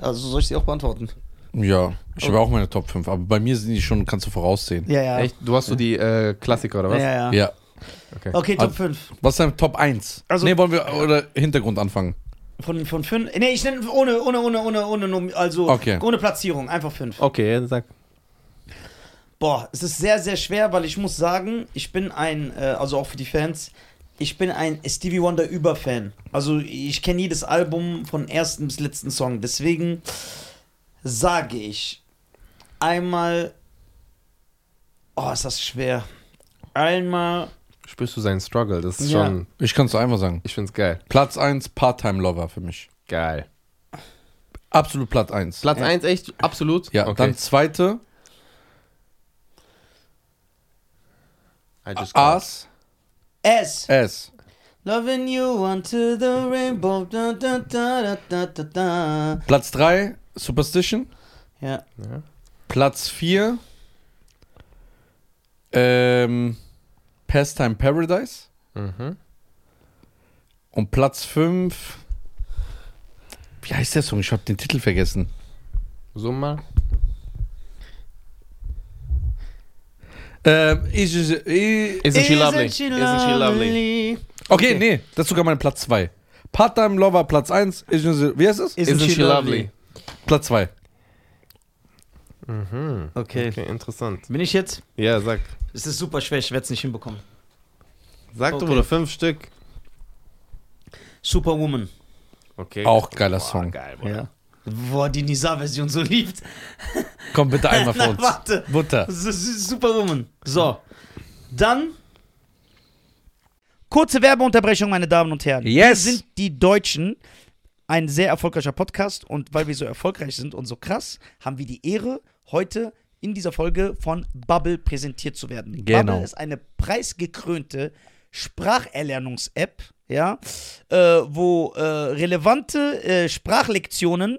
S1: Also soll ich sie auch beantworten?
S2: Ja, ich habe auch meine Top 5, aber bei mir sind die schon, kannst du voraussehen.
S1: Ja, ja.
S3: Du hast so die äh, Klassiker oder
S1: Ja, ja. Ah.
S2: Ja.
S1: Okay, Top
S2: Also-
S1: 5.
S2: Was ist dein Top 1?
S1: Also-
S2: nee, wollen wir oder Hintergrund anfangen?
S1: Von 5. Von nee, ich nenne ohne, ohne, ohne, ohne, ohne, Nom- also
S2: Okay.
S1: ohne Platzierung, einfach 5.
S3: Okay, sag.
S1: Boah, es ist sehr, sehr schwer, weil ich muss sagen, ich bin ein, äh, also auch für die Fans, ich bin ein Stevie Wonder Überfan. Also ich kenne jedes Album von ersten bis letzten Song. Deswegen sage ich einmal, oh, ist das schwer. Einmal,
S3: Spürst du seinen Struggle? Das ist
S1: Ja.
S3: schon.
S2: Ich kann es einmal sagen.
S3: Ich find's geil.
S2: Platz 1, Part-Time-Lover für mich.
S3: Geil.
S2: Absolut Platz 1.
S3: Platz 1 echt absolut.
S2: ja, dann zweite,
S3: I just got-
S2: A's,
S1: S.
S2: S.
S1: Loving you until the rainbow. Da, da, da, da, da, da, da.
S2: Platz 3, Superstition.
S1: Ja.
S2: Platz 4, ähm, Pastime Paradise.
S3: Mhm.
S2: Und Platz 5, wie heißt der Song? Ich habe den Titel vergessen.
S3: So mal.
S2: Ähm, ich, ich, ich,
S3: Isn't she lovely? Isn't she lovely?
S2: okay, nee, das ist sogar mein Platz 2. Part-Time Lover Platz 1, wie heißt es?
S1: Isn't she lovely?
S2: Platz 2.
S3: Mhm.
S1: Okay.
S3: Okay, interessant.
S1: Bin ich jetzt?
S3: Ja, sag.
S1: Es ist super schwer, ich werde es nicht hinbekommen.
S3: Sag
S1: Okay.
S3: doch oder fünf Stück.
S1: Superwoman.
S3: Okay.
S2: Auch geiler Song.
S3: Geil, Bruder.
S1: Ja. Boah, die Nisa-Version so liebt.
S2: Komm bitte einmal für
S1: Na,
S2: uns.
S1: warte.
S2: Butter.
S1: Das ist Superwoman. So. Dann. Kurze Werbeunterbrechung, meine Damen und Herren.
S2: Yes.
S1: Wir sind die Deutschen. Ein sehr erfolgreicher Podcast. Und weil wir so erfolgreich sind und so krass, haben wir die Ehre, heute
S5: in dieser Folge von Bubble präsentiert zu werden.
S4: Genau.
S5: Bubble ist eine preisgekrönte Spracherlernungs-App, ja, äh, wo äh, relevante äh, Sprachlektionen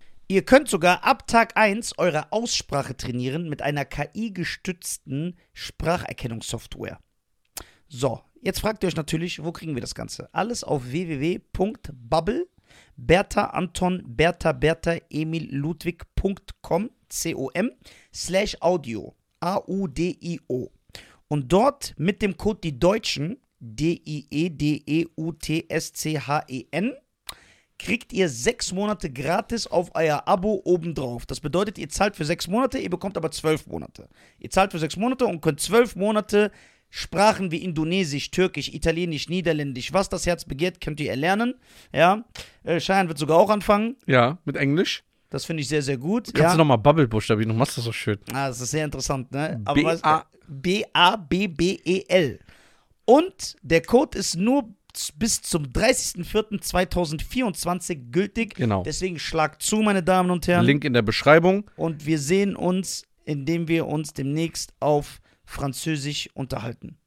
S5: Ihr könnt sogar ab Tag 1 eure Aussprache trainieren mit einer KI-gestützten Spracherkennungssoftware. So, jetzt fragt ihr euch natürlich, wo kriegen wir das Ganze? Alles auf www.bubble, Bertha Anton, Bertha Bertha Emil Ludwig.com, C-O-M, slash Audio, A-U-D-I-O. Und dort mit dem Code die Deutschen, E D-I-E-D-E-U-T-S-C-H-E-N, kriegt ihr sechs Monate gratis auf euer Abo obendrauf. Das bedeutet, ihr zahlt für sechs Monate, ihr bekommt aber zwölf Monate. Ihr zahlt für sechs Monate und könnt zwölf Monate Sprachen wie Indonesisch, Türkisch, Italienisch, Niederländisch, was das Herz begehrt, könnt ihr erlernen. Ja, äh, Cheyenne wird sogar auch anfangen.
S4: Ja, mit Englisch.
S5: Das finde ich sehr, sehr gut.
S4: Kannst
S5: ja.
S4: du nochmal Bubble buchstabieren, du machst das so schön.
S5: Ah, das ist sehr interessant, ne?
S4: B-
S5: weißt du,
S4: A-
S5: B-A-B-B-E-L. E Und der Code ist nur z- bis zum 30.04.2024 gültig.
S4: Genau.
S5: Deswegen schlag zu, meine Damen und Herren.
S4: Link in der Beschreibung.
S5: Und wir sehen uns, indem wir uns demnächst auf Französisch unterhalten.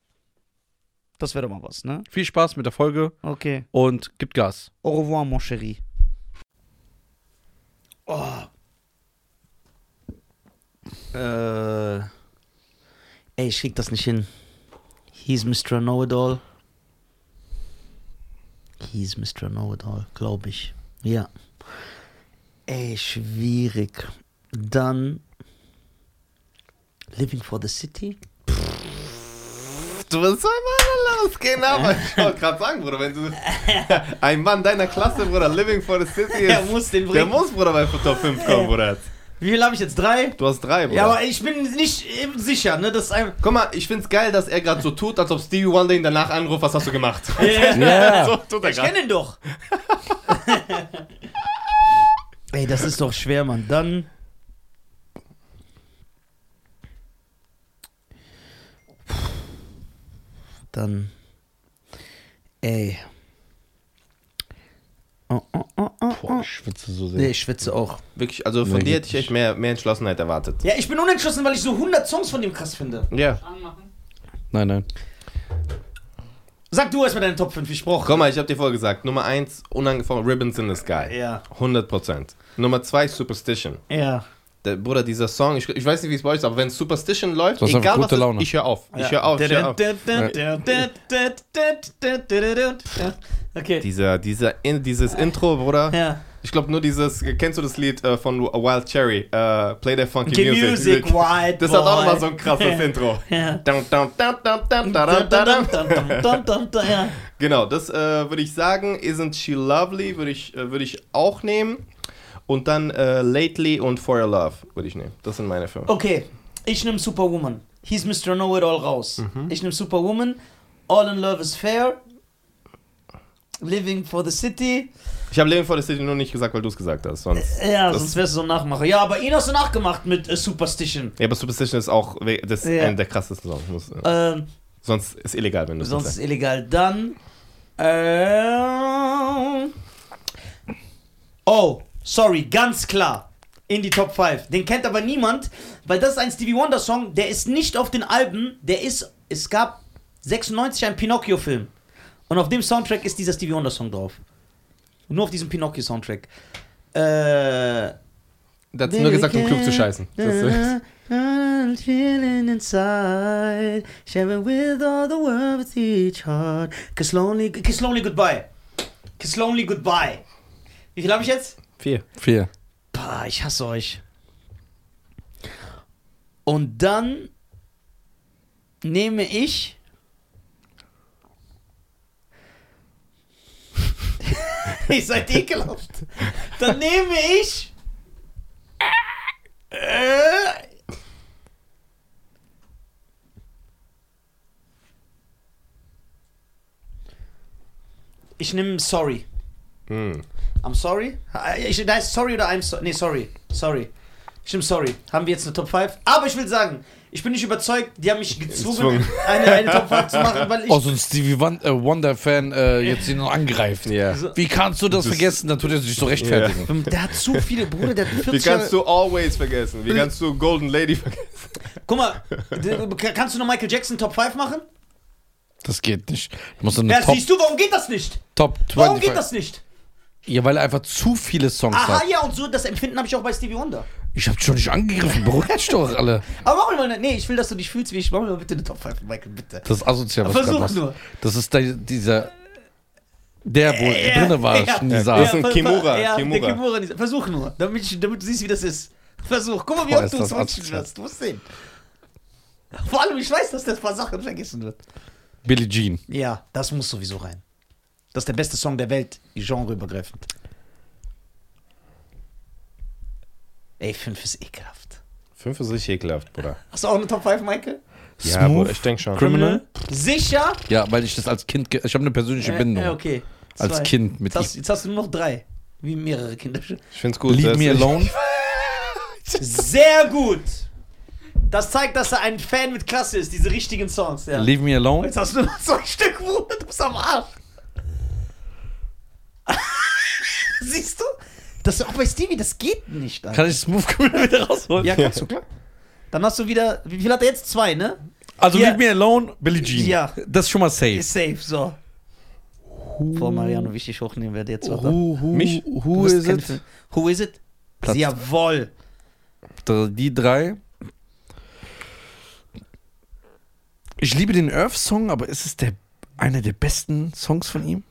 S5: Das wäre doch mal was, ne?
S4: Viel Spaß mit der Folge
S5: Okay.
S4: und gibt Gas.
S5: Au revoir, mon chéri. Oh. Äh. Ey, ich krieg das nicht hin. He's Mr. Know-It-All. He's Mr. Know-It-All, glaube ich. Ja. Ey, schwierig. Dann. Living for the City?
S3: Du bist so ein Mann, los, gehen ab. Ich wollte gerade sagen, Bruder, wenn du. Ein Mann deiner Klasse, Bruder, Living for the City ist.
S5: muss den
S3: Der muss, Bruder, bei Top 5 kommen, Bruder.
S5: Wie viel habe ich jetzt? Drei?
S3: Du hast drei, Bruder.
S5: Ja, aber ich bin nicht äh, sicher, ne? Das ist ein.
S3: Guck mal, ich find's geil, dass er gerade so tut, als ob Stevie Wonder ihn danach anruft, was hast du gemacht? so tut er
S5: Ich
S3: gerade.
S5: kenne ihn doch. Ey, das ist doch schwer, Mann. Dann. Dann. Ey. Oh, oh, oh, oh, oh.
S4: ich schwitze so
S5: Nee, ich schwitze auch.
S3: Wirklich, also von dir hätte ich echt mehr, mehr Entschlossenheit erwartet.
S5: Ja, ich bin unentschlossen, weil ich so 100 Songs von dem krass finde.
S3: Ja.
S4: Nein, nein.
S5: Sag du erstmal deine Top 5, ich brauch.
S3: Guck mal, ich hab dir vorgesagt, Nummer 1, unangefangen, Ribbons in the Sky.
S5: Ja.
S3: 100%. Nummer 2, Superstition.
S5: Ja.
S3: Der, Bruder, dieser Song, ich, ich weiß nicht, wie es bei euch ist, aber wenn Superstition läuft,
S2: hast einfach
S3: egal was
S2: gute Laune.
S3: ist, ich höre auf. Ich höre auf, ich hör auf.
S5: Okay.
S3: Dieser, dieser, in, dieses Intro, Bruder.
S5: Ja.
S3: Ich glaube nur dieses, kennst du das Lied äh, von Wild Cherry? Äh, Play that funky
S5: Okay,
S3: music.
S5: Music, White
S3: Das hat auch
S5: Boy.
S3: nochmal so ein krasses Intro.
S5: Ja.
S3: Dum, dum, dum, dum, dum, da, dum, da, dum. Genau, das äh, würde ich sagen. Isn't She Lovely würde ich, äh, würd ich auch nehmen. Und dann äh, Lately und For Your Love würde ich nehmen. Das sind meine fünf.
S5: Okay, ich nehme Superwoman. Hieß Mr. Know-It-All raus. Ich nehme Superwoman. All in Love is Fair. Living for the City.
S3: Ich habe Living for the City nur nicht gesagt, weil du es gesagt hast. Sonst.
S5: Ja,
S3: Das-
S5: sonst wärst du so ein Nachmacher. Ja, aber ihn hast du nachgemacht mit äh, Superstition.
S3: Ja, aber Superstition ist auch we- das ist
S5: Ja.
S3: einer der krassesten Songs. Muss, äh,
S5: Ähm,
S3: sonst ist illegal, wenn du es
S5: sonst ist
S3: sagst.
S5: illegal. Dann. Ähm, oh, sorry, ganz klar. In die Top 5. Den kennt aber niemand, weil das ist ein Stevie Wonder Song, der ist nicht auf den Alben, der ist. Es gab 96 einen Pinocchio-Film. Und auf dem Soundtrack ist dieser Stevie Wonder Song drauf. Nur auf diesem Pinocchio-Soundtrack. Äh.
S3: Das nur gesagt, um klug zu scheißen. Das ist,
S5: I'm feeling inside, sharing with all the world with each heart. Kiss lonely, kiss lonely goodbye. Kiss lonely goodbye. Wie viel habe ich jetzt?
S3: vier.
S2: Vier.
S5: Pah, ich hasse euch. Und dann nehme ich. Ihr seid ekelhaft. Dann nehme ich. Äh, ich nehme Sorry.
S3: Hm.
S5: I'm sorry? Äh, Ich, da ist Sorry oder I'm sorry? Nee, sorry. Sorry. Ich nehme Sorry. Haben wir jetzt eine Top 5? Aber ich will sagen, ich bin nicht überzeugt, die haben mich gezwungen,
S3: Gezwungen.
S5: eine, eine Top 5 zu machen, weil ich.
S2: Oh, so ein Stevie Won- äh, Wonder-Fan äh, jetzt ihn noch angreift.
S7: Ja.
S2: Wie kannst du das, vergessen? Dann tut er sich so rechtfertigen.
S5: der hat zu viele Bruder, der hat
S3: Wie
S5: 40
S3: kannst
S5: Jahre-
S3: du Always vergessen? Wie
S1: Hm.
S3: kannst du Golden Lady vergessen?
S5: Guck mal, du- kannst du noch Michael Jackson Top 5 machen?
S2: Das geht nicht. Du musst eine
S5: Ja,
S2: Top,
S5: siehst du, warum geht das nicht?
S2: Top 20.
S5: Warum geht das nicht?
S2: Ja, weil er einfach zu viele Songs
S5: Aha,
S2: hat.
S5: ja, und so das Empfinden habe ich auch bei Stevie Wonder.
S2: Ich hab dich schon nicht angegriffen. Beruhigt dich doch alle.
S5: Aber mach mir mal eine. Nee, ich will, dass du dich fühlst wie ich. Mach mir mal bitte eine Top 5, Michael, bitte.
S2: Das ist asozial, was du
S5: Versuch
S2: grad machst.
S5: nur.
S2: Das ist de, dieser. Der, wo
S5: Ja,
S2: drinne war,
S5: Äh, ja,
S2: in
S5: ja,
S2: dieser.
S3: Das ist ein
S5: ver- ver-
S3: Kimura,
S5: Ja,
S3: Kimura.
S5: Der Kimura dieser- Versuch nur, damit, ich, damit du siehst, wie das ist. Versuch. Guck mal, wie
S2: Boah,
S5: oft
S2: ist
S5: du
S2: das
S5: es wünschen
S2: asozial.
S5: wirst. Du musst sehen. Vor allem, ich weiß, dass das paar Sachen vergessen wird.
S2: Billie Jean.
S5: Ja, das muss sowieso rein. Das ist der beste Song der Welt, genreübergreifend. Ey, 5 ist ekelhaft.
S3: Fünf ist richtig ekelhaft, Bruder.
S5: Hast du auch eine Top 5, Michael?
S3: Ja, Bruder, ich denke schon.
S4: Ne?
S2: Criminal?
S5: Sicher?
S2: Ja, weil ich das als Kind. ge- Ich habe eine persönliche Bindung.
S5: Äh, okay.
S2: Als
S5: Zwei.
S2: Kind mit
S5: Jetzt hast, jetzt hast du nur noch drei. Wie mehrere Kinder.
S3: Ich find's gut.
S2: Leave
S3: dass
S2: Me
S3: ich-
S2: Alone.
S5: Sehr gut. Das zeigt, dass er ein Fan mit Klasse ist, diese richtigen Songs. Ja.
S2: Leave Me Alone.
S5: Jetzt hast du noch zwei Stück, Bruder. Du bist am Arsch. Siehst du? Das ist auch bei Stevie, das geht nicht. Alter.
S2: Kann ich Smooth Criminal wieder rausholen?
S5: Ja, kannst du, klar. Dann hast du wieder, wie viel hat er jetzt? Zwei, ne?
S2: Also
S5: Ja.
S2: Leave Me Alone, Billie Jean.
S5: Ja.
S2: Das ist schon mal safe.
S5: Ist safe, so. Vor Mariano wichtig hochnehmen werde jetzt, oder?
S2: who,
S3: Mich?
S2: who
S5: Du
S2: is
S5: bist
S2: it?
S5: kein- Who is it?
S2: Platz-
S5: Jawohl.
S2: Dr- die drei. Ich liebe den Earth-Song, aber ist es der, einer der besten Songs von ihm?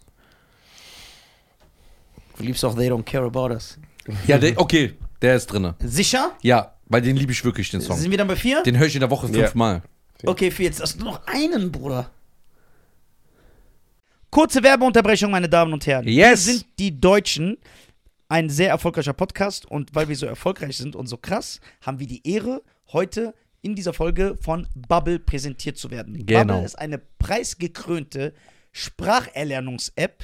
S5: Du liebst auch They Don't Care About Us.
S2: Ja, der, okay, der ist drin.
S5: Sicher?
S2: Ja, weil den liebe ich wirklich, den Song.
S5: Sind wir dann bei vier?
S2: Den höre ich in der Woche fünfmal.
S5: Okay, für jetzt hast du noch einen, Bruder. Kurze Werbeunterbrechung, meine Damen und Herren.
S2: Yes!
S5: Wir sind die Deutschen. Ein sehr erfolgreicher Podcast und weil wir so erfolgreich sind und so krass, haben wir die Ehre, heute in dieser Folge von Bubble präsentiert zu werden.
S2: Genau.
S5: Bubble ist eine preisgekrönte Spracherlernungs-App,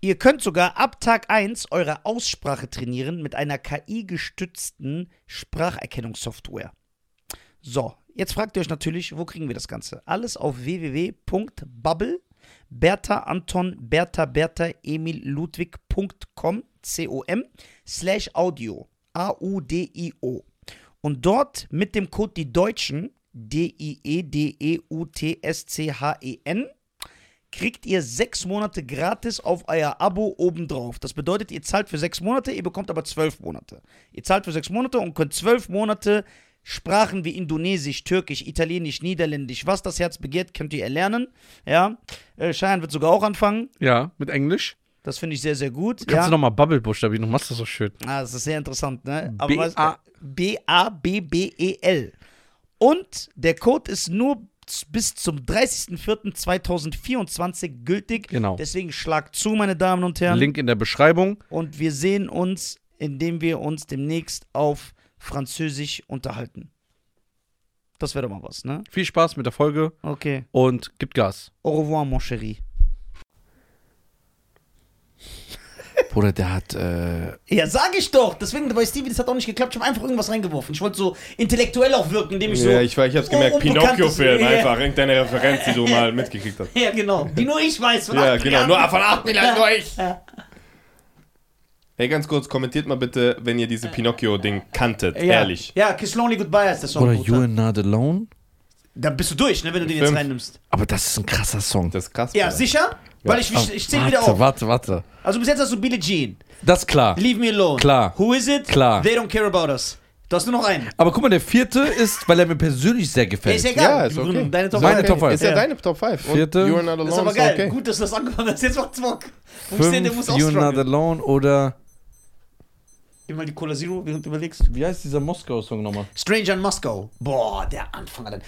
S5: Ihr könnt sogar ab Tag 1 eure Aussprache trainieren mit einer KI-gestützten Spracherkennungssoftware. So, jetzt fragt ihr euch natürlich, wo kriegen wir das Ganze? Alles auf www.bubble, Bertha Anton, Bertha Bertha Emil Ludwig.com, C-O-M, slash Audio, A-U-D-I-O. Und dort mit dem Code die Deutschen, E D-I-E-D-E-U-T-S-C-H-E-N, kriegt ihr sechs Monate gratis auf euer Abo obendrauf. Das bedeutet, ihr zahlt für sechs Monate, ihr bekommt aber zwölf Monate. Ihr zahlt für sechs Monate und könnt zwölf Monate Sprachen wie Indonesisch, Türkisch, Italienisch, Niederländisch, was das Herz begehrt, könnt ihr erlernen. Ja, äh, Cheyenne wird sogar auch anfangen.
S4: Ja, mit Englisch.
S5: Das finde ich sehr, sehr gut.
S4: Kannst
S5: ja.
S4: du nochmal Bubble buchstabieren, du machst das so schön.
S5: Ah, das ist sehr interessant, ne? Aber
S4: B-
S5: was-
S4: A-
S5: B-A-B-B-E-L. E Und der Code ist nur z- bis zum 30.04.2024 gültig.
S4: Genau.
S5: Deswegen schlag zu, meine Damen und Herren.
S4: Link in der Beschreibung.
S5: Und wir sehen uns, indem wir uns demnächst auf Französisch unterhalten. Das wäre doch mal was, ne?
S4: Viel Spaß mit der Folge
S5: Okay.
S4: und gibt Gas.
S5: Au revoir, mon chéri.
S2: Bruder, der hat. Äh,
S5: Ja, sag ich doch. Deswegen bei Stevie, das hat auch nicht geklappt. Ich habe einfach irgendwas reingeworfen. Ich wollte so intellektuell auch wirken, indem ich so.
S3: Ja, ich, war- ich hab's
S1: Oh,
S3: gemerkt,
S5: Unbekanntes-
S3: Pinocchio-Film
S5: Ja.
S3: einfach, irgendeine Referenz, die du mal mitgekriegt hast.
S5: Ja, genau. Die nur ich weiß. von
S3: Ja,
S5: acht
S3: genau,
S5: Jahren.
S3: nur von 8 Milliarden, nur ich.
S5: Ja.
S3: Hey, ganz kurz, kommentiert mal bitte, wenn ihr
S1: Äh,
S3: diese Pinocchio-Ding kanntet, ehrlich.
S5: Ja, Kiss Lonely Goodbye ist der Song.
S2: Bruder,
S5: Bruder.
S2: You and Not Alone.
S5: Da bist du durch, ne, wenn du den jetzt
S3: Fünf.
S5: reinnimmst.
S2: Aber das ist ein krasser Song.
S3: Das ist krass.
S5: Ja,
S3: Bruder.
S5: sicher? Weil ich, ich, ich zähle wieder
S2: warte,
S5: auf.
S2: warte, warte.
S5: Also bis jetzt hast du Billie Jean,
S2: Das ist klar.
S5: Leave Me Alone,
S2: Klar.
S5: Who Is It,
S2: Klar.
S5: They Don't Care About Us,
S1: Du hast nur noch einen.
S2: Aber guck mal, der vierte ist, weil er mir persönlich sehr
S1: Ja,
S2: gefällt.
S1: ist egal.
S3: Ja, ist
S1: Gründung,
S3: okay.
S1: Deine Top
S2: Meine
S1: five.
S2: Top five.
S3: Ist ja,
S1: Ja.
S3: deine Top 5.
S2: Vierte.
S3: You're not alone.
S1: Das ist aber
S3: ist
S1: geil.
S3: Okay.
S1: Gut, dass du das angefangen hast. Jetzt macht's Bock. Wo ist der, der muss
S2: Fünf, You're Not
S1: auch
S2: Alone oder.
S1: Gib mal die Cola Zero, während du überlegst.
S2: Wie heißt dieser Moskau-Song nochmal?
S1: Stranger in Moscow. Boah, der Anfang dann.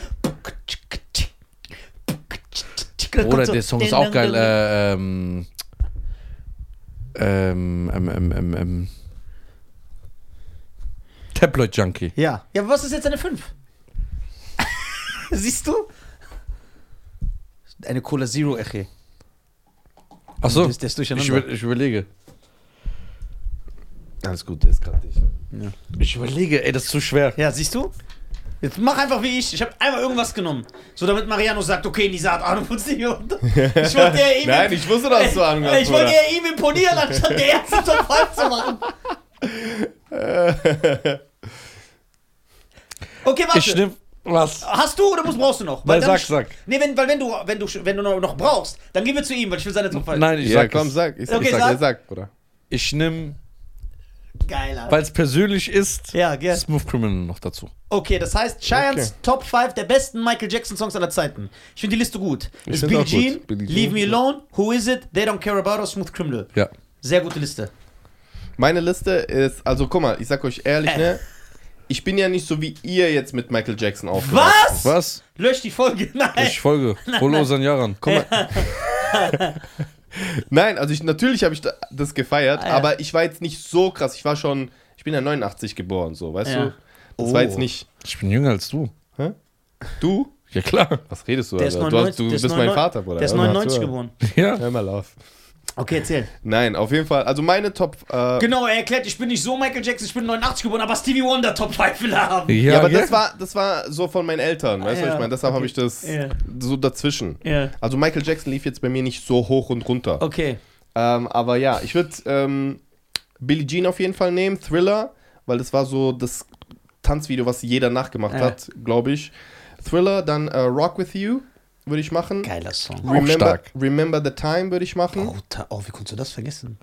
S2: Oder der Song ist auch geil. Äh, ähm, ähm, ähm, ähm, ähm, ähm. Tabloid Junkie.
S1: Ja. Ja, aber was ist jetzt eine 5? Siehst du? Eine Cola Zero, Eche.
S2: Achso,
S1: Das ist, das ist
S2: ich,
S1: durcheinander.
S2: über, ich überlege.
S3: Alles gut, der ist gerade dicht.
S2: Ich überlege, ey, das ist zu schwer.
S1: ja, siehst du? Jetzt mach einfach wie ich. Ich habe einmal irgendwas genommen. So damit Mariano sagt, okay, Nisa hat Ahnung von Sion. Ich wollte ja ihm.
S8: Nein, ich wusste, dass du
S1: Ey,
S8: angehst,
S1: Ich wollte
S8: Bruder.
S1: ja ihm imponieren, anstatt der erste Top 5 zu machen. Okay, warte.
S2: Ich nehm. Was?
S1: Hast du oder musst, brauchst du noch?
S2: Weil
S1: dann-
S2: sag, sag.
S1: Nee, wenn, weil wenn du, wenn, du, wenn du noch brauchst, dann gehen wir zu ihm, weil ich will seine Top 5.
S2: Nein, ich
S3: Ja,
S2: sag
S3: komm,
S2: es.
S3: sag. Ich,
S1: Okay,
S3: ich sag,
S1: sag.
S3: er sagt, Bruder.
S2: Ich nehm,
S1: Geil, Alter.
S2: weil es persönlich ist,
S1: Ja, gell.
S2: Smooth Criminal noch dazu.
S1: Okay, das heißt, Giants Top 5 der besten Michael Jackson Songs aller Zeiten. Ich finde die Liste gut. Ist
S3: find
S1: Billie
S3: auch gut.
S1: Jean,
S3: Billie Jean,
S1: Leave Me
S3: ja.
S1: Alone, Who Is It, They Don't Care About Us, Smooth Criminal.
S2: Ja.
S1: Sehr gute Liste.
S3: Meine Liste ist, also guck mal, ich sag euch ehrlich,
S1: Äh.
S3: ne? Ich bin ja nicht so wie ihr jetzt mit Michael Jackson aufgewachsen.
S1: Was?
S2: Was?
S1: Lösch die Folge. Nein.
S2: Ich folge. Polo Sanjaran. Guck mal.
S3: Nein, also ich, natürlich habe ich da- das gefeiert,
S1: Ah, ja.
S3: aber ich war jetzt nicht so krass. Ich war schon, ich bin ja 89 geboren, so, weißt
S1: Ja.
S3: du? Das war jetzt nicht
S2: Ich bin jünger als du.
S3: du.
S2: Ja, klar.
S3: Was redest du?
S1: Der ist
S3: Alter? Du,
S1: 99,
S3: hast, du
S1: der ist
S3: bist mein
S1: 99
S3: Vater, Bruder.
S1: der ist
S3: Hör mal
S1: 99
S3: zu.
S1: geboren.
S2: Ja.
S3: Hör mal auf.
S1: Okay, erzähl.
S3: Nein, auf jeden Fall. Also meine Top. Äh,
S1: Genau, er erklärt, ich bin nicht so Michael Jackson, ich bin 89 geboren, aber Stevie Wonder Top 5 will er haben.
S3: Ja, aber
S2: gell?
S3: das war, das war so von meinen Eltern, weißt du, was
S1: ja,
S3: ich meine? Deshalb habe ich das
S1: Ja.
S3: so dazwischen.
S1: Ja.
S3: Also Michael Jackson lief jetzt bei mir nicht so hoch und runter.
S1: Okay.
S3: Ähm, aber ja, ich würde ähm, Billie Jean auf jeden Fall nehmen, Thriller, weil das war so das Tanzvideo, was jeder nachgemacht
S1: Ja.
S3: hat, glaube ich. Thriller, dann äh, Rock With You würde ich machen.
S1: Geiler Song.
S3: Remember,
S2: stark.
S3: Remember the Time würde ich machen.
S1: Bruder, oh, wie konntest du das vergessen?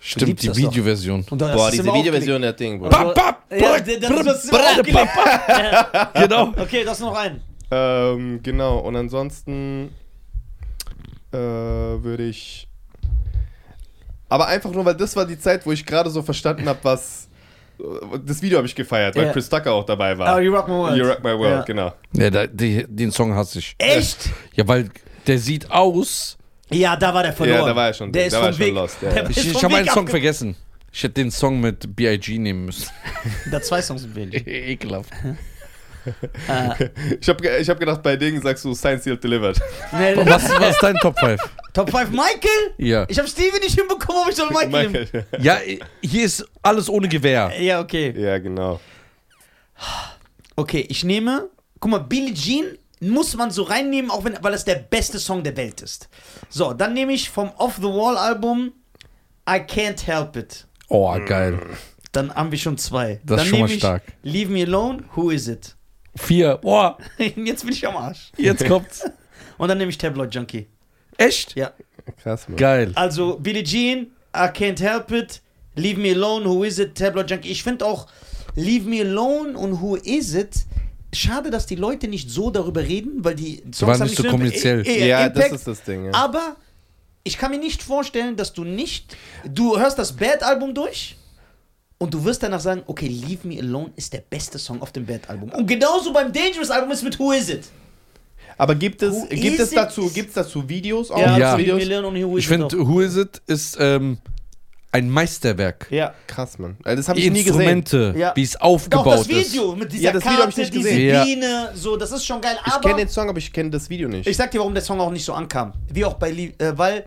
S2: Stimmt,
S1: liebst
S2: die
S1: das doch.
S2: Videoversion.
S1: Und das ist immer
S3: der Ding,
S1: aufgelegt.
S2: Bap, bap,
S1: Ja,
S2: brr,
S1: das ist was
S2: brr,
S1: immer
S2: bap, bap.
S1: aufgelegt. Ja.
S2: Genau.
S1: Okay, das ist noch ein.
S3: Ähm, genau, und ansonsten äh, würde ich. Aber einfach nur, weil das war die Zeit, wo ich gerade so verstanden habe, was. äh, Das Video habe ich gefeiert, weil
S1: Ja.
S3: Chris Tucker auch dabei war.
S1: Oh, You Rock My World.
S3: Ah, You Rock My World,
S1: Ja.
S3: genau.
S2: Ja, da, die, den Song hasse ich.
S1: Echt?
S2: Ja, weil der sieht aus.
S1: Ja, da war der verloren.
S3: Ja, da war er schon-
S1: Der
S3: da
S1: ist
S3: war
S1: vom
S3: er schon
S1: Weg.
S3: lost, ja.
S1: Der ist
S2: Ich, ich
S1: vom
S2: habe
S1: Weg
S2: einen Song
S1: abge-
S2: vergessen. Ich hätte den Song mit B.I.G. nehmen müssen.
S1: Da zwei Songs im Bild.
S2: Ekelhaft.
S3: Ich habe ich hab gedacht, bei Dingen sagst du Science Sealed Delivered.
S1: Nee, nee,
S2: Was, was ist dein Top 5?
S1: Top 5 Michael?
S2: Ja.
S1: Ich habe Stevie nicht hinbekommen, aber ich soll Michael, Michael.
S3: Michael.
S2: Ja, hier ist alles ohne Gewehr.
S1: Ja, okay.
S3: Ja, genau.
S1: Okay, ich nehme. Guck mal, Billie Jean muss man so reinnehmen, auch wenn, weil das der beste Song der Welt ist. So, dann nehme ich vom Off the Wall Album I Can't Help It.
S2: Oh, geil.
S1: Dann haben wir schon zwei.
S2: Das ist
S1: dann
S2: schon mal
S1: nehme ich
S2: stark.
S1: Leave Me Alone, Who Is It?
S2: Vier. Boah,
S1: Jetzt bin ich am Arsch.
S2: jetzt kommt's.
S1: Und dann nehme ich Tabloid Junkie.
S2: Echt?
S1: Ja.
S3: Krass, Mann.
S2: Geil.
S1: Also Billie Jean, I Can't Help It, Leave Me Alone, Who Is It, Tabloid Junkie. Ich finde auch Leave Me Alone und Who Is It. Schade, dass die Leute nicht so darüber reden, weil die Songs
S2: waren nicht so
S1: einen
S2: kommerziell.
S1: I- I-
S3: Ja, das
S1: Impact.
S3: ist das Ding. Ja.
S1: Aber ich kann mir nicht vorstellen, dass du nicht. Du hörst das Bad-Album durch und du wirst danach sagen, okay, Leave Me Alone ist der beste Song auf dem Bad-Album. Und genauso beim Dangerous-Album ist mit Who Is It.
S3: Aber gibt es,
S1: Who
S3: gibt
S1: is
S3: es
S1: it?
S3: dazu, gibt's dazu Videos? Auch
S1: Ja,
S2: Ja.
S1: zu Leave Me
S3: Videos?
S1: Alone und Who Is
S2: Ich
S1: It.
S2: finde,
S1: auch.
S2: Who Is It ist ähm, ein Meisterwerk.
S1: Ja.
S3: Krass, Mann. Also Das habe
S2: Die
S3: ich nie gesehen.
S2: Instrumente,
S1: Ja.
S2: wie es
S1: Doch,
S2: aufgebaut
S1: das Video mit dieser
S3: Ja, das Video
S1: Karte,
S3: hab ich nicht
S1: diese
S3: gesehen.
S2: Ja.
S1: Biene, so, das ist schon geil.
S3: Ich
S1: aber
S3: kenne den Song, aber ich kenne das Video nicht.
S1: ich sag dir, warum der Song auch nicht so ankam. Wie auch bei, Lie- äh, weil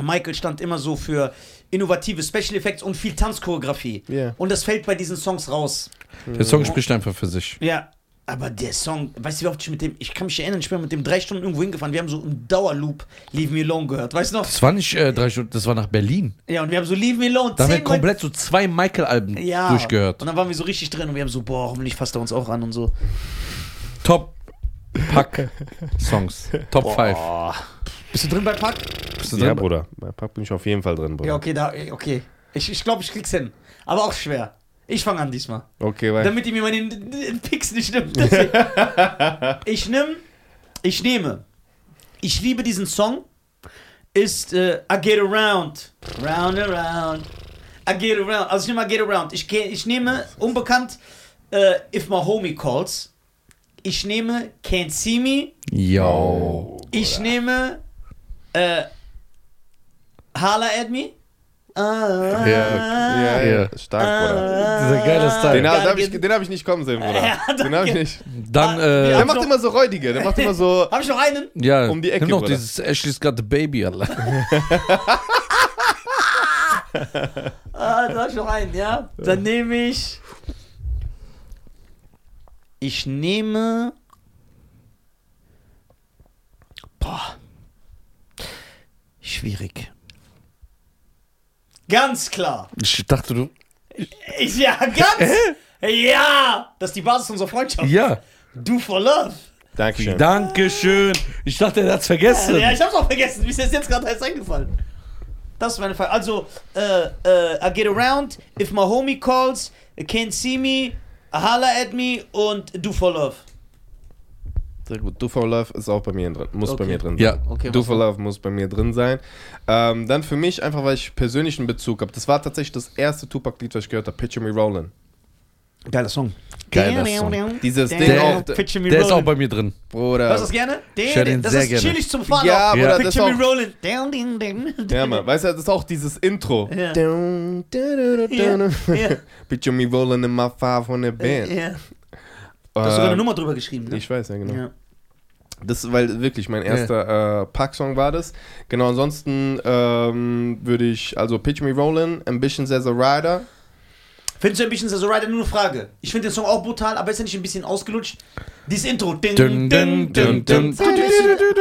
S1: Michael stand immer so für innovative Special Effects und viel Tanzchoreografie.
S3: Ja.
S1: Und das fällt bei diesen Songs raus.
S2: ist. Der Song spricht einfach für sich.
S1: Ja. Aber der Song, weißt du, wie oft ich mit dem, ich kann mich erinnern, ich bin mit dem drei Stunden irgendwo hingefahren, wir haben so im Dauerloop Leave Me Alone gehört, weißt du noch?
S2: Das war nicht äh, drei Stunden, das war nach Berlin.
S1: Ja, und wir haben so Leave Me Alone
S2: Da haben wir
S1: zehnmal-
S2: komplett so zwei Michael-Alben
S1: ja.
S2: durchgehört.
S1: Und dann waren wir so richtig drin und wir haben so, boah, hoffentlich fasst er uns auch an und so.
S2: Top Pack Songs. Top 5.
S1: Bist du drin bei Pack?
S2: Bist du
S3: ja,
S2: drin?
S3: Bruder. Mein Pack bin ich auf jeden Fall drin, Bruder.
S1: Ja, okay, da, okay. Ich, ich glaube, ich krieg's hin. Aber auch schwer. Ich fange an diesmal.
S3: Okay, weil.
S1: Damit ihr mir meine D- D- Picks nicht nimmt. Deswegen- ich nehme, ich nehme, ich liebe diesen Song, ist äh, I Get Around, Round Around, I Get Around, also ich nehme I Get Around, ich, geh- ich nehme, unbekannt, äh, If My Homie Calls, ich nehme Can't See Me,
S4: Yo.
S1: ich nehme äh, Holla At Me, Ah,
S3: Ja, ja, ja, stark, Bruder.
S2: Dieser geile Style.
S3: Den, hab-
S1: Geil,
S3: hab ich,
S1: geht-
S3: den hab ich nicht kommen sehen, Bruder.
S1: Ja,
S3: den hab ich
S1: danke.
S3: nicht.
S4: Dann,
S1: Ah,
S4: äh,
S1: ja.
S3: Der macht immer so räudige, der macht immer so.
S1: Hab ich noch einen?
S4: ja,
S3: Um die Ecke,
S4: nimm doch
S3: Bruder.
S4: dieses Ashley's Got the Baby, Alter.
S1: Ah, da hab ich noch einen, ja. Dann nehme ich. Ich nehme. Boah. Schwierig. Ganz klar.
S4: Ich dachte, du.
S1: Ich, ja, ganz. ja, das ist die Basis unserer Freundschaft.
S4: Ja.
S1: Do for love.
S3: Dankeschön.
S4: Dankeschön. Ich dachte, er hat's vergessen.
S1: Äh, Ja, ich hab's auch vergessen. Mir ist das jetzt gerade erst eingefallen. Das ist meine Frage. Also, äh, äh, I get around, if my homie calls, can't see me, holla at me und do for love.
S3: Sehr gut. Do for Love ist auch bei mir drin. Muss
S1: Okay.
S3: bei mir drin sein.
S4: Ja.
S1: Okay,
S3: Do
S1: was-
S3: for Love muss bei mir drin sein. Ähm, dann für mich, einfach weil ich persönlichen Bezug habe. Das war tatsächlich das erste Tupac-Lied, was ich gehört habe. Picture Me Rollin'.
S5: Geiler Song.
S4: Geiler Song.
S3: Dieses
S1: Der,
S3: Ding
S1: der,
S3: auf.
S1: der, Picture me
S4: Der ist auch
S1: rollin'.
S4: bei mir drin.
S3: Bruder.
S1: Hörst du das gerne? Der,
S4: Ich hör den
S1: das
S4: sehr
S1: ist
S4: gerne.
S1: chillig zum Fahren.
S3: Ja,
S1: auch.
S3: Bruder, das
S1: Picture
S3: auch-
S1: me rolling. Ding, ding, ding.
S3: Ja, Mann. Weißt du, das ist auch dieses Intro.
S1: Ja.
S3: Dun, dun, dun,
S1: Ja,
S3: dun.
S1: ja,
S3: Picture Me Rollin' in my 500 Band.
S1: ja. Da hast du sogar eine
S3: Ähm,
S1: Nummer drüber geschrieben, ne?
S3: Ich weiß, ja, genau.
S1: Ja.
S3: Das, weil wirklich mein erster äh, Park-Song war das. Genau, ansonsten ähm, würde ich, also Pitch Me Rollin', Ambitions as a Rider.
S1: Findest du ein bisschen so Rider nur eine Frage? Ich finde den Song auch brutal, aber ist er nicht ein bisschen ausgelutscht? Dieses Intro. Ding,
S4: Dun,
S1: ding,
S4: dun,
S1: ding,
S4: dun,
S1: ding,
S4: dun.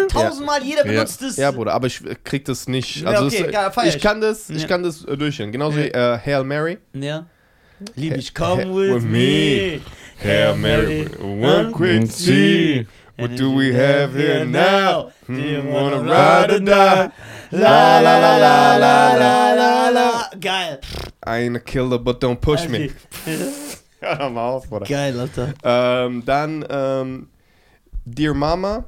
S1: Tausendmal jeder benutzt es.
S3: Ja, Bruder, aber ich krieg das nicht.
S1: Ja,
S3: Also
S1: okay,
S3: es,
S1: ja, feier
S3: ich
S1: ich.
S3: kann das, ich
S1: Ja.
S3: kann das äh, durchhören. Genauso wie äh, Hail Mary.
S1: Ja. Lieb ich,
S3: Hey,
S1: come with
S3: with me.
S1: me. Hail Mary, one
S3: quick
S4: see.
S3: What do we have here now?
S1: Do
S3: Hmm,
S1: you
S3: wanna
S1: wanna
S3: ride
S1: ride
S3: or
S1: or
S3: die?
S1: die? La la la la la la la la. Geil.
S3: I ain't a killer, but don't push me. Hör mal auf, Bruder.
S1: Geil, Alter.
S3: Ähm, dann ähm, Dear Mama.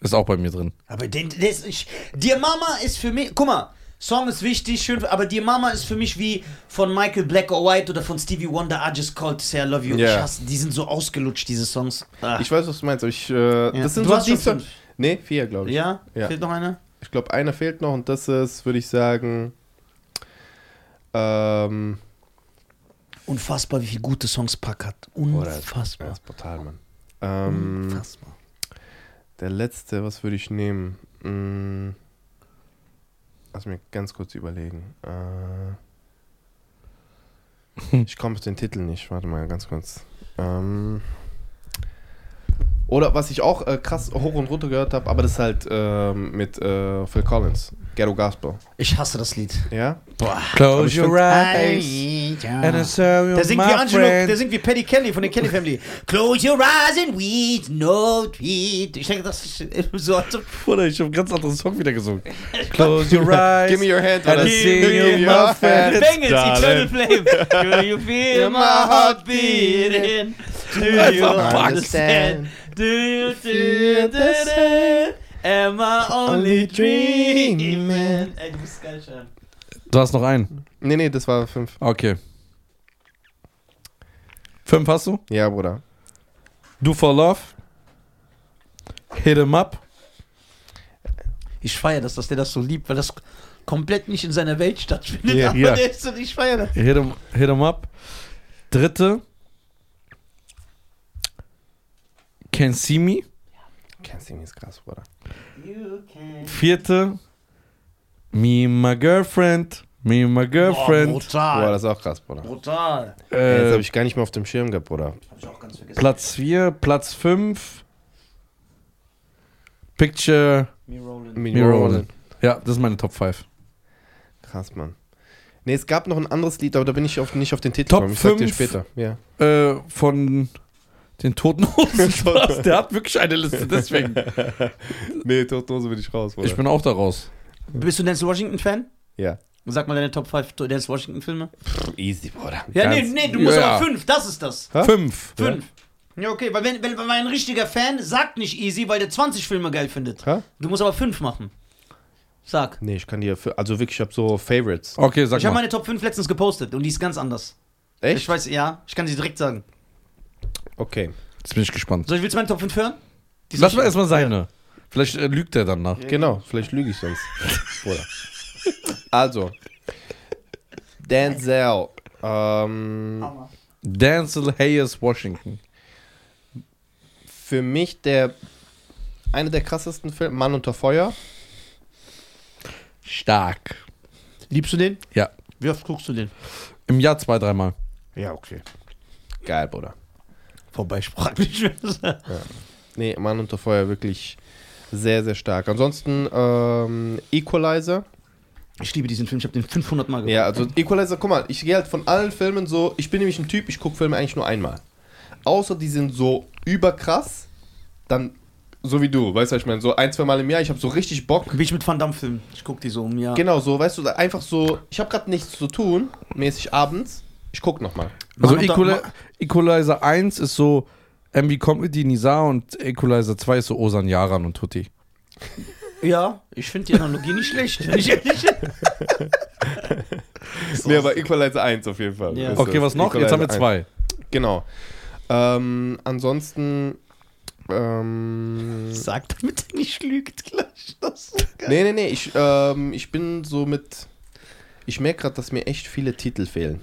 S4: Ist auch bei mir drin.
S1: Aber den, das, ich, Dear Mama ist für mich, guck mal, Song ist wichtig, schön, aber Dear Mama ist für mich wie von Michael Black or White oder von Stevie Wonder, I just called to say I love you.
S3: Ja.
S1: Ich hasse, die sind so ausgelutscht, diese Songs. Ah.
S3: Ich weiß, was du meinst, aber ich. Äh,
S1: Ja.
S3: Das sind
S1: Du
S3: so
S1: hast schon
S3: die Songs.
S1: fünf.
S3: Nee, vier, glaube ich.
S1: ja?
S3: Ja.
S1: Fehlt noch einer?
S3: Ich glaube, einer fehlt noch und das ist, würde ich sagen. Ähm.
S1: Unfassbar, wie viele gute Songs Pack hat.
S3: das-
S1: Unfassbar.
S3: ist brutal, Mann. Ähm,
S1: Unfassbar.
S3: der letzte, was würde ich nehmen? Mm, lass mir ganz kurz überlegen. Äh, ich komme auf den Titel nicht. Warte mal, ganz kurz. Ähm, oder was ich auch äh, krass hoch und runter gehört habe, aber das ist halt ähm, mit äh, Phil Collins, Ghetto Gospel.
S1: Ich hasse das Lied.
S3: Ja? Aber ich
S4: Close your
S3: find-
S4: eyes. And it's
S1: Der singt wie Angelo, der
S4: friend.
S1: singt wie Paddy Kelly von der Kelly Family. Close your eyes and weed, no tweet. Ich denke, das ist so. als ob-
S2: Bruder, ich habe einen ganz anderen Song wieder gesungen.
S4: Close your eyes.
S3: Give me your hand.
S4: and
S3: Oder?
S4: I see you,
S3: Give
S4: my friend.
S1: Bengals, Eternal Flame. Do you feel my heart beating? Do you understand? Do you feel the Am I only dreaming? Ey, du bist geil schon.
S4: Du hast noch einen.
S3: Nee, nee, das war fünf.
S4: Okay. Fünf hast du?
S3: Ja, Bruder.
S4: Do for Love. Hit 'em up.
S1: Ich feiere das, dass der das so liebt, weil das komplett nicht in seiner Welt stattfindet.
S4: Ja,
S1: aber
S4: ja.
S1: der ist so, ich feiere das.
S4: Hit 'em, hit 'em up. Dritte. Can see me.
S3: Kennst du ihn, ist krass, Bruder.
S4: Vierte. Me and my girlfriend. Me and my girlfriend.
S3: Boah,
S5: Brutal.
S3: das ist auch krass, Bruder.
S1: Oh, Brutal.
S3: Ey, Jetzt
S4: äh,
S3: habe ich gar nicht mehr auf dem Schirm gehabt, Bruder.
S1: Hab ich auch ganz vergessen.
S4: Platz 4, Platz 5. Picture.
S1: Me rolling.
S3: Mini
S4: Mirror
S3: Rollin.
S4: Rollin. Ja, das ist meine Top 5.
S3: Krass, Mann. Nee, es gab noch ein anderes Lied, aber da bin ich auf, nicht auf den Titel
S4: Top
S3: Ich sag dir
S4: fünf.
S3: später. Ja.
S4: Äh, von den Toten Hosen. Spaß. Der hat wirklich eine Liste, deswegen.
S3: Nee, Tote Hose bin ich raus, Bruder.
S4: Ich bin auch da raus.
S1: Bist du Denzel Washington-Fan?
S3: ja.
S5: Sag mal deine Top 5 Dennis Washington-Filme.
S3: Easy, Bruder.
S5: Ja, nee,
S2: Ganz-
S5: nee, du musst
S2: Ja.
S5: aber 5, das ist das.
S2: Fünf.
S5: 5. Ja, okay, weil wenn, wenn, wenn ein richtiger Fan sagt nicht easy, weil der 20 Filme geil findet.
S3: Hä?
S5: Du musst aber 5 machen. Sag.
S3: Nee, ich kann dir, für, also wirklich, ich hab so Favorites.
S2: Okay, sag
S5: Ich habe
S2: mal.
S5: meine Top 5 letztens gepostet und die ist ganz anders. Ich
S3: Echt?
S5: weiß, ja, ich kann sie direkt sagen.
S3: Okay.
S2: Jetzt bin ich gespannt.
S5: So, ich will meine Top 5 hören? Die ist
S2: Lass mal
S5: richtig-
S2: erstmal seine. Vielleicht äh, lügt er dann nach.
S3: Genau, vielleicht lüge ich sonst. Bruder. Also. Denzel. Ähm,
S5: Hammer.
S2: Denzel Hayes Washington.
S3: für mich der. Einer der krassesten Filme, Mann unter Feuer.
S2: Stark.
S1: Liebst du den?
S2: Ja.
S1: Wie oft guckst du den?
S2: Im Jahr zwei, dreimal.
S1: Ja, okay.
S3: Geil, Bruder.
S5: Vorbeisprach nicht mehr.
S3: Nee, Mann unter Feuer wirklich sehr, sehr stark. Ansonsten ähm, Equalizer.
S5: Ich liebe diesen Film, ich habe den 500 Mal geguckt.
S3: Ja, also Equalizer, guck mal, ich gehe halt von allen Filmen so, ich bin nämlich ein Typ, ich gucke Filme eigentlich nur einmal. Außer die sind so überkrass, dann so wie du, weißt du, was ich meine, so ein, zwei Mal im Jahr, ich habe so richtig Bock.
S5: Wie ich mit Van Damme Film. Ich guck die so um, ja.
S3: Genau, so, weißt du, einfach so, ich habe gerade nichts zu tun, mäßig abends, ich guck nochmal.
S2: Also
S5: Mann unter-
S2: Equali Equalizer 1 ist so MV Comedy Nizar und Equalizer 2 ist so Osan Yaran und Tutti.
S5: Ja, ich finde die Analogie nicht schlecht. wenn ich ehrlich bin.
S3: Nee, aber Equalizer 1 auf jeden Fall.
S5: Ja.
S3: Ist
S2: Okay,
S3: das.
S2: was noch? Jetzt haben wir
S3: Equalizer
S2: zwei.
S3: Genau. Ähm, ansonsten. Ähm,
S5: Sag, damit er nicht lügt gleich. Das
S3: nee, nee, nee. Ich, ähm, ich bin so mit. Ich merke gerade, dass mir echt viele Titel fehlen.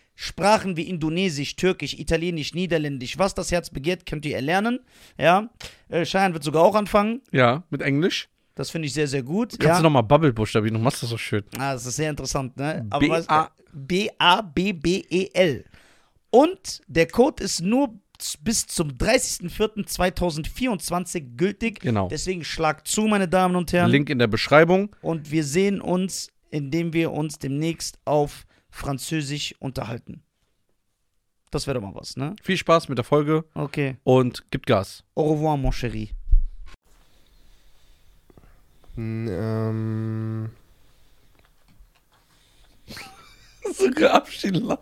S5: Sprachen wie Indonesisch, Türkisch, Italienisch, Niederländisch, was das Herz begehrt, könnt ihr erlernen. Ja, äh, Cheyenne wird sogar auch anfangen.
S2: Ja, mit Englisch.
S5: Das finde ich sehr, sehr gut.
S2: Kannst
S5: ja.
S2: du nochmal Bubble buchstabieren? Du machst das so schön.
S5: Ah, das ist sehr interessant, ne?
S2: B-
S5: weißt du,
S2: A-
S5: B-A-B-B-E-L. E Und der Code ist nur z- bis zum 30.04.2024 gültig.
S2: Genau.
S5: Deswegen schlagt zu, meine Damen und Herren.
S2: Link in der Beschreibung.
S5: Und wir sehen uns, indem wir uns demnächst auf Französisch unterhalten. Das wäre doch mal was, ne?
S2: Viel Spaß mit der Folge
S5: Okay.
S2: und gib Gas.
S5: Au revoir, mon chéri.
S3: N- Ähm,
S2: Sogar Abschied lachen.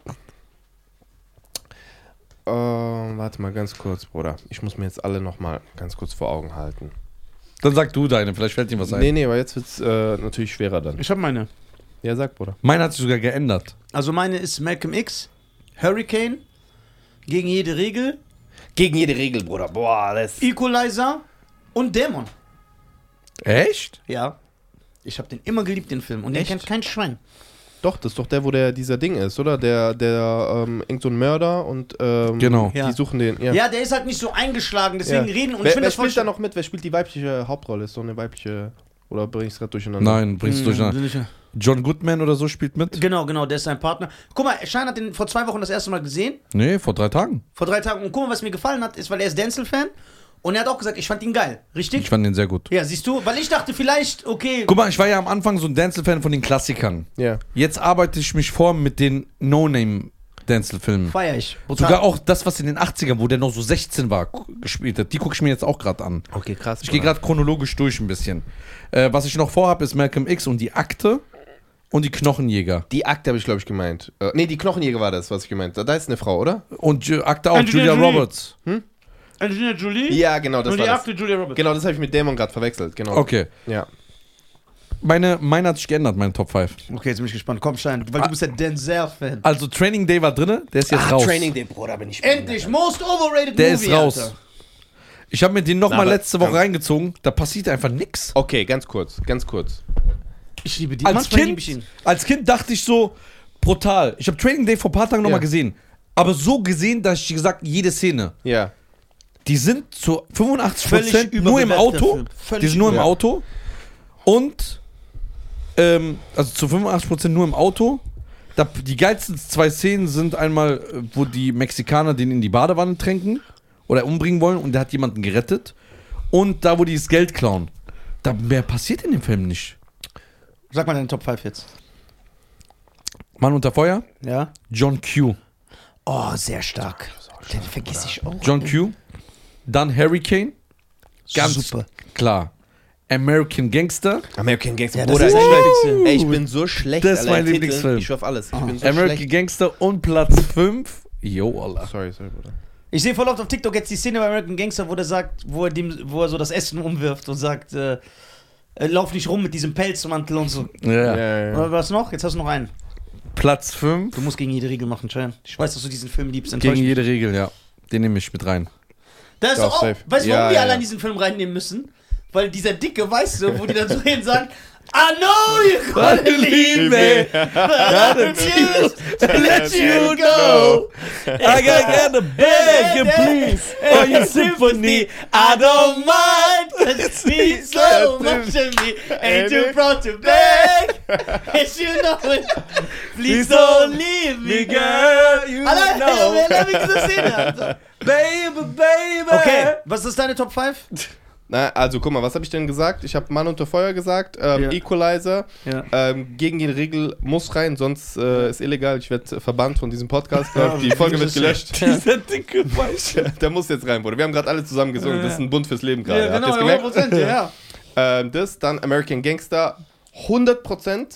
S3: ähm, warte mal ganz kurz, Bruder. Ich muss mir jetzt alle nochmal ganz kurz vor Augen halten.
S2: Dann sag du deine, vielleicht fällt dir was ein.
S3: Nee, nee, weil jetzt wird's äh, natürlich schwerer dann.
S1: Ich habe meine.
S3: Ja, sag, Bruder.
S2: Meine hat sich sogar geändert.
S5: Also meine ist Malcolm X, Hurricane, gegen jede Regel,
S3: Gegen jede Regel, Bruder. Boah, das.
S5: Equalizer und Dämon.
S2: Echt?
S5: Ja. Ich habe den immer geliebt, den Film. Und den
S3: Echt?
S5: kennt kein Schwein.
S3: Doch, das ist doch der, wo der dieser Ding ist, oder? Der, der, ähm, irgend so ein Mörder und ähm,
S2: Genau.
S3: die
S5: Ja.
S3: suchen den. Ja.
S5: Ja, der ist halt nicht so eingeschlagen, deswegen
S3: Ja.
S5: reden. Und
S3: wer
S5: ich finde
S3: wer
S5: das voll
S3: spielt da noch mit? Wer spielt die weibliche Hauptrolle? Ist so eine weibliche. Oder bringe ich es gerade durcheinander?
S2: Nein, bringst du durcheinander. John Goodman oder so spielt mit?
S5: Genau, genau, der ist sein Partner. Guck mal, Schein hat den vor zwei Wochen das erste Mal gesehen,
S2: Nee, vor drei Tagen.
S5: vor drei Tagen. Und guck mal, was mir gefallen hat, ist, weil er ist Denzel-Fan. Und er hat auch gesagt, ich fand ihn geil. Richtig?
S2: Ich fand den sehr gut.
S5: ja, siehst du? Weil ich dachte vielleicht, okay,
S2: Guck mal, ich war ja am Anfang so ein Denzel-Fan von den Klassikern.
S3: Ja.
S2: Jetzt arbeite ich mich vor mit den No-Name-Filmen. Denzel-Filmen.
S1: Feier ich.
S2: Sogar auch das, was in den 80ern, wo der noch so 16 war, k- gespielt hat. Die gucke ich mir jetzt auch gerade an.
S3: Okay, krass.
S2: Ich gehe gerade chronologisch durch ein bisschen. Äh, was ich noch vorhabe, ist Malcolm X und die Akte und die Knochenjäger.
S3: Die Akte habe ich, glaube ich, gemeint. Äh, nee, die Knochenjäger war das, was ich gemeint habe. Da ist eine Frau, oder?
S2: Und Ju- Akte auch,
S9: Angelina
S2: Julia
S9: Jolie.
S2: Roberts.
S9: Angelina Jolie
S3: Ja, genau, das
S9: und
S3: war
S9: die
S3: das.
S9: Akte Julia Roberts.
S3: Genau, das habe ich mit Dämon gerade verwechselt. Genau.
S2: Okay.
S3: Ja.
S2: Meine, meine hat sich geändert, meine Top 5.
S1: Okay, jetzt bin ich gespannt. Komm, Stein, weil du bist ja Denzel-Fan.
S2: Also Training Day war drinne, der ist jetzt raus.
S3: Ah, Training Day, Bruder, bin ich.
S1: Endlich, most overrated
S2: Der
S1: movie,
S2: ist raus.
S1: Alter.
S2: Ich habe mir den nochmal
S3: aber-
S2: letzte Woche reingezogen, da passiert einfach nichts.
S3: Okay, ganz kurz, ganz kurz.
S1: Ich liebe Oh, die.
S2: Als
S1: Manchmal liebe ich
S2: kind,
S1: ihn.
S2: als kind dachte ich so, brutal. Ich habe Training Day vor ein paar Tagen nochmal
S3: Ja.
S2: gesehen. Aber so gesehen, dass ich gesagt jede Szene.
S3: Ja.
S2: Die sind zu 85%
S1: Völlig
S2: nur im
S1: überbewerteter
S2: Auto.
S1: Film. Völlig
S2: Die sind nur im
S3: über-
S2: Auto. Und, ähm, also zu 85% nur im Auto. Da, die geilsten zwei Szenen sind einmal, äh, wo die Mexikaner den in die Badewanne tränken oder umbringen wollen und der hat jemanden gerettet. Und da, wo die das Geld klauen. Da mehr passiert in dem Film nicht.
S1: Sag mal deine Top 5 jetzt.
S2: Mann unter Feuer,
S1: Ja?
S2: John Q.
S1: Oh, sehr stark. Den vergiss ich auch.
S2: John Q. Dann Hurricane. Ganz
S1: Super.
S2: klar. American Gangster.
S3: American Gangster,
S1: Ja, das
S3: Bruder.
S1: ist
S3: ich,
S1: mein
S3: bin,
S1: Lieblingsfilm.
S3: ey, ich bin so schlecht.
S2: Das ist
S3: allein
S2: mein
S3: Titel.
S2: Lieblingsfilm.
S3: Ich schwör auf alles. Ich bin so
S2: American
S3: schlecht.
S2: Gangster und Platz 5. Yo, Allah.
S3: Sorry, sorry, Bruder.
S1: Ich sehe voll oft auf TikTok jetzt die Szene bei American Gangster, wo der sagt, wo er, dem, wo er so das Essen umwirft und sagt, äh, äh, lauf nicht rum mit diesem Pelzmantel und so.
S2: Ja.
S1: Aber Was noch? Jetzt hast du noch einen.
S2: Platz 5
S1: Du musst gegen jede Regel machen, Chan. Ich weiß, dass du diesen Film liebst.
S2: gegen
S1: Enttäusch.
S2: jede Regel, ja. Den nehme ich mit rein.
S1: Das ist
S3: Ja,
S1: auch,
S3: safe.
S1: weißt du,
S3: Ja,
S1: warum wir
S3: ja,
S1: alle
S3: ja.
S1: an diesen Film reinnehmen müssen? Weil dieser Dicke, weißt du, wo die dann so hin sagen, I know you gonna leave me, but I refuse to let you go.
S2: I gotta beg
S1: you, please,
S2: for
S1: your symphony. I don't mind. It's me so much of me. Ain't you proud to beg? Yes, you know it. Please don't leave me, girl. Allein,
S2: know.
S1: wer wegen dieser Szene, Alter.
S2: Baby, baby.
S1: Okay, was ist deine Top 5?
S3: Na, also guck mal, was habe ich denn gesagt? Ich habe Mann unter Feuer gesagt, ähm,
S1: Ja.
S3: Equalizer,
S1: Ja.
S3: ähm, gegen die Regel muss rein, sonst äh, ist illegal. Ich werde äh, verbannt von diesem Podcast. glaub ich. die Folge wird gelöscht.
S2: Dieser dicke Weiche.
S3: Der muss jetzt rein, Bruder. Wir haben gerade alle zusammen gesungen. Das ist ein Bund fürs Leben gerade. Habt ihr es gemerkt?
S1: 100%, ja.
S3: Ähm, das, dann American Gangster 100%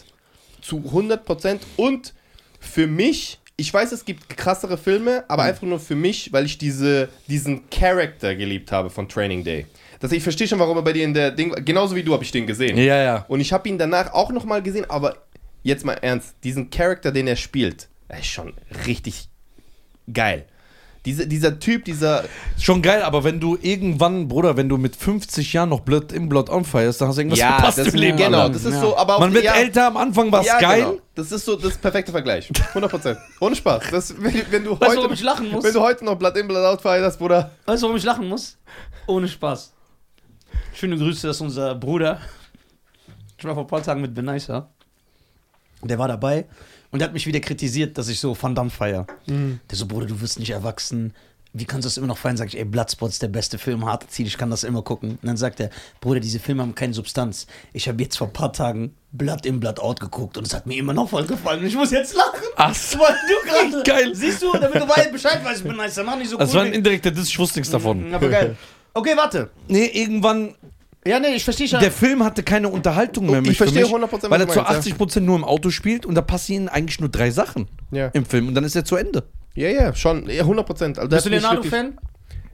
S3: zu 100% und für mich, ich weiß, es gibt krassere Filme,
S2: Mhm.
S3: aber einfach nur für mich, weil ich diese, diesen Charakter geliebt habe von Training Day. Das, ich verstehe schon, warum er bei dir in der Ding war. Genauso wie du habe ich den gesehen.
S2: Ja, ja.
S3: Und ich habe ihn danach auch nochmal gesehen, aber jetzt mal ernst, diesen Charakter, den er spielt, er ist schon richtig geil. Diese, dieser Typ, dieser...
S2: Schon geil, aber wenn du irgendwann, Bruder, wenn du mit 50 Jahren noch Blood in Blood on feierst, dann hast du irgendwas verpasst im Leben.
S3: genau,
S2: Alter.
S3: das ist so, aber auf
S2: Man
S3: die-
S2: wird
S3: ja.
S2: älter, am Anfang war es
S3: Ja,
S2: geil.
S3: genau. Das ist so das ist perfekte Vergleich. 100%. Ohne Spaß. Das, wenn, wenn, du
S1: Weißt du, warum ich
S3: heute,
S1: lachen muss?
S3: wenn du heute noch Blatt in, Blatt out feierst, Bruder.
S1: Weißt du, warum ich lachen muss? Ohne Spaß. Schöne Grüße, dass unser Bruder, ich war vor ein paar Tagen mit Benicer, der war dabei und der hat mich wieder kritisiert, dass ich so Van Damme feier. Der so, Bruder, du wirst nicht erwachsen. Wie kannst du das immer noch feiern? Sag ich, ey, Bloodspot ist der beste Film, harte Ziel, ich kann das immer gucken. Und dann sagt er, Bruder, diese Filme haben keine Substanz. Ich habe jetzt vor ein paar Tagen Blood in, Blood out geguckt und es hat mir immer noch voll gefallen. Ich muss jetzt lachen.
S2: Ach so.
S1: Weil du gerade.
S2: Geil. Also,
S1: Siehst du, damit du weit Bescheid weißt, Benicer, mach nicht so
S2: Das war
S1: weg.
S2: ein indirekter Diss, ich wusste nichts davon.
S1: Aber geil. Okay, warte.
S2: Nee, irgendwann
S1: Ja, nee, ich verstehe schon.
S2: Der Film hatte keine Unterhaltung mehr.
S3: Ich
S2: mich
S3: verstehe
S2: für mich,
S3: 100%, was
S2: Weil er
S3: du
S2: zu
S3: meinst,
S2: 80% nur im Auto spielt und da passieren eigentlich nur drei Sachen
S3: Ja.
S2: im Film und dann ist er zu Ende.
S3: Ja, ja, schon. Ja, 100%. Also,
S1: Bist du Leonardo-Fan?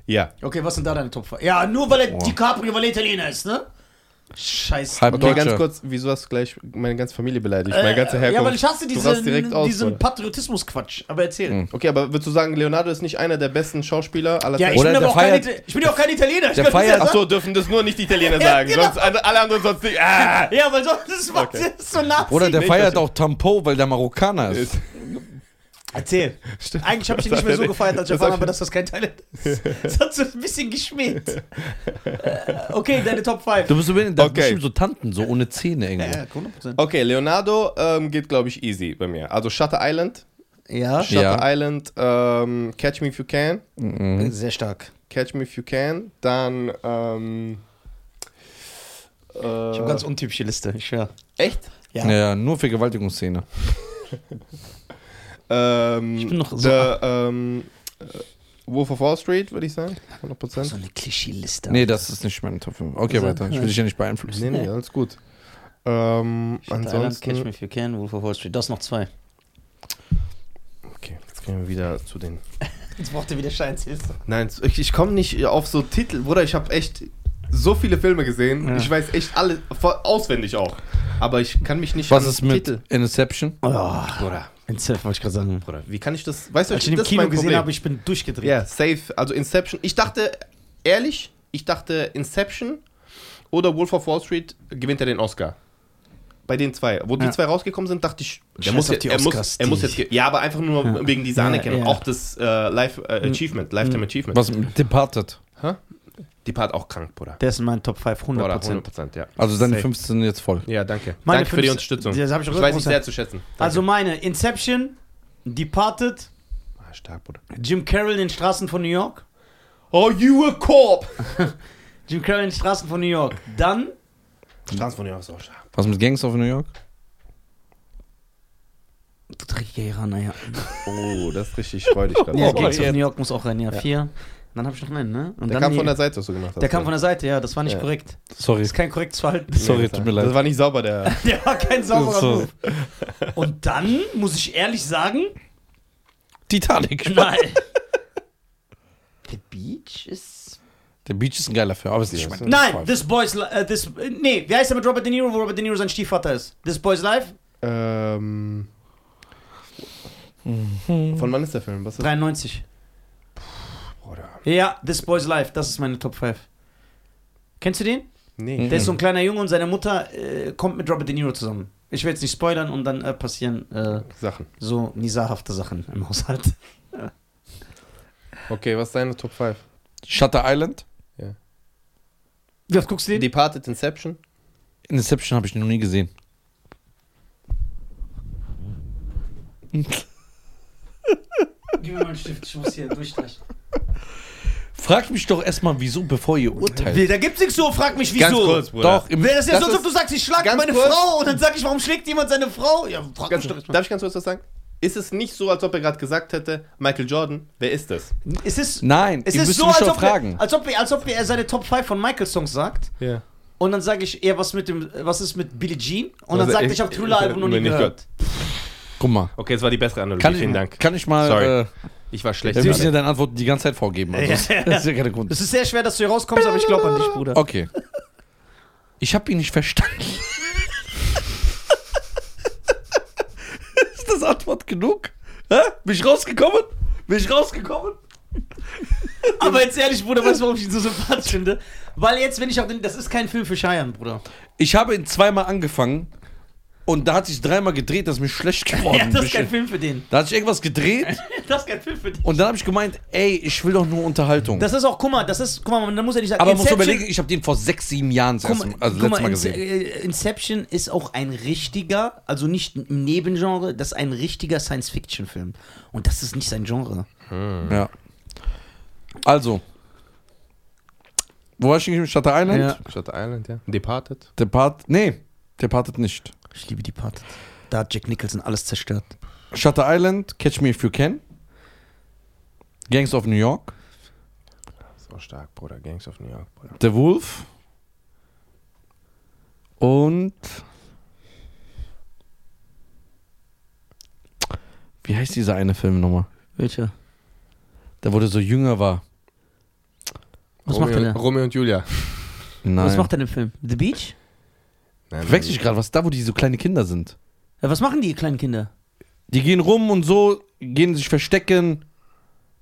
S3: Ja.
S1: Okay, was sind da deine Top 5? Ja, nur weil er DiCaprio, weil er Italiener ist, ne? Scheiße.
S2: Halb
S3: Okay,
S2: Deutscher.
S3: ganz kurz, wieso hast du gleich meine ganze Familie beleidigt?
S1: Äh,
S3: Meine ganze Herkunft.
S1: Ja, weil ich hasse
S3: Du rast
S1: diesen,
S3: direkt aus,
S1: diesen
S3: Bruder.
S1: Patriotismus-Quatsch. Aber erzähl.
S2: Hm.
S3: Okay, aber würdest du sagen, Leonardo ist nicht einer der besten Schauspieler aller
S1: Ja, ich
S3: Zeiten?
S2: Oder
S1: bin, aber
S2: der
S1: auch kein,
S2: feiert-
S1: Ita- ich bin ja auch kein Italiener. Ich
S2: Der
S1: kann das ja
S2: feiert-
S1: sagen.
S3: Achso, dürfen das nur nicht die Italiener
S1: Ja,
S3: sagen.
S1: genau.
S3: sonst, alle alle anderen sonst nicht. Ah!
S1: Ja, weil sonst ist okay. so Nazi.
S2: Oder der
S3: Nee,
S2: feiert
S3: verstehe.
S2: auch Tampo, weil der Marokkaner ist.
S1: Erzähl. Eigentlich habe ich ihn nicht mehr so gefeiert, als ich erfahren habe, dass das kein Talent ist. Das hat so ein bisschen geschmäht. Äh, okay, deine Top 5.
S2: Du bist übrigens- das sind
S3: Okay.
S2: bestimmt so Tanten, so ohne Zähne irgendwo.
S1: Ja, 100%.
S3: Okay, Leonardo ähm, geht, glaube ich, easy bei mir. Also Shutter Island.
S1: Ja,
S3: Shutter
S2: Ja.
S3: Island, ähm, Catch Me If You Can.
S2: Mhm.
S1: sehr stark.
S3: Catch Me If You Can, dann ähm, äh,
S1: Ich habe ganz untypische Liste, ich schwör.
S3: echt?
S2: Ja, nur Vergewaltigungsszene.
S3: Ähm,
S1: bin noch so-
S3: The, ähm, äh, Wolf of Wall Street, würde ich sagen. 100%.
S1: So eine Klischee-Liste.
S2: Nee, das ist nicht mein Top 5. Okay, weiter. Ich will dich ja nicht beeinflussen.
S3: Nee, nee, alles gut. Ähm,
S1: Ansonsten. Catch
S3: ansonsten.
S1: me if you can, Wolf of Wall Street. Das noch zwei.
S3: Okay, jetzt gehen wir wieder zu den.
S1: Jetzt braucht ihr wieder Scheins Hilfe.
S3: Nein, ich, ich komme nicht auf so Titel. Bruder, ich habe echt so viele Filme gesehen. Ich weiß echt alle voll auswendig auch. Aber ich kann mich nicht
S2: Was
S3: an
S2: ist mit
S3: Titel.
S2: Inception?
S1: Oh,
S3: Bruder,
S1: Inception wollte ich gerade sagen.
S3: Bruder, wie kann ich das? Weißt du,
S10: Als ich ihn im
S3: das ist
S10: Kino
S3: mein
S10: gesehen
S3: Problem.
S10: habe, ich bin durchgedreht.
S3: Ja, safe. Also Inception. Ich dachte, ehrlich, ich dachte Inception oder Wolf of Wall Street gewinnt er den Oscar. Bei den zwei. Wo die
S10: Ja.
S3: zwei rausgekommen sind, dachte ich,
S1: Scheiß
S3: er muss,
S1: auf
S3: jetzt-
S1: die
S3: er, muss,
S1: Oscars,
S3: er muss
S1: die-
S3: jetzt. ge- Ja, aber einfach nur wegen dieser
S1: Ja,
S3: Anerkennung.
S1: ja. Hm.
S3: Auch das äh, Life, äh, Achievement, Lifetime Achievement.
S2: Was mit Departed?
S3: Die Part auch krank, Bruder.
S10: Der ist in meinen Top 5, 100%.
S3: Bruder, 100 Prozent, ja.
S2: Also deine
S10: Safe.
S2: 15 sind jetzt voll.
S3: Ja, danke.
S10: Meine
S3: danke für die
S10: fünf-
S3: Unterstützung.
S10: Das hab ich auch
S3: weiß nicht
S10: gewusst.
S3: sehr zu schätzen. Danke.
S1: Also meine, Inception, Departed,
S3: Ah, stark, Bruder.
S1: Jim Carroll in den Straßen von New York.
S3: Oh, you a corp!
S1: Jim Carroll in den Straßen von New York. Dann Hm.
S3: Straßen von ist auch stark.
S2: Was mit Gangs of New York?
S1: Du dreckiger Iraner, ja.
S3: Oh, das ist richtig freudig gerade.
S1: Ja,
S3: Oh,
S1: Gangs of
S3: der
S1: New York muss auch rein, ja. Vier. Dann habe ich noch einen, ne? Und dann
S3: kam
S1: die-
S3: von der Seite, was du gemacht hast.
S1: der kam von der Seite, ja, das war nicht
S3: Ja.
S1: korrekt.
S2: Sorry.
S1: Das ist kein korrektes Verhalten.
S2: Sorry, tut mir
S3: Das
S2: leid.
S3: war nicht sauber, der.
S1: Der war kein sauberer
S2: So.
S1: Move. Und dann muss ich ehrlich sagen,
S2: Titanic.
S1: nein. The Beach ist.
S2: Der Beach ist ein geiler Film, aber es ist nicht mein
S1: Nein,
S2: Top
S1: This Boy's Life. Äh, this- äh, nee, wie heißt er mit Robert De Niro, wo Robert De Niro sein Stiefvater ist? This Boy's Life?
S3: ähm. Von wann ist der Film? Was ist
S1: 93.
S3: Bruder.
S1: Ja, This Boy's Life, das ist meine Top 5. Kennst du den?
S3: Nee.
S1: Der ist so ein kleiner Junge und seine Mutter äh, kommt mit Robert De Niro zusammen. Ich will jetzt nicht spoilern und dann äh, passieren äh,
S3: Sachen.
S1: so nisahafte Sachen im Haushalt.
S3: Okay, was ist deine Top 5?
S2: five. Shutter Island?
S1: Wie oft guckst du den?
S3: Departed Inception?
S2: Inception habe ich noch nie gesehen.
S1: Gib mir mal einen Stift, ich muss hier durchstreichen.
S2: Fragt mich doch erstmal, wieso, bevor ihr urteilt.
S1: Wie, Da gibt's nichts so, frag mich wieso.
S3: Ganz kurz, Bruder.
S2: Doch, im
S1: Wäre das ja
S3: Das
S1: so, als ob
S3: ist-
S1: du sagst, ich schlag
S3: ganz
S1: meine
S3: kurz-
S1: Frau und dann sag ich, warum schlägt jemand seine Frau? Ja, frag
S3: Ganz,
S1: mich doch erst mal.
S3: darf ich ganz kurz was sagen? Ist es nicht so, als ob er gerade gesagt hätte, Michael Jordan, wer ist das?
S1: Es ist,
S2: Nein,
S1: es
S2: ihr
S1: ist
S2: müsst
S1: so,
S2: mich
S1: als
S2: doch
S1: ob,
S2: fragen.
S1: Er, als, ob er, als ob er seine Top 5 von Michael Songs sagt.
S3: Ja.
S1: Und dann sage ich, eher was mit dem, was ist mit Billie Jean? Und dann
S3: Also
S1: sagt er,
S3: ich-
S1: ich habe Thriller Album noch nie
S3: ich- ich-
S1: gehört.
S2: Guck mal.
S3: Okay, es war die bessere Analogie.
S2: Kann
S3: Vielen
S2: ich,
S3: Dank.
S2: Äh, Kann ich mal.
S3: Sorry.
S2: Äh,
S3: Ich war schlecht.
S2: wir müssen ja
S3: gerade.
S2: deine Antworten die ganze Zeit vorgeben. Also das,
S1: Ja.
S2: das ist ja keine Grund.
S1: Es ist sehr schwer, dass du hier rauskommst, aber ich glaube an dich, Bruder.
S2: Okay. Ich habe ihn nicht verstanden. ist das Antwort genug? Hä? Bin ich rausgekommen? Bin ich rausgekommen?
S1: Aber jetzt ehrlich, Bruder, weißt du, warum ich ihn so sympathisch finde? Weil jetzt, wenn ich auch den, das ist kein Film für Scheiern, Bruder.
S2: Ich habe ihn zweimal angefangen und da hat sich dreimal gedreht, dass mir schlecht geworden
S1: Ja, das ist
S2: ist.
S1: kein Film für den.
S2: Da hat sich irgendwas gedreht
S1: Das ist kein Film für den.
S2: und dann habe ich gemeint, ey, ich will doch nur Unterhaltung.
S1: Das ist auch, guck mal, das ist, guck mal, man muss ja nicht sagen,
S2: Aber man muss
S1: Inception-
S2: überlegen, ich habe den vor sechs, sieben Jahren das erste Mal, also
S1: guck
S2: letztes Mal
S1: Ince-
S2: gesehen.
S1: äh, Inception ist auch ein richtiger, also nicht im Nebengenre, das ist ein richtiger Science-Fiction-Film. Und das ist nicht sein Genre.
S2: Ja. Also. Wo war ich denn? Shutter Island?
S1: Ja.
S3: Shutter Island, ja. Departed?
S2: Depart. Nee, Departed nicht.
S1: Ich liebe die Part. Da hat Jack Nicholson alles zerstört.
S2: Shutter Island, Catch Me If You Can. Gangs of New York.
S3: So stark, Bruder. Gangs of New York, Bruder.
S2: The Wolf. Und. Wie heißt dieser eine Film nochmal?
S1: Welcher?
S2: Der wurde so jünger war.
S1: Was macht er da?
S3: Romeo und Julia.
S2: Nein.
S1: Was macht er in dem Film? The Beach?
S3: Nein,
S2: Verwechsel ich gerade was? Da, wo die so kleine Kinder sind.
S1: Ja, Äh, was machen die kleinen Kinder?
S2: Die gehen rum und so, gehen sich verstecken.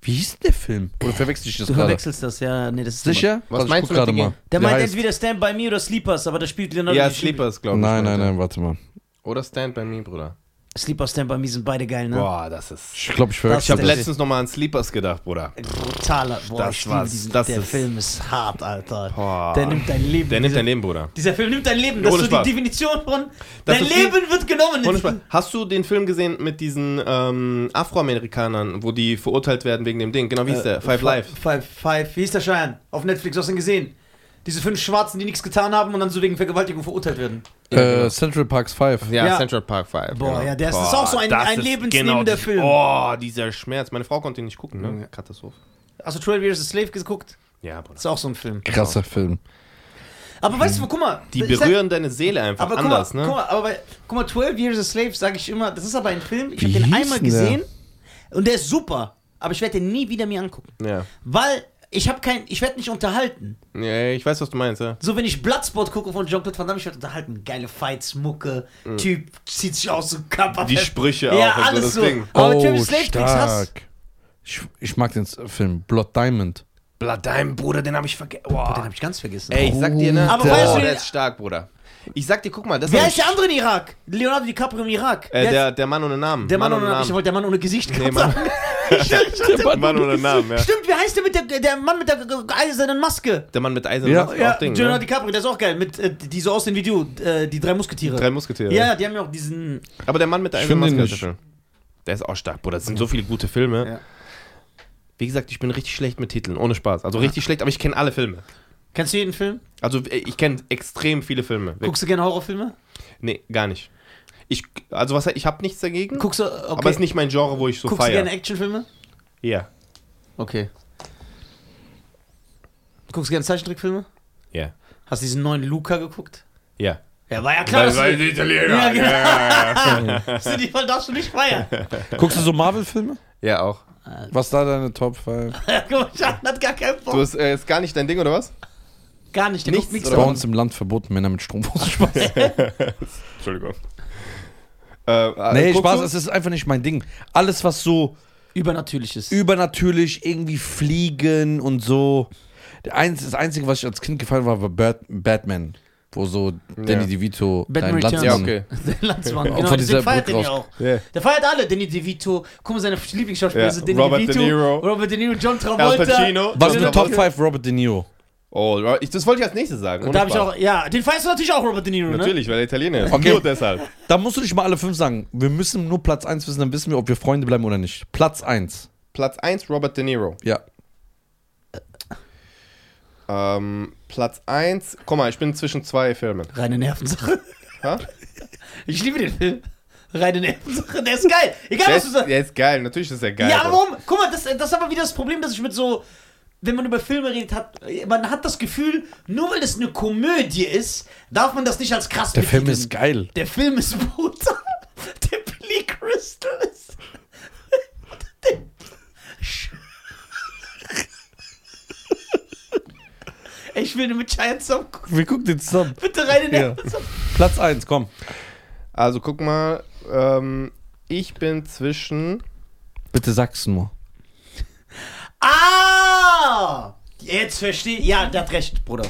S2: Wie hieß denn der Film? Oder verwechsel ich das
S1: Du
S2: gerade?
S1: verwechselst das, ja, nee, das ist
S2: Sicher?
S3: Was
S2: ich
S3: meinst
S2: guck
S3: du mit
S2: gerade
S3: den
S2: mal.
S1: Der
S2: Wie
S1: meint
S2: heißt-
S1: entweder Stand by Me oder Sleepers, aber da spielt Leonardo
S3: Ja,
S1: DiCaprio.
S3: Sleepers, glaube ich.
S2: Nein, nein,
S3: meinte.
S2: nein, warte mal.
S3: Oder Stand By Me, Bruder.
S1: Sleeper, Stand by Me sind beide geil, ne?
S3: Boah, das ist...
S2: Ich glaube, ich
S1: Das
S3: Ich habe
S2: verwechsel das.
S3: letztens nochmal an Sleepers gedacht, Bruder.
S1: Brutaler. Boah,
S3: Das
S1: ich liebe
S3: war's,
S1: diesen,
S3: das
S1: der
S3: ist-
S1: Film ist hart, Alter.
S3: Boah.
S1: Der nimmt dein Leben.
S3: Der nimmt
S1: Dieser-
S3: dein Leben, Bruder.
S1: Dieser Film nimmt dein Leben. Das
S3: Ohne
S1: ist so
S3: Spaß.
S1: die Definition von
S3: Das
S1: dein
S3: ist die-
S1: Leben wird genommen.
S3: Ohne Spaß. Hast du den Film gesehen mit diesen ähm, Afroamerikanern, wo die
S1: Äh,
S3: verurteilt werden wegen dem Ding? Genau, wie hieß der? Five Live.
S1: Five, Five. Wie hieß der Schein? Auf Netflix hast du ihn gesehen. Diese fünf Schwarzen, die nichts getan haben und dann so wegen Vergewaltigung verurteilt werden.
S2: Äh, Central Parks 5.
S3: Ja,
S1: Ja.
S3: Central Park genau. 5.
S1: Boah, ja, der ist- das ist auch so ein- ein lebensnehmender Film.
S3: Oh, genau dieser Schmerz. Meine Frau konnte ihn nicht gucken, ne? Katastrophe.
S1: Hast du 12 Years a Slave geguckt?
S3: Ja, Bruder.
S1: Ist auch so ein Film.
S3: genau.
S2: Krasser Film.
S1: Aber weißt du, guck mal.
S3: Die
S1: ich sag-
S3: berühren deine Seele einfach
S1: aber
S3: anders,
S1: guck mal,
S3: ne?
S1: Guck mal, aber bei, guck mal, 12 Years a Slave sage ich immer, das ist aber ein Film, ich habe
S2: Wie
S1: den
S2: hieß
S1: einmal
S2: denn der?
S1: gesehen und der ist super, aber ich werde den nie wieder mir angucken,
S3: Ja.
S1: weil ich habe kein ich werde nicht unterhalten.
S3: ja, ich weiß, was du meinst, ja.
S1: So wenn ich Bloodsport gucke von Jean-Claude Van Damme, ich werde unterhalten, geile Fights, Mucke, Typ zieht sich aus dem Körper.
S3: Mhm. Die
S1: fest.
S3: Sprüche
S1: ja,
S3: auch und so
S1: alles
S3: das
S1: so.
S3: Ding. Oh,
S1: Aber mit 12 Years a Slave kriegst du Hass.
S2: Oh, stark. Ich, ich mag den Film Blood Diamond.
S3: Blood Diamond, Bruder, den habe ich vergessen.
S1: Den habe ich ganz vergessen.
S3: Ey, ich sag dir, ne?
S1: Aber
S3: Boah,
S1: weißt du-
S3: der ist stark, Bruder. Ich sag dir, guck mal, das
S1: Wer
S3: hab
S1: ist
S3: ich-
S1: der andere in Irak? Leonardo DiCaprio im Irak.
S3: äh,
S1: Wer ist-
S3: der, der Mann ohne Namen.
S1: der Mann, ohne Namen. Ich wollte der Mann ohne Gesicht. Nee, Mann. ich, ich, ich,
S3: Der Mann ohne Namen, ja.
S1: Stimmt, wie heißt der mit der, der Mann mit der ge- ge- eisernen Maske?
S3: Der Mann mit eisernen
S2: Ja,
S3: Maske,
S1: Ja,
S3: auch Ding,
S1: Leonardo
S3: ne?
S1: DiCaprio, der ist auch geil, mit, äh, die so aussehen wie du, äh, die drei Musketiere.
S3: Drei Musketiere.
S1: ja, ja, die haben ja auch diesen.
S3: Aber der Mann mit der
S2: Ich
S3: eisernen Maske
S2: find den
S3: ist der Film. Der ist auch stark, Bruder. Das sind so viele gute Filme.
S1: Ja.
S3: Wie gesagt, ich bin richtig schlecht mit Titeln, ohne Spaß. Also richtig schlecht, aber ich kenne alle Filme.
S1: Kennst du jeden Film?
S3: Also äh, ich kenne extrem viele Filme. Wirklich.
S1: Guckst du gerne Horrorfilme?
S2: Mhm.
S3: Nee, gar nicht. Ich, also was, ich habe nichts dagegen,
S1: Guckst du, okay.
S3: aber ist nicht mein Genre, wo ich so
S1: Guckst du gerne
S3: feiere.
S1: Actionfilme?
S3: Ja,
S1: Okay. Guckst du gerne Zeichentrickfilme?
S3: ja,
S1: Hast du diesen neuen Luca geguckt?
S3: ja.
S1: Ja, war ja klar. dass du-
S3: Italiener.
S1: Ja, genau.
S3: ja,
S1: Hast du die voll darfst du nicht feiern.
S2: Guckst du so Marvel-Filme?
S3: ja, auch.
S2: Was da deine Top 5?
S1: Guck mal, Schaden hat gar keinen
S3: Du
S1: Bock.
S3: ist, äh, ist gar nicht dein Ding, oder was?
S1: Gar nicht, der
S3: Nichts
S1: guckt nichts
S2: Bei
S3: oder was?
S1: davon.
S2: uns im Land verboten Männer mit Strumpfhosen. Spaß.
S3: Entschuldigung. Äh, äh,
S2: Nee,
S3: guckst
S2: Spaß,
S3: du?
S2: es ist einfach nicht mein Ding. Alles, was so
S1: Übernatürliches.
S2: übernatürlich irgendwie fliegen und so. Der einz, das Einzige, was ich als Kind gefallen war, war Bat Batman. Wo so Danny DeVito
S1: Batman
S2: dein
S1: Returns.
S2: Landsmann.
S1: Ja,
S2: Ja,
S3: okay.
S1: Der Landsmann,
S2: Auch
S1: genau.
S2: von
S1: Deswegen
S2: dieser
S1: feiert
S2: Brücke
S1: den ja
S2: raus.
S1: auch.
S3: Ja.
S1: Der feiert alle. Danny DeVito. Guck mal, seine Lieblingsschauspieler
S3: Ja,
S1: sind Danny
S3: Robert De
S1: DeVito.
S3: Niro.
S1: Robert De Niro, John
S3: Al
S1: Travolta.
S3: Pacino.
S2: Was
S3: John
S2: mit
S3: Travolta.
S2: Top 5 Robert De Niro?
S3: Oh, Ro- ich, das wollte ich als nächstes sagen.
S1: Und
S3: ohne
S1: da hab ich
S3: Spaß.
S1: auch, ja, den feierst du natürlich auch, Robert De Niro, ne?
S3: Natürlich, weil er Italiener ist.
S2: Okay.
S3: Nur deshalb.
S2: Da musst du nicht mal alle fünf sagen. Wir müssen nur Platz 1 wissen, dann wissen wir, ob wir Freunde bleiben oder nicht. Platz 1.
S3: Platz 1, Robert De Niro.
S2: Ja.
S3: Ähm, Platz 1, guck mal, ich bin zwischen zwei Filmen.
S1: Reine Nervensache.
S3: Ha?
S1: Ich liebe den Film. Reine Nervensache. Der ist geil. Egal,
S3: Der
S1: was du
S3: ist,
S1: sagst.
S3: der ist geil, natürlich ist er geil.
S1: ja, aber
S3: Bro.
S1: warum? Guck mal, das, das ist aber wieder das Problem, dass ich mit so. Wenn man über Filme redet, hat, man hat das Gefühl, nur weil es eine Komödie ist, darf man das nicht als krass
S2: Der Film
S1: betiteln.
S2: ist geil.
S1: Der Film ist brutal. Der Billy Crystal ist. Der Sch- Ey, Ich will mit Giant Song gucken.
S2: Wir gucken den zusammen.
S1: Bitte rein in
S2: Ja.
S1: den Episode.
S2: Platz 1, komm.
S3: Also guck mal, ähm, ich bin zwischen.
S2: Bitte sag's nur.
S1: Ah! Jetzt verstehe ich. Ja, der hat recht, Bruder.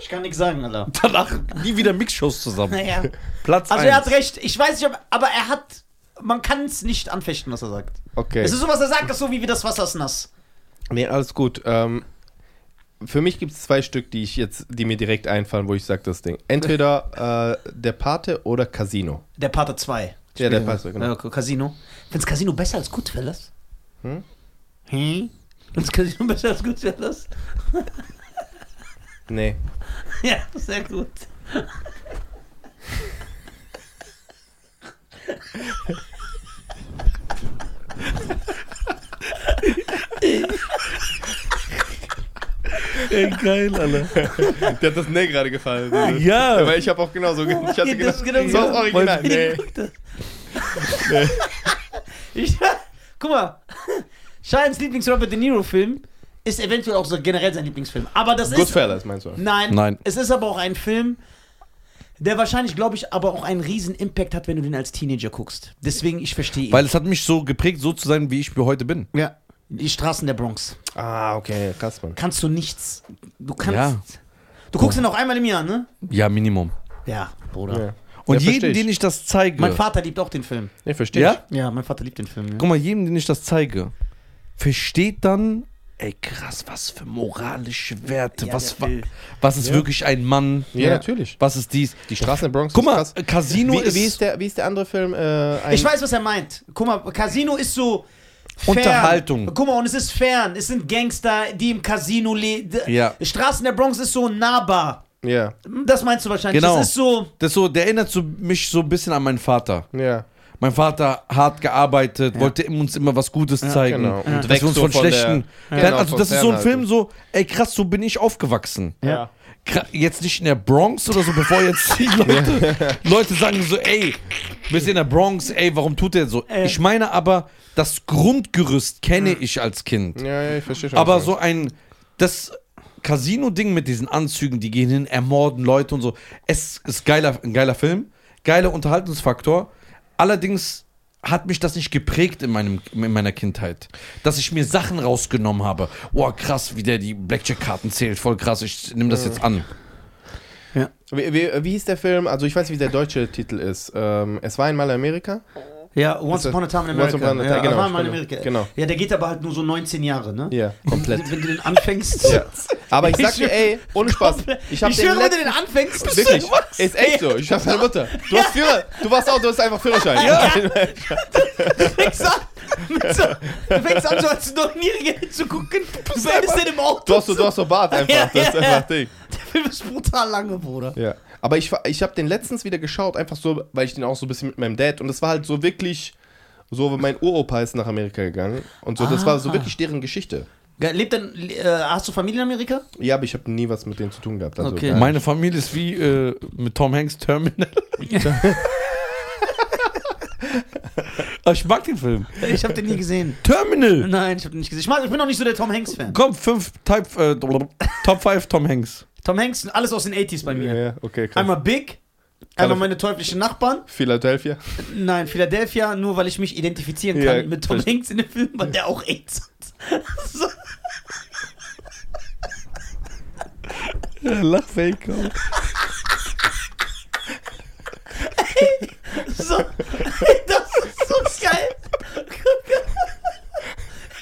S1: Ich kann nichts sagen, Alter.
S2: Danach nie wieder Mixshows zusammen.
S1: Naja.
S2: Platz 1.
S1: Also, er hat recht. Ich weiß nicht, ob, aber er hat. Man kann es nicht anfechten, was er sagt.
S3: Okay.
S1: Es ist so, was er sagt, das ist so wie wir das Wasser ist nass.
S3: Nee, alles gut. Ähm, für mich gibt es zwei Stück, die ich jetzt, die mir direkt einfallen, wo ich sage das Ding. Entweder äh, Der Pate oder Casino.
S1: Der Pate 2.
S3: Ja, der Pate, genau.
S1: Ja, Äh, Casino. Findest Casino besser als Goodfellas? Hm? Hm? Findest Casino besser als Goodfellas?
S3: Nee.
S1: Ja, sehr gut.
S2: Ey, geil, Alter. Ah,
S3: Der hat das Nee gerade gefallen.
S2: Ja.
S3: Aber ich habe auch genauso. ge- Ich hatte
S1: Ja, das
S3: genau,
S1: ist genau
S3: so das
S1: so.
S3: Original. Nee.
S1: Guck das. ich, guck mal, Shines Lieblings-Robert De Niro-Film ist eventuell auch so generell sein Lieblingsfilm. Aber das ist.
S3: Goodfellas meinst du?
S1: Nein,
S2: Nein.
S1: Es ist aber auch ein Film, der wahrscheinlich, glaube ich, aber auch einen riesen Impact hat, wenn du den als Teenager guckst. Deswegen, ich verstehe ihn.
S2: Weil es hat mich so geprägt, so zu sein, wie ich mir heute bin.
S1: ja. Die Straßen der Bronx.
S3: Ah, okay, krass, Mann.
S1: kannst du nichts. Du kannst.
S2: Ja.
S1: Du guckst ihn auch einmal im Jahr, ne?
S2: Ja, Minimum.
S1: Ja, Bruder.
S3: Ja.
S2: Und
S3: Ja, versteh
S2: jedem,
S3: ich.
S2: den ich das zeige,
S1: Mein Vater liebt auch den Film.
S3: Nee, verstehe
S2: ja?
S1: Ja, mein Vater liebt den Film. Ja.
S2: Guck mal, jedem, den ich das zeige, versteht dann, ey krass, was für moralische Werte,
S1: Ja,
S2: was,
S1: der will.
S2: wa- was ist wirklich ein Mann,
S3: ich. Ja, natürlich.
S2: was ist dies.
S3: Die Straßen in Bronx
S2: Guck mal,
S3: ist krass.
S2: Casino
S3: Wie,
S2: ist,
S3: wie, ist der, wie ist der andere Film? Äh, ein
S1: Ich weiß, was er meint. Guck mal, Casino ist so. Fern.
S2: Unterhaltung.
S1: Guck mal, und es ist fern. Es sind Gangster, die im Casino leben.
S2: Ja.
S1: Straßen der Bronx ist so nahbar.
S3: Ja,
S1: Das meinst du wahrscheinlich.
S2: Genau.
S1: Das ist so.
S2: Das so, der erinnert so, mich so ein bisschen an meinen Vater.
S3: ja.
S2: Mein Vater hart gearbeitet, wollte uns immer was Gutes zeigen.
S3: genau. Und
S2: dass
S3: weg
S2: wir uns
S3: so
S2: von
S3: von
S2: schlechten.
S3: der-
S2: Dann,
S3: Genau,
S2: also
S3: von
S2: das ist so ein
S3: Fernhaltung.
S2: Film so, ey krass, so bin ich aufgewachsen.
S3: Ja.
S2: Kra- Jetzt nicht in der Bronx oder so, bevor jetzt die Leute, Leute sagen so, ey, bist in der Bronx, ey, warum tut der so? Ich meine aber, das Grundgerüst kenne
S3: Mhm.
S2: ich als Kind.
S3: Ja, ja, ich verstehe schon.
S2: Aber
S3: was du
S2: so ein, das Casino-Ding mit diesen Anzügen, die gehen hin, ermorden Leute und so. Es ist geiler, ein geiler Film, geiler Unterhaltungsfaktor. Allerdings hat mich das nicht geprägt in, meinem, in meiner Kindheit. Dass ich mir Sachen rausgenommen habe. Boah, krass, wie der die Blackjack-Karten zählt. Voll krass, ich nehme das jetzt an.
S3: Wie, wie, wie hieß der Film? Also ich weiß nicht, wie der deutsche Titel ist. Ähm, es war einmal Amerika.
S1: Ja, Once
S3: Das ist-
S1: Upon a Time in
S3: Once
S1: America.
S3: Upon a Time,
S1: ja,
S3: genau,
S1: war mal in
S3: genau,
S1: Amerika.
S3: genau.
S1: Ja, der geht aber halt nur so 19 Jahre, ne?
S3: Ja, komplett.
S1: Wenn du den anfängst.
S3: ja. Aber ich sag dir, ey, ohne Spaß. Ich
S1: Ich,
S3: hab
S1: ich
S3: den
S1: höre, wenn du
S3: letzten,
S1: den anfängst, bist
S3: Wirklich,
S1: du was?
S3: ist echt so. Ich schaffe deine Mutter. Du hast Führer, du warst auch, du hast einfach Führerschein.
S1: fängst an, mit so, du fängst an, so als Neunjähriger hinzugucken. Du bleibst denn im Auto.
S3: Du hast so, du hast so Bart einfach.
S1: Ja,
S3: das ist
S1: ja,
S3: einfach Ding.
S1: Der Film ist brutal lange, Bruder.
S3: Ja. Aber ich, war- ich habe den letztens wieder geschaut, einfach so, weil ich den auch so ein bisschen mit meinem Dad und das war halt so wirklich so, mein Uropa ist nach Amerika gegangen und so, das war
S1: Ah.
S3: so wirklich deren Geschichte.
S1: Ge- Lebt denn, äh, hast du Familie in Amerika?
S3: Ja, aber ich habe nie was mit denen zu tun gehabt. Also
S1: Okay.
S3: gar nicht.
S2: Meine Familie ist wie äh, mit Tom Hanks Terminal. Aber Ah, ich mag den Film.
S1: Ich habe den nie gesehen.
S2: Terminal!
S1: Nein, ich habe den nicht gesehen. Ich, mag, ich bin auch nicht so der Tom Hanks-Fan.
S2: Komm, fünf, type, äh, Top 5 Tom Hanks.
S1: Tom Hanks, alles aus den 80s bei mir.
S3: Ja, ja, okay, krass.
S1: Einmal Big, einmal meine teuflischen Nachbarn.
S3: Philadelphia.
S1: Nein, Philadelphia, nur weil ich mich identifizieren kann
S3: Ja,
S1: mit Tom
S3: verstehe.
S1: Hanks in dem Film, weil der auch AIDS hat. So.
S11: Lachfake.
S1: So, das ist so geil.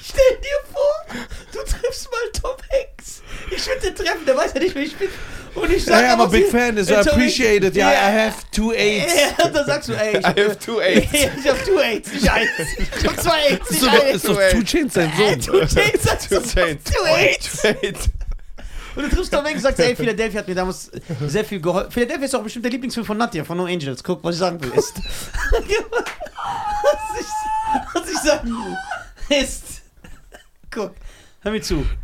S1: Stell dir vor, du triffst mal Tom Hanks. Ich würde den treffen, der weiß ja nicht, wer ich bin. Und ich sage
S2: I am a big fan, so I appreciate it. Yeah, I have two AIDS.
S1: Ja, dann sagst du, ey, ich hab,
S3: I have two AIDS.
S1: ich hab two AIDS, nicht eins. Ich hab zwei AIDS, nicht
S2: Sogar ist
S1: eins.
S2: doch Two Chainz sein Sohn.
S1: Two AIDS, sagst du,
S3: Two Chainz.
S1: two AIDS.
S3: Two AIDS.
S1: Und du triffst Tom Hanks und sagst, ey, Philadelphia hat mir damals sehr viel geholfen. Philadelphia ist auch bestimmt der Lieblingsfilm von Nadja, von No Angels. Guck, was ich sagen will, ist. was, ich, was ich sagen will, ist. Guck, hör mir zu.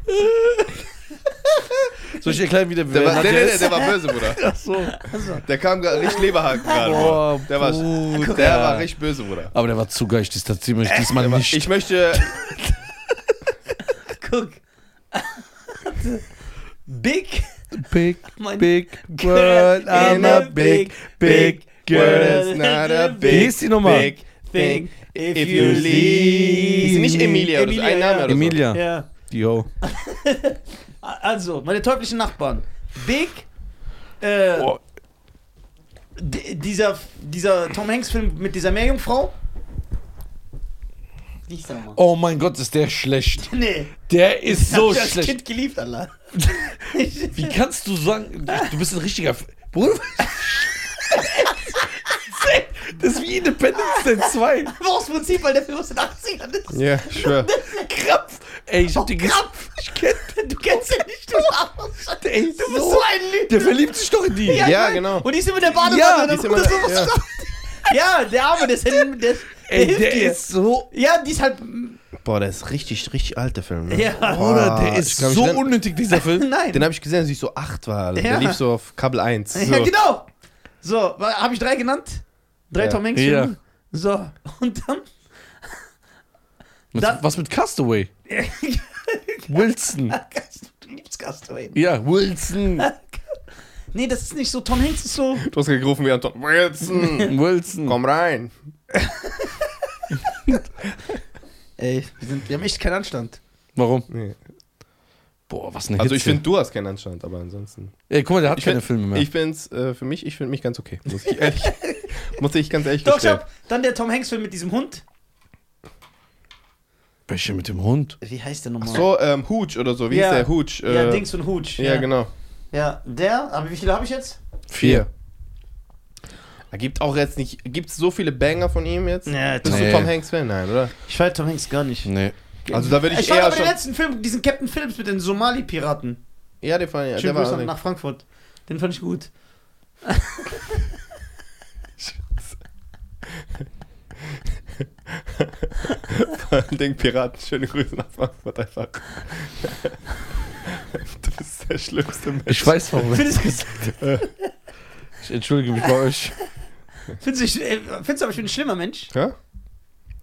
S2: Soll ich erklären, wie der
S3: Der war,
S2: wer
S3: nee, nee,
S2: Nadja
S3: nee,
S2: ist?
S3: der war böse, Bruder. Der kam gar richtig Leberhaken gerade.
S2: Boah,
S3: Bruder. Der war, der
S2: Bruder.
S3: war richtig böse, Bruder.
S2: Aber der war zu geil, das das ziehen wir diesmal nicht.
S3: Ich möchte.
S1: Guck. Big,
S2: big,
S1: mein
S2: big world, I'm a big, big girl.
S3: World is not a
S2: Wie
S3: big
S2: hieß die nochmal?
S3: Big
S1: thing, if,
S3: If
S1: you
S3: you
S1: leave.
S3: leave. Nicht Emilia, oder so,
S1: Emilia,
S3: ein Name
S1: ja.
S3: oder so.
S2: Emilia.
S1: Ja.
S2: Yo.
S1: Also, meine teuflischen Nachbarn. Big, äh,
S2: Oh.
S1: d- dieser, dieser Tom Hanks-Film mit dieser Meerjungfrau. Wie hieß der nochmal?
S2: Oh mein Gott, ist der schlecht.
S1: Nee,
S2: Der ist so
S1: ich hab als
S2: schlecht.
S1: Kind geliebt, Allah.
S2: Wie kannst du sagen, du bist ein richtiger. F Bruder? Das ist wie Independence Day 2.
S1: Aber aus Prinzip, weil der Film aus den 80ern ist.
S3: Ja, ich schwör.
S2: Krampf. Ey, ich hab den ges-
S1: Krampf.
S2: Ich kenn
S1: Du kennst den nicht, du Arsch.
S2: Ey,
S1: Du bist
S2: Oh. so-
S1: so ein Lügner.
S2: Der verliebt sich doch in die.
S3: Ja,
S1: ich mein,
S3: genau.
S1: Und die ist immer in der Badewanne. ne?
S2: Ja,
S1: und
S3: die
S1: dann
S3: ist immer
S1: wurde
S3: in der-
S1: sowas ja. ja, der Arme, der ist hin, der, der
S2: Ey,
S1: hilft
S2: der
S1: dir.
S2: ist so.
S1: ja, die ist halt.
S3: Boah, der ist richtig, richtig alt, der Film. Ne?
S1: Ja.
S2: Bruder, der
S3: ich
S2: ist
S3: glaub, ich
S2: so
S3: nenn-
S2: unnötig, dieser Film.
S1: Nein.
S3: Den habe ich gesehen, als ich so acht war. Alter.
S1: Ja.
S3: Der lief so auf Kabel 1. So.
S1: Ja, genau. So, habe ich drei genannt? Drei
S3: Ja.
S1: Tom Hanks
S2: Ja.
S1: Filme? So, und dann
S2: Mit,
S1: Da-
S2: was mit Castaway? Wilson.
S1: du liebst Castaway.
S2: Ja,
S1: Hm.
S2: Wilson.
S1: Nee, das ist nicht so. Tom Hanks ist so.
S3: Du hast gerufen wie Anton Wilson.
S2: Wilson.
S3: Komm rein.
S1: Ey, wir, sind, wir haben echt keinen Anstand.
S2: Warum?
S3: Nee.
S2: Boah, was eine
S3: Also ich
S2: Hitze.
S3: finde, du hast keinen Anstand, aber ansonsten.
S2: Ey, guck mal, der hat
S3: Ich
S2: keine
S3: find-
S2: Filme mehr.
S3: Ich bin's, äh, für mich, ich finde mich ganz okay. Muss ich, ehrlich, muss ich ganz ehrlich
S1: Doch, ich
S3: gestehen.
S1: hab dann der Tom Hanks Film mit diesem Hund.
S2: Welche mit dem Hund?
S1: Wie heißt der nochmal?
S3: So, ähm, Hooch oder so. Wie
S1: Ja.
S3: ist der? Hooch. Äh,
S1: ja, Dings und Hooch.
S3: Ja, genau.
S1: Ja, der. Aber wie viele habe ich jetzt?
S2: Vier.
S3: Da gibt auch jetzt nicht. Gibt es so viele Banger von ihm jetzt?
S1: Ja,
S3: Bist
S2: nee.
S3: du Tom Hanks Fan? Nein, oder?
S1: Ich feier Tom Hanks gar nicht.
S2: Nee.
S3: Also da würde ich,
S1: Äh, Ich feier
S3: eher
S1: aber den
S3: schon.
S1: letzten Film, diesen Captain Phillips mit den Somali-Piraten.
S3: Ja, der, fand,
S1: Schönen
S3: der
S1: Grüße
S3: war.
S1: nach Frankfurt. Den fand ich gut.
S3: Den Piraten, schöne Grüße nach Frankfurt einfach. Du bist der schlimmste Mensch.
S4: Ich weiß warum.
S1: Findest du
S4: Ich entschuldige mich bei euch.
S1: findest du, äh, findest du aber, ich bin ein schlimmer Mensch?
S3: Ja?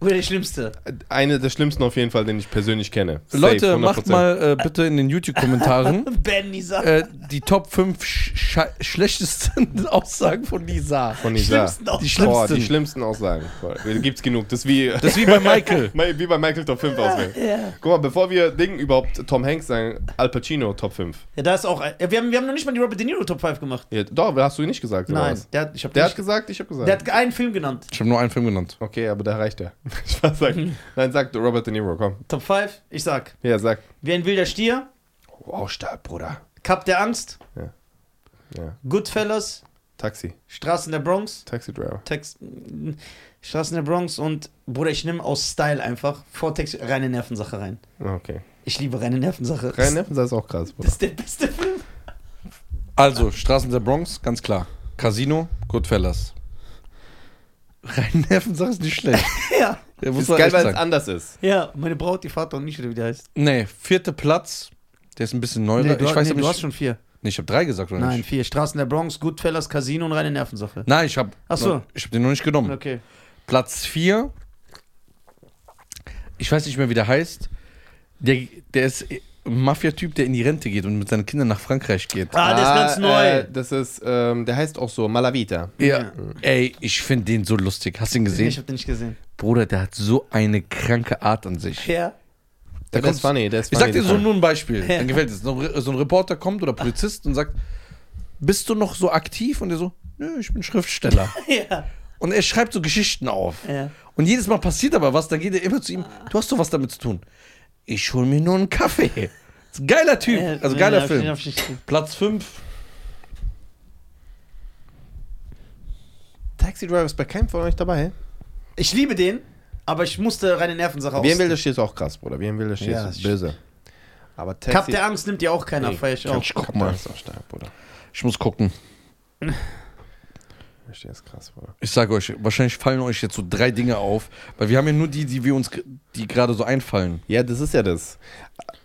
S1: Oder der Schlimmste?
S3: Einer der schlimmsten auf jeden Fall, den ich persönlich kenne. Safe,
S4: Leute,
S3: 100%.
S4: macht mal äh, bitte in den YouTube-Kommentaren
S1: Ben Nisa.
S4: äh, die Top 5 sch sche- schlechtesten Aussagen von Nisa.
S3: Von Nizar.
S1: Schlimmsten auch.
S4: Die
S3: Boah,
S4: schlimmsten.
S3: die schlimmsten Aussagen. Voll. Gibt's genug. Das ist wie,
S4: das ist wie bei Michael.
S3: wie bei Michael Top 5 auswählen.
S1: Ja.
S3: Guck mal, bevor wir Ding überhaupt Tom Hanks sagen, Al Pacino Top 5.
S1: ja, da ist auch. ein- Ja, wir, haben, wir haben noch nicht mal die Robert De Niro Top 5 gemacht.
S3: Ja, doch, hast du nicht gesagt, oder
S1: Nein,
S3: was?
S1: der hat, ich hab
S3: Der hat
S1: nicht,
S3: gesagt, ich habe gesagt.
S1: der hat einen Film genannt.
S2: Ich habe nur einen Film genannt.
S3: okay, aber da reicht er. Ich was sagen. Nein, sag Robert De Niro, komm.
S1: Top 5, ich sag.
S3: Ja, sag.
S1: Wie ein wilder Stier,
S4: Oh,
S3: Wow, stark, Bruder.
S1: Kap der Angst,
S3: Ja.
S1: Goodfellas,
S3: Taxi.
S1: Straßen der Bronx,
S3: Taxi Driver.
S1: Text, Straßen der Bronx und Bruder, ich nehme aus Style einfach Vortex reine Nervensache rein.
S3: Okay.
S1: Ich liebe reine Nervensache.
S3: Ryan Neffen ist auch krass, Bruder.
S1: Das ist der beste Film.
S2: Also, Straßen der Bronx, ganz klar. Casino, Goodfellas.
S4: Rein Nervensache ist nicht schlecht.
S1: Ja.
S4: Der
S3: Das
S4: muss
S3: ist
S4: man
S3: geil,
S4: echt
S3: weil es
S4: sagen.
S3: anders ist.
S1: Ja, meine Braut, die Vater und nicht, wie der heißt.
S2: Nee, vierter Platz. Der ist ein bisschen neuer.
S1: Nee, du,
S2: ich weiß
S1: nee,
S2: aber
S1: du hast
S2: nicht.
S1: schon vier.
S2: Nee, ich habe drei gesagt, oder
S1: Nein,
S2: nicht?
S1: vier. Straßen der Bronx, Goodfellas, Casino und reine Nervensache.
S2: Nein, ich habe
S1: Ach so.
S2: ich hab den noch nicht genommen.
S1: Okay.
S2: Platz 4. Ich weiß nicht mehr, wie der heißt. Der, der ist ein Mafia-Typ, der in die Rente geht und mit seinen Kindern nach Frankreich geht.
S1: Ah, der ist ganz neu.
S3: Äh, das ist, ähm, der heißt auch so, Malavita.
S2: Ja. Ey, ich finde den so lustig. Hast du ihn
S1: Nee, ich
S2: gesehen?
S1: hab den nicht gesehen.
S2: Bruder, der hat so eine kranke Art an sich.
S1: Ja.
S3: Der,
S2: kommt-
S3: ist funny, der ist
S2: Ich sag
S3: funny.
S2: dir so
S3: davon.
S2: nur ein Beispiel. Dann gefällt es. So ein Re- so ein Reporter kommt oder Polizist und sagt: Bist du noch so aktiv? Und der so: Nö, ich bin Schriftsteller.
S1: Ja.
S2: Und er schreibt so Geschichten auf.
S1: Ja. Ah.
S2: Und jedes Mal passiert aber was, dann geht er immer zu ihm, du hast doch was damit zu tun. Ich hol mir nur einen Kaffee. Ist ein geiler Typ, also geiler
S1: ja,
S2: Film.
S1: hab ich nicht gesehen.
S2: Platz 5.
S3: Taxi Driver ist bei keinem von euch dabei.
S1: Ich liebe den, aber ich musste reine Nervensache
S3: Wie ein
S1: aus.
S3: Wilder Stier ist auch krass, Bruder. Wie ein Wilder Stier
S1: Ja,
S3: ist böse. Aber
S1: Kap
S3: Taxi
S1: der Angst nimmt ja auch keiner, feier ich auch.
S2: Ich guck mal.
S3: ist auch stark, Bruder.
S2: Ich muss gucken.
S3: Wilder Stier ist krass, Bruder.
S2: Ich sage euch, wahrscheinlich fallen euch jetzt so drei Dinge auf, weil wir haben ja nur die, die wir uns, g- die gerade so einfallen.
S3: Ja, das ist ja das.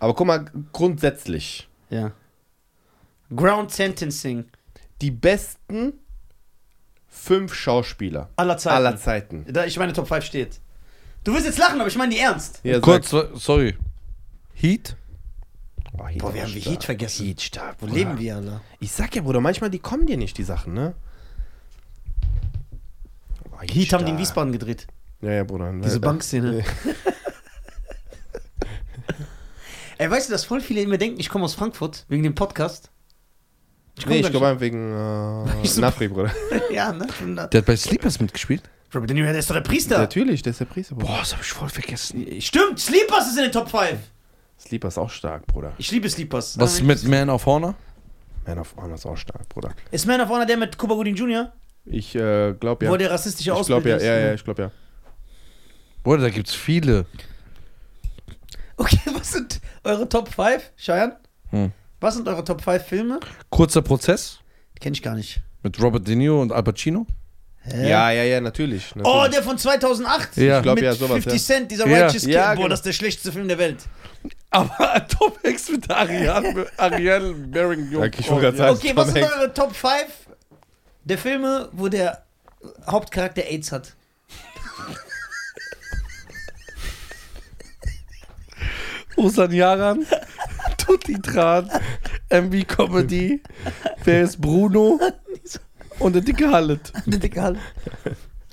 S3: Aber guck mal, grundsätzlich,
S1: Ja. Ground Sentencing
S3: die besten fünf Schauspieler
S1: aller Zeiten.
S3: aller Zeiten.
S1: Da ich meine Top 5 steht. Du wirst jetzt lachen, aber ich meine die ernst.
S3: Ja,
S2: Kurz, so- sorry. Heat?
S3: sag- Boah, Heat
S1: Boah, wir haben die Heat vergessen.
S3: Heat stark,
S1: Wo
S3: Bruder.
S1: leben wir alle?
S3: Ich sag ja, Bruder, manchmal die kommen dir nicht, die Sachen, ne? Boah,
S1: Heat haben die in
S3: stark.
S1: Wiesbaden gedreht.
S3: Ja, ja, Bruder.
S1: Diese Bankszene. Ey, weißt du, dass voll viele immer denken, ich komme aus Frankfurt wegen dem Podcast? Ich
S3: Nee, ich
S1: gar
S3: glaube einfach wegen äh, Nafri, Bruder.
S1: nicht. Ja, ne? Ich bin da-
S2: Der hat bei Sleepers mitgespielt?
S1: Robert De Niro, der ist doch der Priester.
S3: Natürlich, der ist der Priester, Bruder.
S2: Boah, das habe ich voll vergessen.
S1: Stimmt, Sleepers ist in den Top 5.
S3: Sleeper ist auch stark, Bruder.
S1: Ich liebe Sleepers.
S2: Was mit Man of Honor?
S3: Man of Honor ist auch stark, Bruder.
S1: Ist Man of Honor der mit Cuba Gooding Jr.,
S3: Ich äh, glaube ja.
S1: wo der rassistische
S3: ich glaube
S1: Ausbilder
S3: ja,
S1: ist?
S3: ja, ja, ich glaube ja.
S2: Bruder, da gibt's viele.
S1: Okay, was sind eure Top 5, Cheyenne?
S2: Hm.
S1: Was sind eure Top 5 Filme?
S2: Kurzer Prozess
S1: Kenn ich gar nicht.
S2: mit Robert De Niro und Al Pacino.
S1: Hä?
S3: Ja, ja, ja, natürlich.
S1: Oh,
S3: natürlich.
S1: der von 2008.
S2: Ja. Ich
S3: glaub,
S1: mit
S3: ja, sowas,
S1: 50
S3: ja.
S1: Cent, dieser
S2: Ja.
S1: Righteous
S3: Ja,
S1: Kid. Boah,
S3: genau.
S1: das ist der schlechteste Film der Welt.
S2: Aber Tom Hanks mit der Ariane, Ariel Barrington.
S3: Okay, ich wollte gerade sagen,
S1: Oh, Okay,
S3: Tom
S1: was sind
S3: Hanks.
S1: eure Top 5 der Filme, wo der Hauptcharakter AIDS hat?
S4: Usan Yaran, Tutti Tran, MV Comedy, wer ist Bruno und der dicke Hallet.
S1: Der dicke Halle.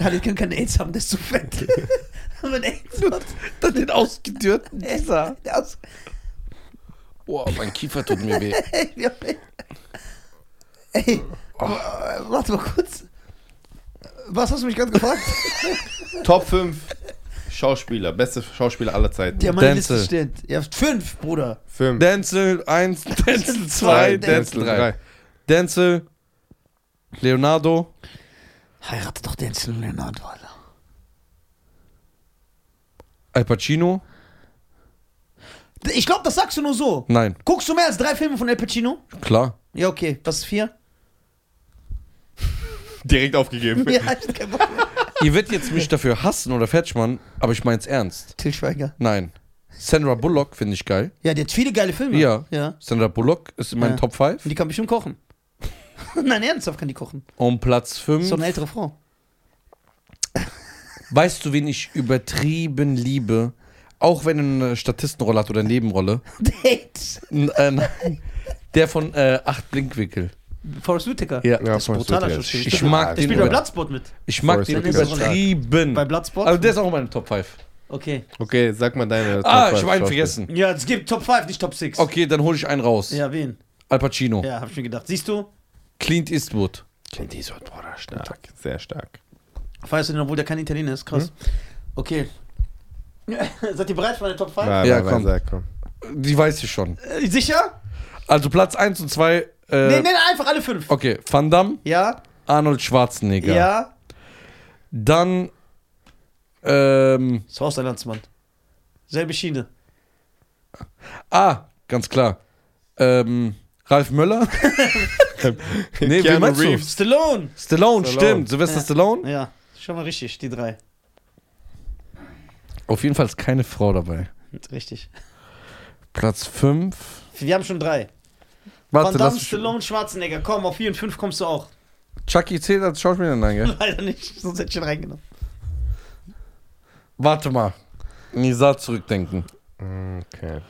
S1: Halle kann kein AIDS haben, der ist zu fett. Aber wenn AIDS hat,
S4: Dann den ausgedürrten
S1: der,
S4: dieser.
S1: der aus.
S2: Boah, mein Kiefer tut mir weh.
S1: Ey, wir haben- Ey,
S2: Oh.
S1: w- warte mal kurz. Was hast du mich gerade gefragt?
S3: Top 5 Schauspieler, beste Schauspieler aller Zeiten.
S1: Der meine Liste
S2: Denzel.
S1: steht. Ja, fünf, Bruder.
S3: 5,
S2: Denzel 1, Denzel 2, Denzel 3. Denzel, Leonardo,
S1: Heirate doch den Leonard, Alter.
S2: Al Pacino?
S1: Ich glaube, das sagst du nur so.
S2: Nein,
S1: Guckst du mehr als drei Filme von El Pacino?
S2: klar.
S1: Ja, okay. Was ist vier?
S3: Direkt aufgegeben.
S1: Ja, ich hab keinen Bock mehr.
S2: Ihr werdet jetzt mich dafür hassen oder fertig machen, aber ich mein's ernst.
S1: Till Schweiger.
S2: Nein. Sandra Bullock finde ich geil.
S1: Ja, der hat viele geile Filme.
S2: Ja.
S1: Ja.
S2: Sandra Bullock ist in meinen
S1: Ja.
S2: Top 5.
S1: Und die kann bestimmt kochen. Nein, ernsthaft kann die kochen.
S2: Und Platz
S1: Ist
S2: 5.
S1: doch eine ältere Frau.
S2: Weißt du, wen ich übertrieben liebe? Auch wenn er eine Statistenrolle hat oder eine Nebenrolle.
S1: Dates.
S2: N äh, nein. Der von äh, Acht Blinkwinkel.
S1: Forrest Whitaker.
S2: Ja.
S3: Ja,
S1: Das ist ein
S3: Forrest
S1: brutaler
S3: Whitaker.
S1: Schauspieler.
S2: Ich
S1: Der
S2: mag den, Hm.
S1: spielt bei
S2: über,
S1: Bloodsport mit.
S2: ich mag
S3: Forrest
S2: den
S3: Whitaker.
S2: übertrieben.
S1: Bei Bloodsport?
S2: Also der ist auch in meinem Top 5.
S1: Okay.
S3: Okay, sag mal
S2: Ah,
S3: deine. Top
S2: ich habe einen
S3: Schauspieler.
S2: vergessen.
S1: Ja, es gibt Top 5, nicht Top 6.
S2: Okay, dann hole ich einen raus.
S1: Ja, wen?
S2: Al Pacino.
S1: Ja, hab ich mir gedacht. Siehst du?
S2: Clint Eastwood.
S3: Clint Eastwood, Bruder, stark. Sehr stark.
S1: Feierst du den, obwohl der kein Italiener ist?
S2: Hm.
S1: Krass. Okay. Seid ihr bereit für eine Top 5?
S3: War,
S2: Ja,
S3: war, war,
S2: komm.
S3: Sag, komm.
S2: Die weiß ich schon.
S1: Äh, sicher?
S2: Also Platz 1 und 2. Äh,
S1: nee, nee, einfach alle fünf.
S2: Okay, Van Damme,
S1: Ja,
S2: Arnold Schwarzenegger.
S1: ja.
S2: Dann ähm,
S1: Das war aus der Landsmann. Selbe Schiene.
S2: Ah, ganz klar. Ähm, Ralf Möller? nee, wie
S3: Keanu
S2: meinst du?
S3: Reeves.
S1: Stallone!
S2: Stallone, stimmt. Sylvester Stallone?
S1: Ja, schon mal richtig, die drei.
S2: Auf jeden Fall ist keine Frau dabei.
S1: Richtig.
S2: Platz 5.
S1: Wir haben schon drei.
S2: Warte,
S1: Van Damme,
S2: lass
S1: Stallone, Schwarzenegger. Komm, auf vier und fünf kommst du auch.
S2: Chucky zählt als Schauspieler? Nein, gell?
S1: Leider nicht, sonst hätte ich schon reingenommen.
S2: Warte mal. Nisa zurückdenken.
S3: Mm, Okay.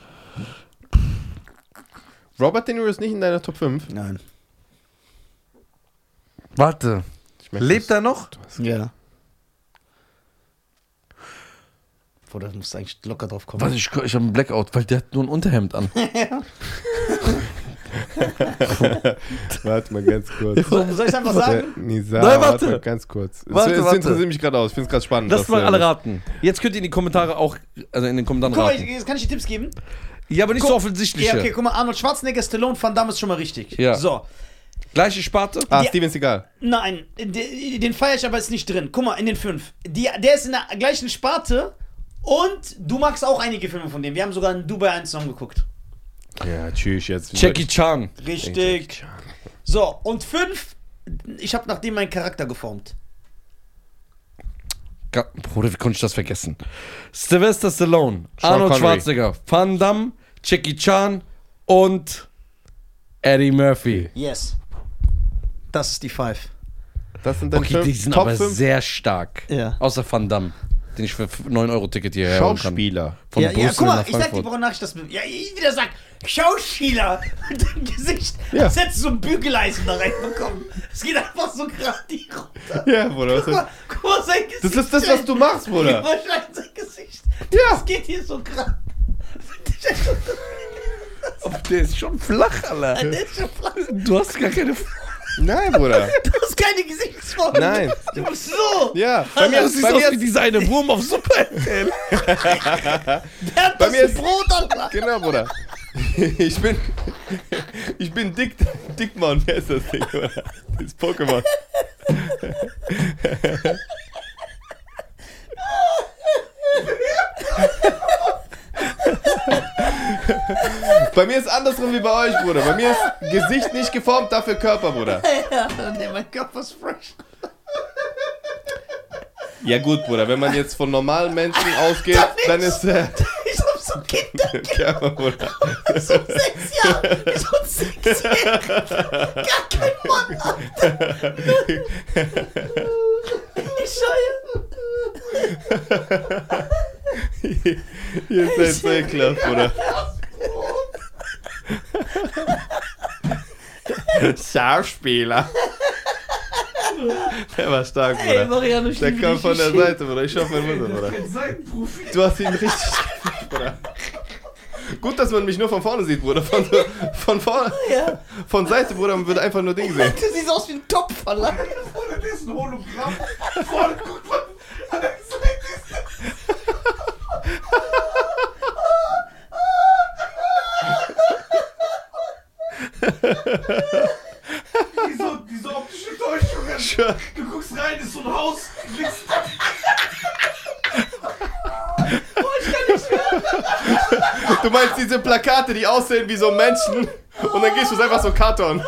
S3: Robert De Niro ist nicht in deiner Top 5.
S1: Nein.
S2: Warte.
S3: Ich
S2: Lebt er noch?
S1: Ja. Boah, da musst du eigentlich locker drauf kommen.
S2: Was, ich, ich habe einen Blackout, weil der hat nur ein Unterhemd an.
S3: Warte mal ganz kurz.
S1: So, soll ich einfach
S3: Der
S1: sagen?
S3: Nisa,
S2: Nein,
S3: warte.
S2: warte.
S3: mal ganz kurz. Es-
S2: Warte,
S3: es
S2: warte.
S3: interessiert mich gerade aus. Ich finde es gerade spannend.
S2: Lasst
S3: dass,
S2: mal
S3: äh,
S2: alle raten. Jetzt könnt ihr in die Kommentare auch, also in den Kommentaren
S1: Guck mal, ich-
S2: raten.
S1: jetzt kann ich dir Tipps geben.
S2: Ja, aber nicht
S1: guck-
S2: so
S1: Ja,
S2: offensichtliche.
S1: okay, guck mal, Arnold Schwarzenegger, Stallone, Van Damme ist schon mal richtig.
S2: Ja.
S1: So,
S2: Gleiche Sparte?
S3: Ah,
S1: Ja.
S3: Steven Seagal.
S1: nein, de- den feier ich aber jetzt nicht drin. Guck mal, in den fünf. Die, der ist in der gleichen Sparte und du magst auch einige Filme von dem. Wir haben sogar in Dubai einen zusammen geguckt.
S3: Ja, tschüss jetzt.
S2: Jackie Chan.
S1: Richtig. So, und fünf, ich habe nach dem meinen Charakter geformt.
S2: Ga- Bruder, wie konnte ich das vergessen? Sylvester Stallone,
S3: Sean
S2: Arnold
S3: Connery.
S2: Schwarzenegger, Van Damme, Jackie Chan und Eddie Murphy.
S1: Yes. Das ist die Five.
S3: Das sind deine
S2: Okay,
S3: fünf,
S2: die sind
S3: Top
S2: aber
S3: 5
S2: sehr stark.
S1: Ja.
S2: Außer Van Damme, den ich für 9-Euro-Ticket hierher holen kann.
S3: Schauspieler.
S2: Von
S1: ja, ja,
S2: Brüssel
S1: guck mal,
S2: nach
S1: ich sag dir,
S2: Frankfurt.
S1: woran ich das. Ja, ich wieder sag, Schauspieler mit dem Gesicht.
S3: Ja.
S1: Als hättest du so ein Bügeleisen da reinbekommen. Es geht einfach so gerade die runter.
S3: Ja, Bruder. Was
S1: Guck mal, guck mal sein Gesicht.
S3: das ist das, was du machst,
S1: Ja,
S3: Bruder.
S1: wahrscheinlich sein Gesicht.
S3: Ja.
S1: Es geht hier so gerade.
S2: Der ist schon flach, Alter.
S1: Der ist schon flach.
S2: Du hast gar keine.
S3: Nein, Bruder.
S1: Du hast keine Gesichtsform.
S3: Nein.
S1: Du bist so.
S3: Ja, bei mir,
S2: Du siehst
S3: bei
S2: aus
S3: mir,
S2: wie dieser eine Wurm auf Super RTL.
S1: Der hat
S3: Bei
S1: das
S3: mir ist-
S1: Brot an.
S3: Genau, Bruder. Ich bin. Ich bin Dick. Dickmann, wer ist das Ding, Bruder? Das ist Pokémon. Bei mir ist andersrum wie bei euch, Bruder. Bei mir ist Gesicht nicht geformt, dafür Körper, Bruder.
S1: Ja, nee, mein Körper ist fresh.
S3: Ja gut, Bruder, wenn man jetzt von normalen Menschen ausgeht, dann ist der
S1: Ich hab so Kinder.
S3: Körper, Bruder.
S1: so ein sechs Jahre, wie so ein Sechsjähriger. Gar kein Mann, Alter. Ich scheue.
S3: Ihr seid so ekelhaft, Bruder. Schauspieler. Der war stark,
S1: Ey,
S3: Bruder.
S1: Mariano, ich
S3: Der
S1: liebe
S3: kam
S1: dich,
S3: von
S1: ich
S3: der
S1: liebe-
S3: Seite, Bruder. Ich hoffe, meine Mutter, Bruder. Du hast ihn richtig gefickt, Bruder. Gut, dass man mich nur von vorne sieht, Bruder. Von, von vorne.
S1: Ja.
S3: Von Seite, Bruder, man würde einfach nur Ding sehen.
S1: Du siehst aus wie ein Topf, Alter.
S12: ist ein Hologramm. Diese optische Täuschung. Du guckst rein, ist
S2: ist so ein Haus. Links
S3: Du meinst diese Plakate, die aussehen wie so Menschen und dann gehst du einfach so Karton.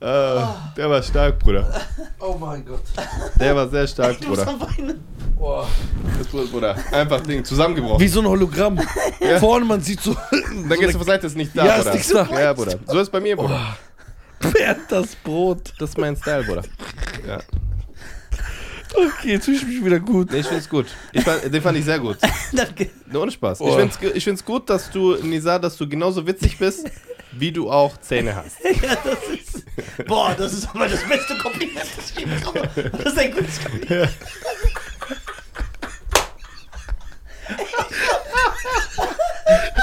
S3: Äh, der war stark, Bruder.
S2: Ah, Oh mein Gott.
S3: Der war sehr stark, Bruder. Das Bruder, Bruder. Einfach Ding zusammengebrochen.
S2: Wie so ein Hologramm. Vorne, man sieht so.
S3: Dann gehst du zur Seite, ist nicht da,
S2: Ja, ist
S3: Bruder.
S2: nichts da.
S3: Ja, Bruder. So ist bei mir, Bruder.
S2: Bernd Oh. das Brot.
S3: Das ist mein Style, Bruder. Ja.
S2: Okay, jetzt fühle ich mich wieder gut.
S3: Nee, ich find's gut. Ich fand, den fand ich sehr gut.
S1: Danke.
S3: Nee, Ohne Spaß. Ich,
S2: Oh.
S3: find's, ge- ich find's gut, dass du, Nisa, dass du genauso witzig bist, wie du auch Zähne hast.
S1: Ja, das ist, boah, das ist aber das beste Kompliment, das ich je bekomme. Das ist ein gutes Kompliment.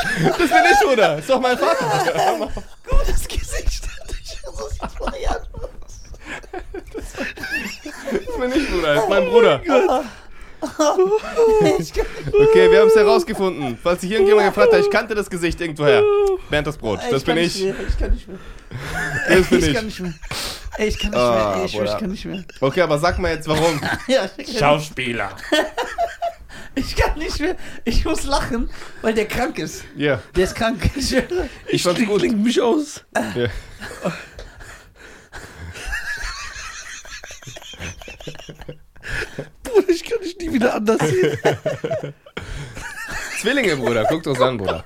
S3: Das bin ich, Bruder. Ist doch mein Vater.
S1: Das Gesicht hatte ich schon so seit zwei Jahren.
S3: Das bin ich, Bruder. Das ist mein Bruder.
S1: Oh
S3: Oh. Okay, wir haben's herausgefunden. Falls sich irgendjemand gefragt hat, ich kannte das Gesicht irgendwoher. Bernd das Brot. Das bin
S1: kann
S3: ich.
S1: Nicht mehr, Oh. ich kann nicht mehr.
S3: Das bin
S1: Ich
S3: ich.
S1: kann nicht mehr. Ey, ich kann nicht
S3: Ah,
S1: mehr. Ey, ich, schwör, ich
S3: Bruder.
S1: kann nicht mehr.
S3: Okay, aber sag mal jetzt warum.
S1: Ja, ich, kann,
S2: Schauspieler.
S1: ich kann nicht mehr. Ich muss lachen, weil der krank ist.
S3: Ja.
S1: Der ist krank. Ich schwöre.
S3: Ich fand's gut.
S2: Klingt mich aus.
S3: Ja.
S2: Bruder, ich kann dich nie wieder anders sehen.
S3: Zwillinge, Bruder. Guck doch an, Bruder.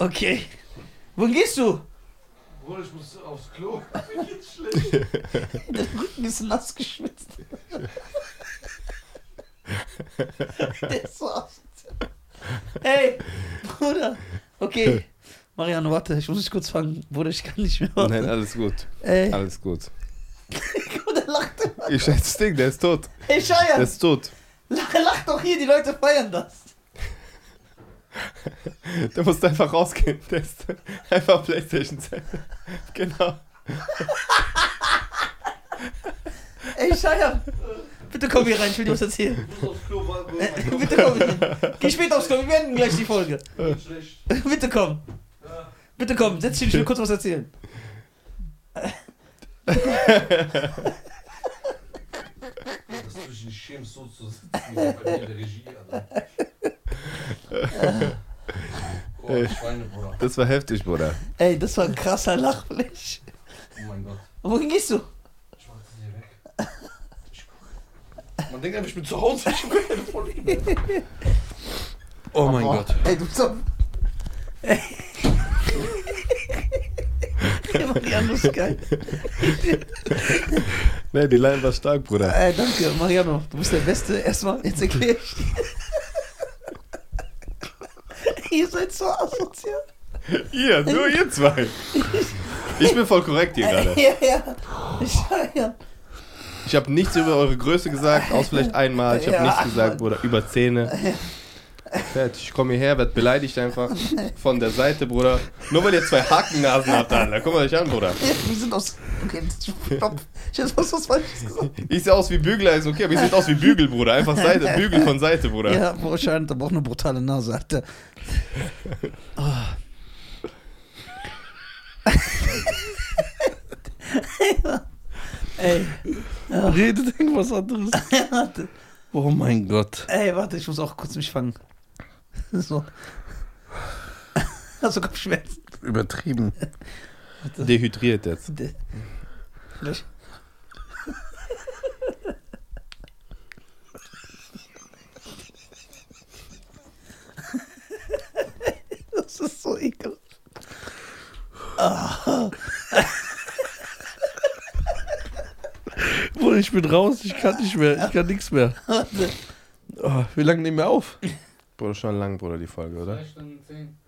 S1: Okay. Wohin gehst du?
S2: Bruder, ich muss aufs Klo.
S1: Der Rücken ist nass geschwitzt. Der ist so asozial. Hey, Bruder. Okay. Mariano, warte, ich muss dich kurz fangen. Bruder, ich kann nicht mehr. Warte.
S3: Nein, alles gut.
S1: Ey,
S3: Alles gut.
S1: guck, der lacht.
S3: Ich schätze Ding, der ist tot.
S1: Ey,
S3: Der
S1: Scheier,
S3: ist tot.
S1: lach, lach doch hier, die Leute feiern das.
S3: Der musste einfach rausgehen. Der ist einfach Playstation sein. Genau.
S1: Ey, Scheier, bitte komm hier rein, ich will dir was erzählen. Äh, bitte komm hier. Geh später aufs Klo, wir beenden gleich die Folge. Bitte komm. Bitte komm, setz dich, ich will kurz was erzählen.
S2: Dass du dich nicht schämst, so zu sitzen bei mir in der Regie. Alter. Oh, Schweine, Bruder.
S3: Das war heftig, Bruder.
S1: Ey, das war ein krasser Lachfläch.
S2: Oh mein Gott.
S1: Wohin gehst du?
S2: Ich mach das hier weg. Ich- Man denkt einfach, ich bin zu Hause. Ich bin keine Probleme. Oh mein Gott.
S1: Ey, du bist doch. Ey. Der Mariano ist geil.
S3: Ne, die Line war stark, Bruder.
S1: Ey, danke, Mariano. Du bist der Beste. Erstmal, jetzt erklär ich dir. Ihr seid so asozial.
S3: Ihr, nur ihr zwei. Ich bin voll korrekt hier gerade.
S1: Ja, ja. Ja, ja.
S3: Ich habe nichts über eure Größe gesagt, aus vielleicht einmal. Ich habe
S1: Ja,
S3: nichts
S1: einmal.
S3: gesagt, Bruder, über Zähne. Fertig, ich komme hierher, werd beleidigt einfach von der Seite, Bruder. Nur weil ihr zwei Hakennasen habt, Alter. Guck mal euch an, Bruder.
S1: Ja, Wir sind aus. Okay, stopp. Ich hab was, was Falsches gesagt.
S3: Ich sehe aus wie Bügler, ist okay, aber ihr seht aus wie Bügel, Bruder. Einfach Seite, Bügel von Seite, Bruder.
S1: Ja, boah, scheint, aber auch eine brutale Nase, Alter. Oh. Ey.
S2: Redet irgendwas anderes. Oh mein Gott.
S1: Ey, warte, ich muss auch kurz mich fangen. So. Hast du Kopfschmerzen?
S2: Übertrieben.
S3: Dehydriert jetzt.
S1: Vielleicht. Das ist so ekelhaft.
S2: Bruder, ich bin raus. Ich kann nicht mehr. Ich kann nichts mehr. Oh, wie lange nehmen wir auf?
S3: Bruder, schon lang, Bruder, die Folge, oder?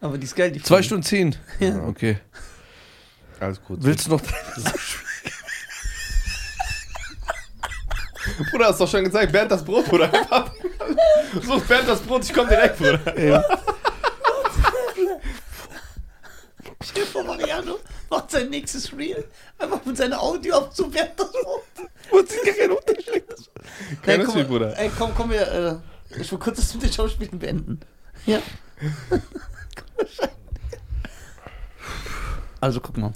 S1: Aber die ist geil, die
S2: Zwei
S1: Folge.
S2: Stunden zehn. Ah, Okay.
S3: Alles gut.
S2: Willst du noch.
S3: Bruder, hast doch schon gezeigt, Bernd das Brot, Bruder. Einfach- Such Bernd das Brot, ich komm direkt, Bruder.
S1: Stell dir vor, Mariano macht sein nächstes Reel einfach mit seiner Audio auf so Wert das Wort.
S2: Man sieht gar keinen Unterschied.
S3: Kein
S5: Ey,
S3: Unterschied,
S5: komm,
S3: Bruder.
S5: Ey, komm, komm, wir, äh, ich will kurz das mit den Schauspielern beenden. Ja. also, guck mal.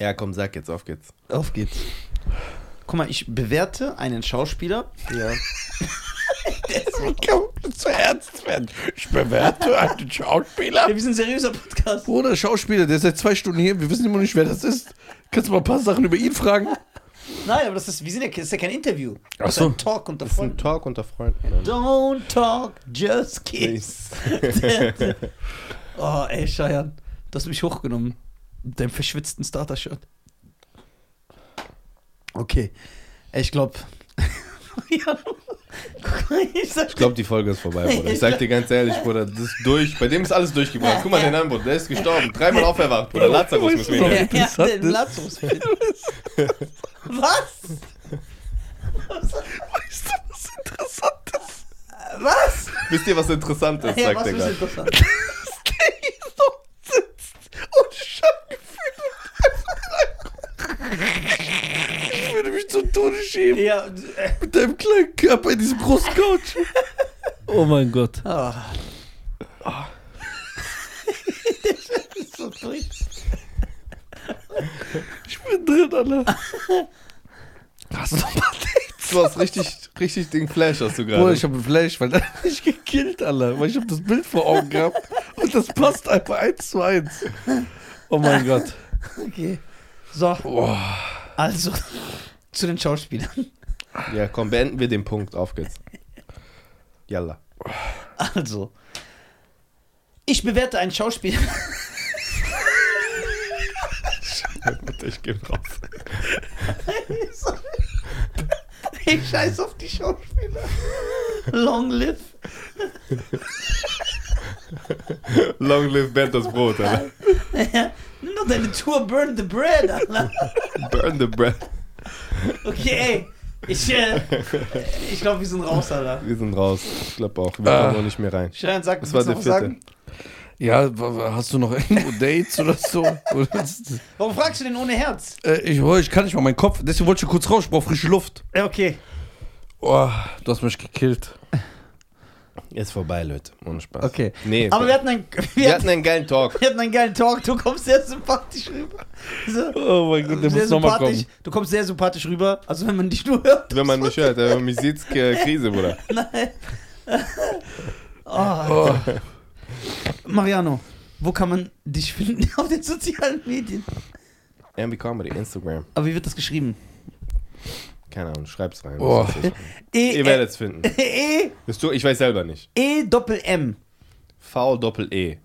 S3: Ja, komm, sag jetzt, auf geht's.
S5: Auf geht's.
S1: Guck mal, ich bewerte einen Schauspieler.
S2: zu ernst werden. Ich bewerte einen Schauspieler.
S5: Ja, wir sind ein seriöser Podcast.
S2: Bruder, Schauspieler, der ist seit zwei Stunden hier. Wir wissen immer noch nicht, wer das ist. Kannst du mal ein paar Sachen über ihn fragen?
S1: Nein, aber das ist, wir sind ja, das ist ja kein Interview.
S2: Ach so.
S1: ein Talk unter
S3: Das ist ein
S1: Freunden.
S3: Talk unter Freunden.
S5: Don't talk, just kiss. oh, ey, Scheiern. Du hast mich hochgenommen. Mit deinem verschwitzten Starter-Shirt. Okay. Ey, ich glaub. ja. Guck mal, ich sag
S3: Ich glaube, die Folge ist vorbei, Bruder. Ich sag dir ganz ehrlich, Bruder, das ist durch. Bei dem ist alles durchgebracht. Guck mal, den anderen, Bruder, der ist gestorben. Dreimal auferwacht, Bruder. Lazarus müssen wir
S5: Ja,
S3: nehmen.
S5: ja,
S2: Interessant
S5: den
S2: ist-
S5: Lazarus. Was?
S2: Weißt du, was interessant ist?
S5: Was?
S3: Wisst ihr, was interessant ist,
S5: Ja,
S3: sagt
S5: was
S3: er
S5: ist
S3: gerade.
S5: interessant?
S2: Dass der hier so sitzt und Schamgefühl und Ich würde mich zum Tode schämen
S5: Ja, äh,
S2: mit deinem kleinen Körper in diesem großen Couch. Oh mein Gott.
S5: Ah. Der ist so durch.
S2: Ich bin drin, Alter. Hast du noch mal
S3: Du hast richtig, richtig den Flash hast du
S2: Bruder,
S3: gerade.
S2: ich habe ein Flash, weil der hat mich gekillt, Alter. Weil ich habe das Bild vor Augen gehabt und das passt einfach eins zu eins. Oh mein Gott.
S5: Okay. So. Also, zu den Schauspielern.
S3: Ja, komm, beenden wir den Punkt. Auf geht's. Yalla.
S5: Also. Ich bewerte einen Schauspieler.
S3: Ich geh raus.
S5: Ich scheiß auf die Schauspieler. Long live.
S3: Long live Bernd das Brot, Alter.
S5: Nimm doch deine Tour Burn the Bread, Alter.
S3: Burn the bread.
S5: Okay, ey. Ich, äh, ich glaube, wir sind raus, Alter.
S3: Wir sind raus. Ich glaube auch. Wir
S1: Ah.
S3: kommen auch nicht mehr rein.
S1: Schrein, sag,
S3: Das
S1: willst
S3: war
S1: du noch
S3: der
S1: was
S3: vierte.
S1: sagen?
S2: Ja, wa- wa- hast du noch irgendwo Dates oder so? Oder-
S1: Warum fragst du den ohne Herz?
S2: Äh, ich, oh, ich kann nicht mal meinen Kopf. Deswegen wollte ich kurz raus. Ich brauche frische Luft.
S1: Ja, okay.
S2: Oh, du hast mich gekillt.
S3: Ist vorbei, Leute. Ohne Spaß.
S1: Okay.
S3: Nee,
S1: Aber wir hatten, einen, wir,
S3: wir
S1: hatten,
S3: hatten einen geilen Talk.
S1: wir hatten einen geilen Talk. Du kommst sehr sympathisch rüber. So,
S2: Oh mein Gott, der
S1: sehr
S2: muss nochmal kommen.
S1: sympathisch. Du kommst sehr sympathisch rüber. Also, wenn man dich nur hört.
S3: Wenn man mich hört, wenn man mich sieht, äh, Krise, Bruder.
S2: Oh,
S1: Mariano, wo kann man dich finden? Auf den sozialen Medien.
S3: MB Comedy, Instagram.
S1: Aber wie wird das geschrieben?
S3: Keine Ahnung, schreib's rein.
S2: oh.
S1: E,
S3: Ihr werdet's finden.
S1: E,
S3: Bist du? Ich weiß selber nicht.
S1: E, Doppel M.
S3: V-Doppel-E.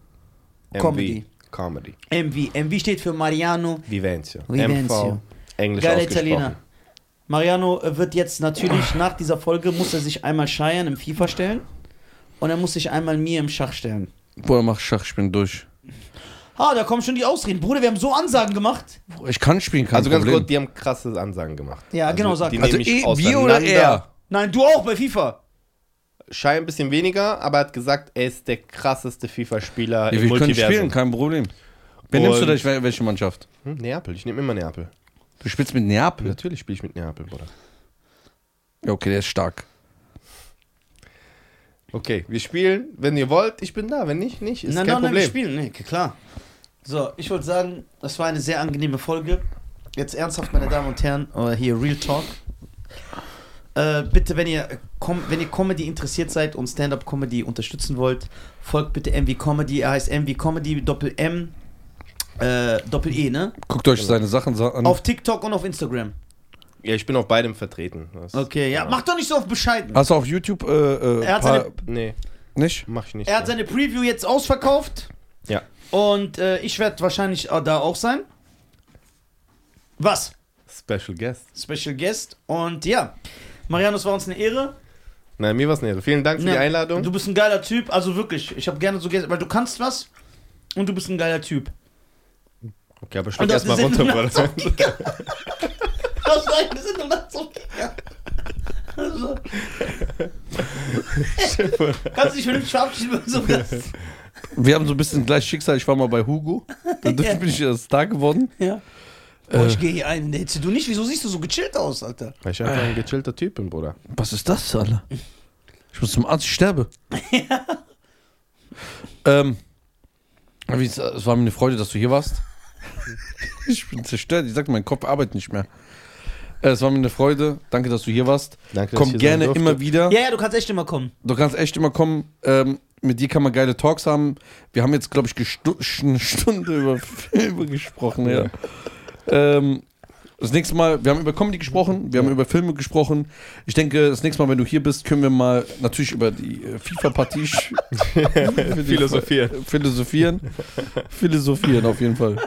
S3: MV.
S1: Comedy.
S3: Comedy.
S1: MV. MV steht für Mariano.
S3: Vivenzio.
S1: Vivenzio.
S3: MV. Englisch
S1: Geiler
S3: ausgesprochen.
S1: Italiener. Mariano äh, wird jetzt natürlich nach dieser Folge, muss er sich einmal Scheiern im FIFA stellen. Und er muss sich einmal mir im Schach stellen.
S2: Bruder, mach Schach, ich bin durch.
S1: Ah, da kommen schon die Ausreden. Bruder, wir haben so Ansagen gemacht.
S2: Ich kann spielen, kein
S3: Also ganz
S2: Problem.
S3: kurz, die haben krasse Ansagen gemacht.
S1: Ja,
S3: also,
S1: genau, sag.
S3: Die
S2: Also
S3: nehmen mich
S2: eh, wir
S3: auseinander.
S2: oder er?
S1: Nein, du auch bei FIFA.
S3: Schei ein bisschen weniger, aber er hat gesagt, er ist der krasseste FIFA-Spieler
S2: Ja,
S3: im
S2: wir können
S3: Multiversum.
S2: spielen, kein Problem. Wer nimmst du
S3: Und-
S2: da? Ich we- Welche Mannschaft?
S3: Hm, Neapel, ich nehme immer Neapel.
S2: Du spielst mit Neapel?
S3: Natürlich spiele ich mit Neapel, Bruder.
S2: Ja, okay, der ist stark.
S3: Okay, wir spielen, wenn ihr wollt, ich bin da, wenn nicht, nicht, ist
S1: nein,
S3: kein
S1: nein, nein, wir
S3: Problem.
S1: spielen. Nee, klar. So, ich wollte sagen, das war eine sehr angenehme Folge. Jetzt ernsthaft, meine Damen und Herren, äh, hier Real Talk. Äh, bitte, wenn ihr, äh, Com wenn ihr Comedy interessiert seid und Stand-Up-Comedy unterstützen wollt, folgt bitte MV Comedy. Er heißt MV Comedy, Doppel-M, äh, Doppel-E, ne?
S2: Guckt euch seine Sachen sa- an.
S1: Auf TikTok und auf Instagram.
S3: ja, ich bin auf beidem vertreten. Das- genau.
S1: Okay, ja, mach doch nicht so auf bescheiden.
S2: Hast du auf YouTube äh, äh,
S1: Er hat
S2: paar,
S1: seine-
S3: Nee,
S2: nicht?
S3: mach ich nicht.
S1: Er hat seine Preview jetzt ausverkauft.
S3: Ja.
S1: Und äh, ich werde wahrscheinlich äh, da auch sein. Was?
S3: Special Guest.
S1: Special Guest. Und ja, Marianus war uns eine Ehre.
S3: Nein, mir war's näher. Vielen Dank für die
S1: Ja.
S3: Einladung.
S1: Du bist ein geiler Typ, also wirklich. Ich habe gerne so Gäste, weil du kannst was und du bist ein geiler Typ.
S3: okay, aber schluck
S1: Und
S3: erst mal
S1: eine
S3: runter,
S1: Sendung
S3: Bruder.
S1: nachts aufgegangen. Du hast eine Sendung nachts aufgegangen. Also. Kannst dich vernünftig verabschieden von so Gast.
S2: Wir haben so ein bisschen gleich Schicksal. Ich war mal bei Hugo. Dann bin ich erst da geworden.
S1: Ja. Boah, ich gehe hier ein in der Hitze. Du nicht? Wieso siehst du so gechillt aus, Alter?
S13: Weil ich einfach ein gechillter Typ bin, Bruder.
S2: Was ist das, Alter? Ich muss zum Arzt, ich sterbe. ähm, wie es- es war mir eine Freude, dass du hier warst. ich bin zerstört, ich sagte, mein Kopf arbeitet nicht mehr. Äh, Es war mir eine Freude, danke, dass du hier warst.
S13: Danke, dass ich
S2: Komm
S13: hier sein
S2: gerne
S13: durfte.
S2: immer wieder.
S14: Ja, ja, du kannst echt immer kommen.
S2: Du kannst echt immer kommen. Ähm, mit dir kann man geile Talks haben. Wir haben jetzt, glaube ich, gestu- eine Stunde über Filme gesprochen. Ja. Ähm, das nächste Mal, wir haben über Comedy gesprochen, wir haben über Filme gesprochen. Ich denke, das nächste Mal, wenn du hier bist, können wir mal natürlich über die äh, FIFA-Partie sch-
S3: Philosophieren.
S2: philosophieren. Philosophieren auf jeden Fall.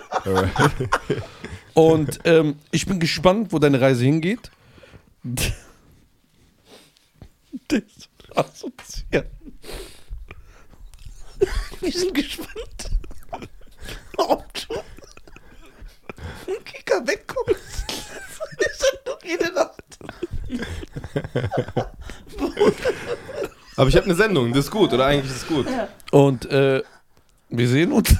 S2: Und ähm, ich bin gespannt, wo deine Reise hingeht. Das ist assoziiert.
S1: Wir sind gespannt. Warum du? Ein Kicker wegkommt. Ich sag doch jede Nacht.
S3: Aber ich habe eine Sendung, das ist gut, oder eigentlich ist es gut.
S2: Und äh, wir sehen uns.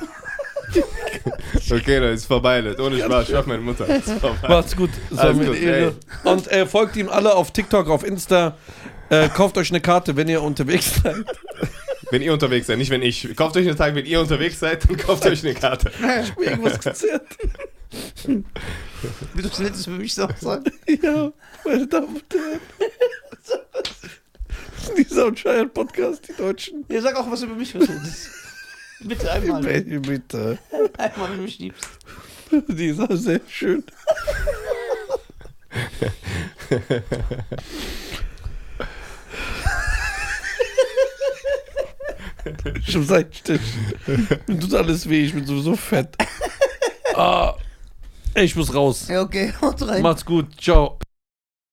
S3: Okay, Leute, ist vorbei, Leute. Ohne Spaß, ich mach meine Mutter. Ist vorbei.
S2: Macht's gut. Es war
S3: Alles
S2: mir eine
S3: gut,
S2: Ehre. Und äh, folgt ihm alle auf TikTok, auf Insta. Äh, kauft euch eine Karte, wenn ihr unterwegs seid.
S3: Wenn ihr unterwegs seid, nicht wenn ich. Kauft euch einen Tag, wenn ihr unterwegs seid, dann kauft euch eine Karte.
S2: Ich bin um irgendwas gezerrt.
S1: Wie du das letztes für mich sagst.
S2: Ja, meine Damen und Herren. Das ist äh. Dieser und Scheiern Podcast, die Deutschen.
S1: Ja, sag auch was über mich. was du willst. Bitte einmal.
S2: Baby, bitte.
S1: Einmal, wenn du mich liebst.
S2: äh. Die ist auch sehr schön. Schon seit Stich. Mir tut alles weh, ich bin sowieso fett. Ah, ich muss raus.
S1: Ja, okay. Haut rein.
S2: Macht's gut, ciao.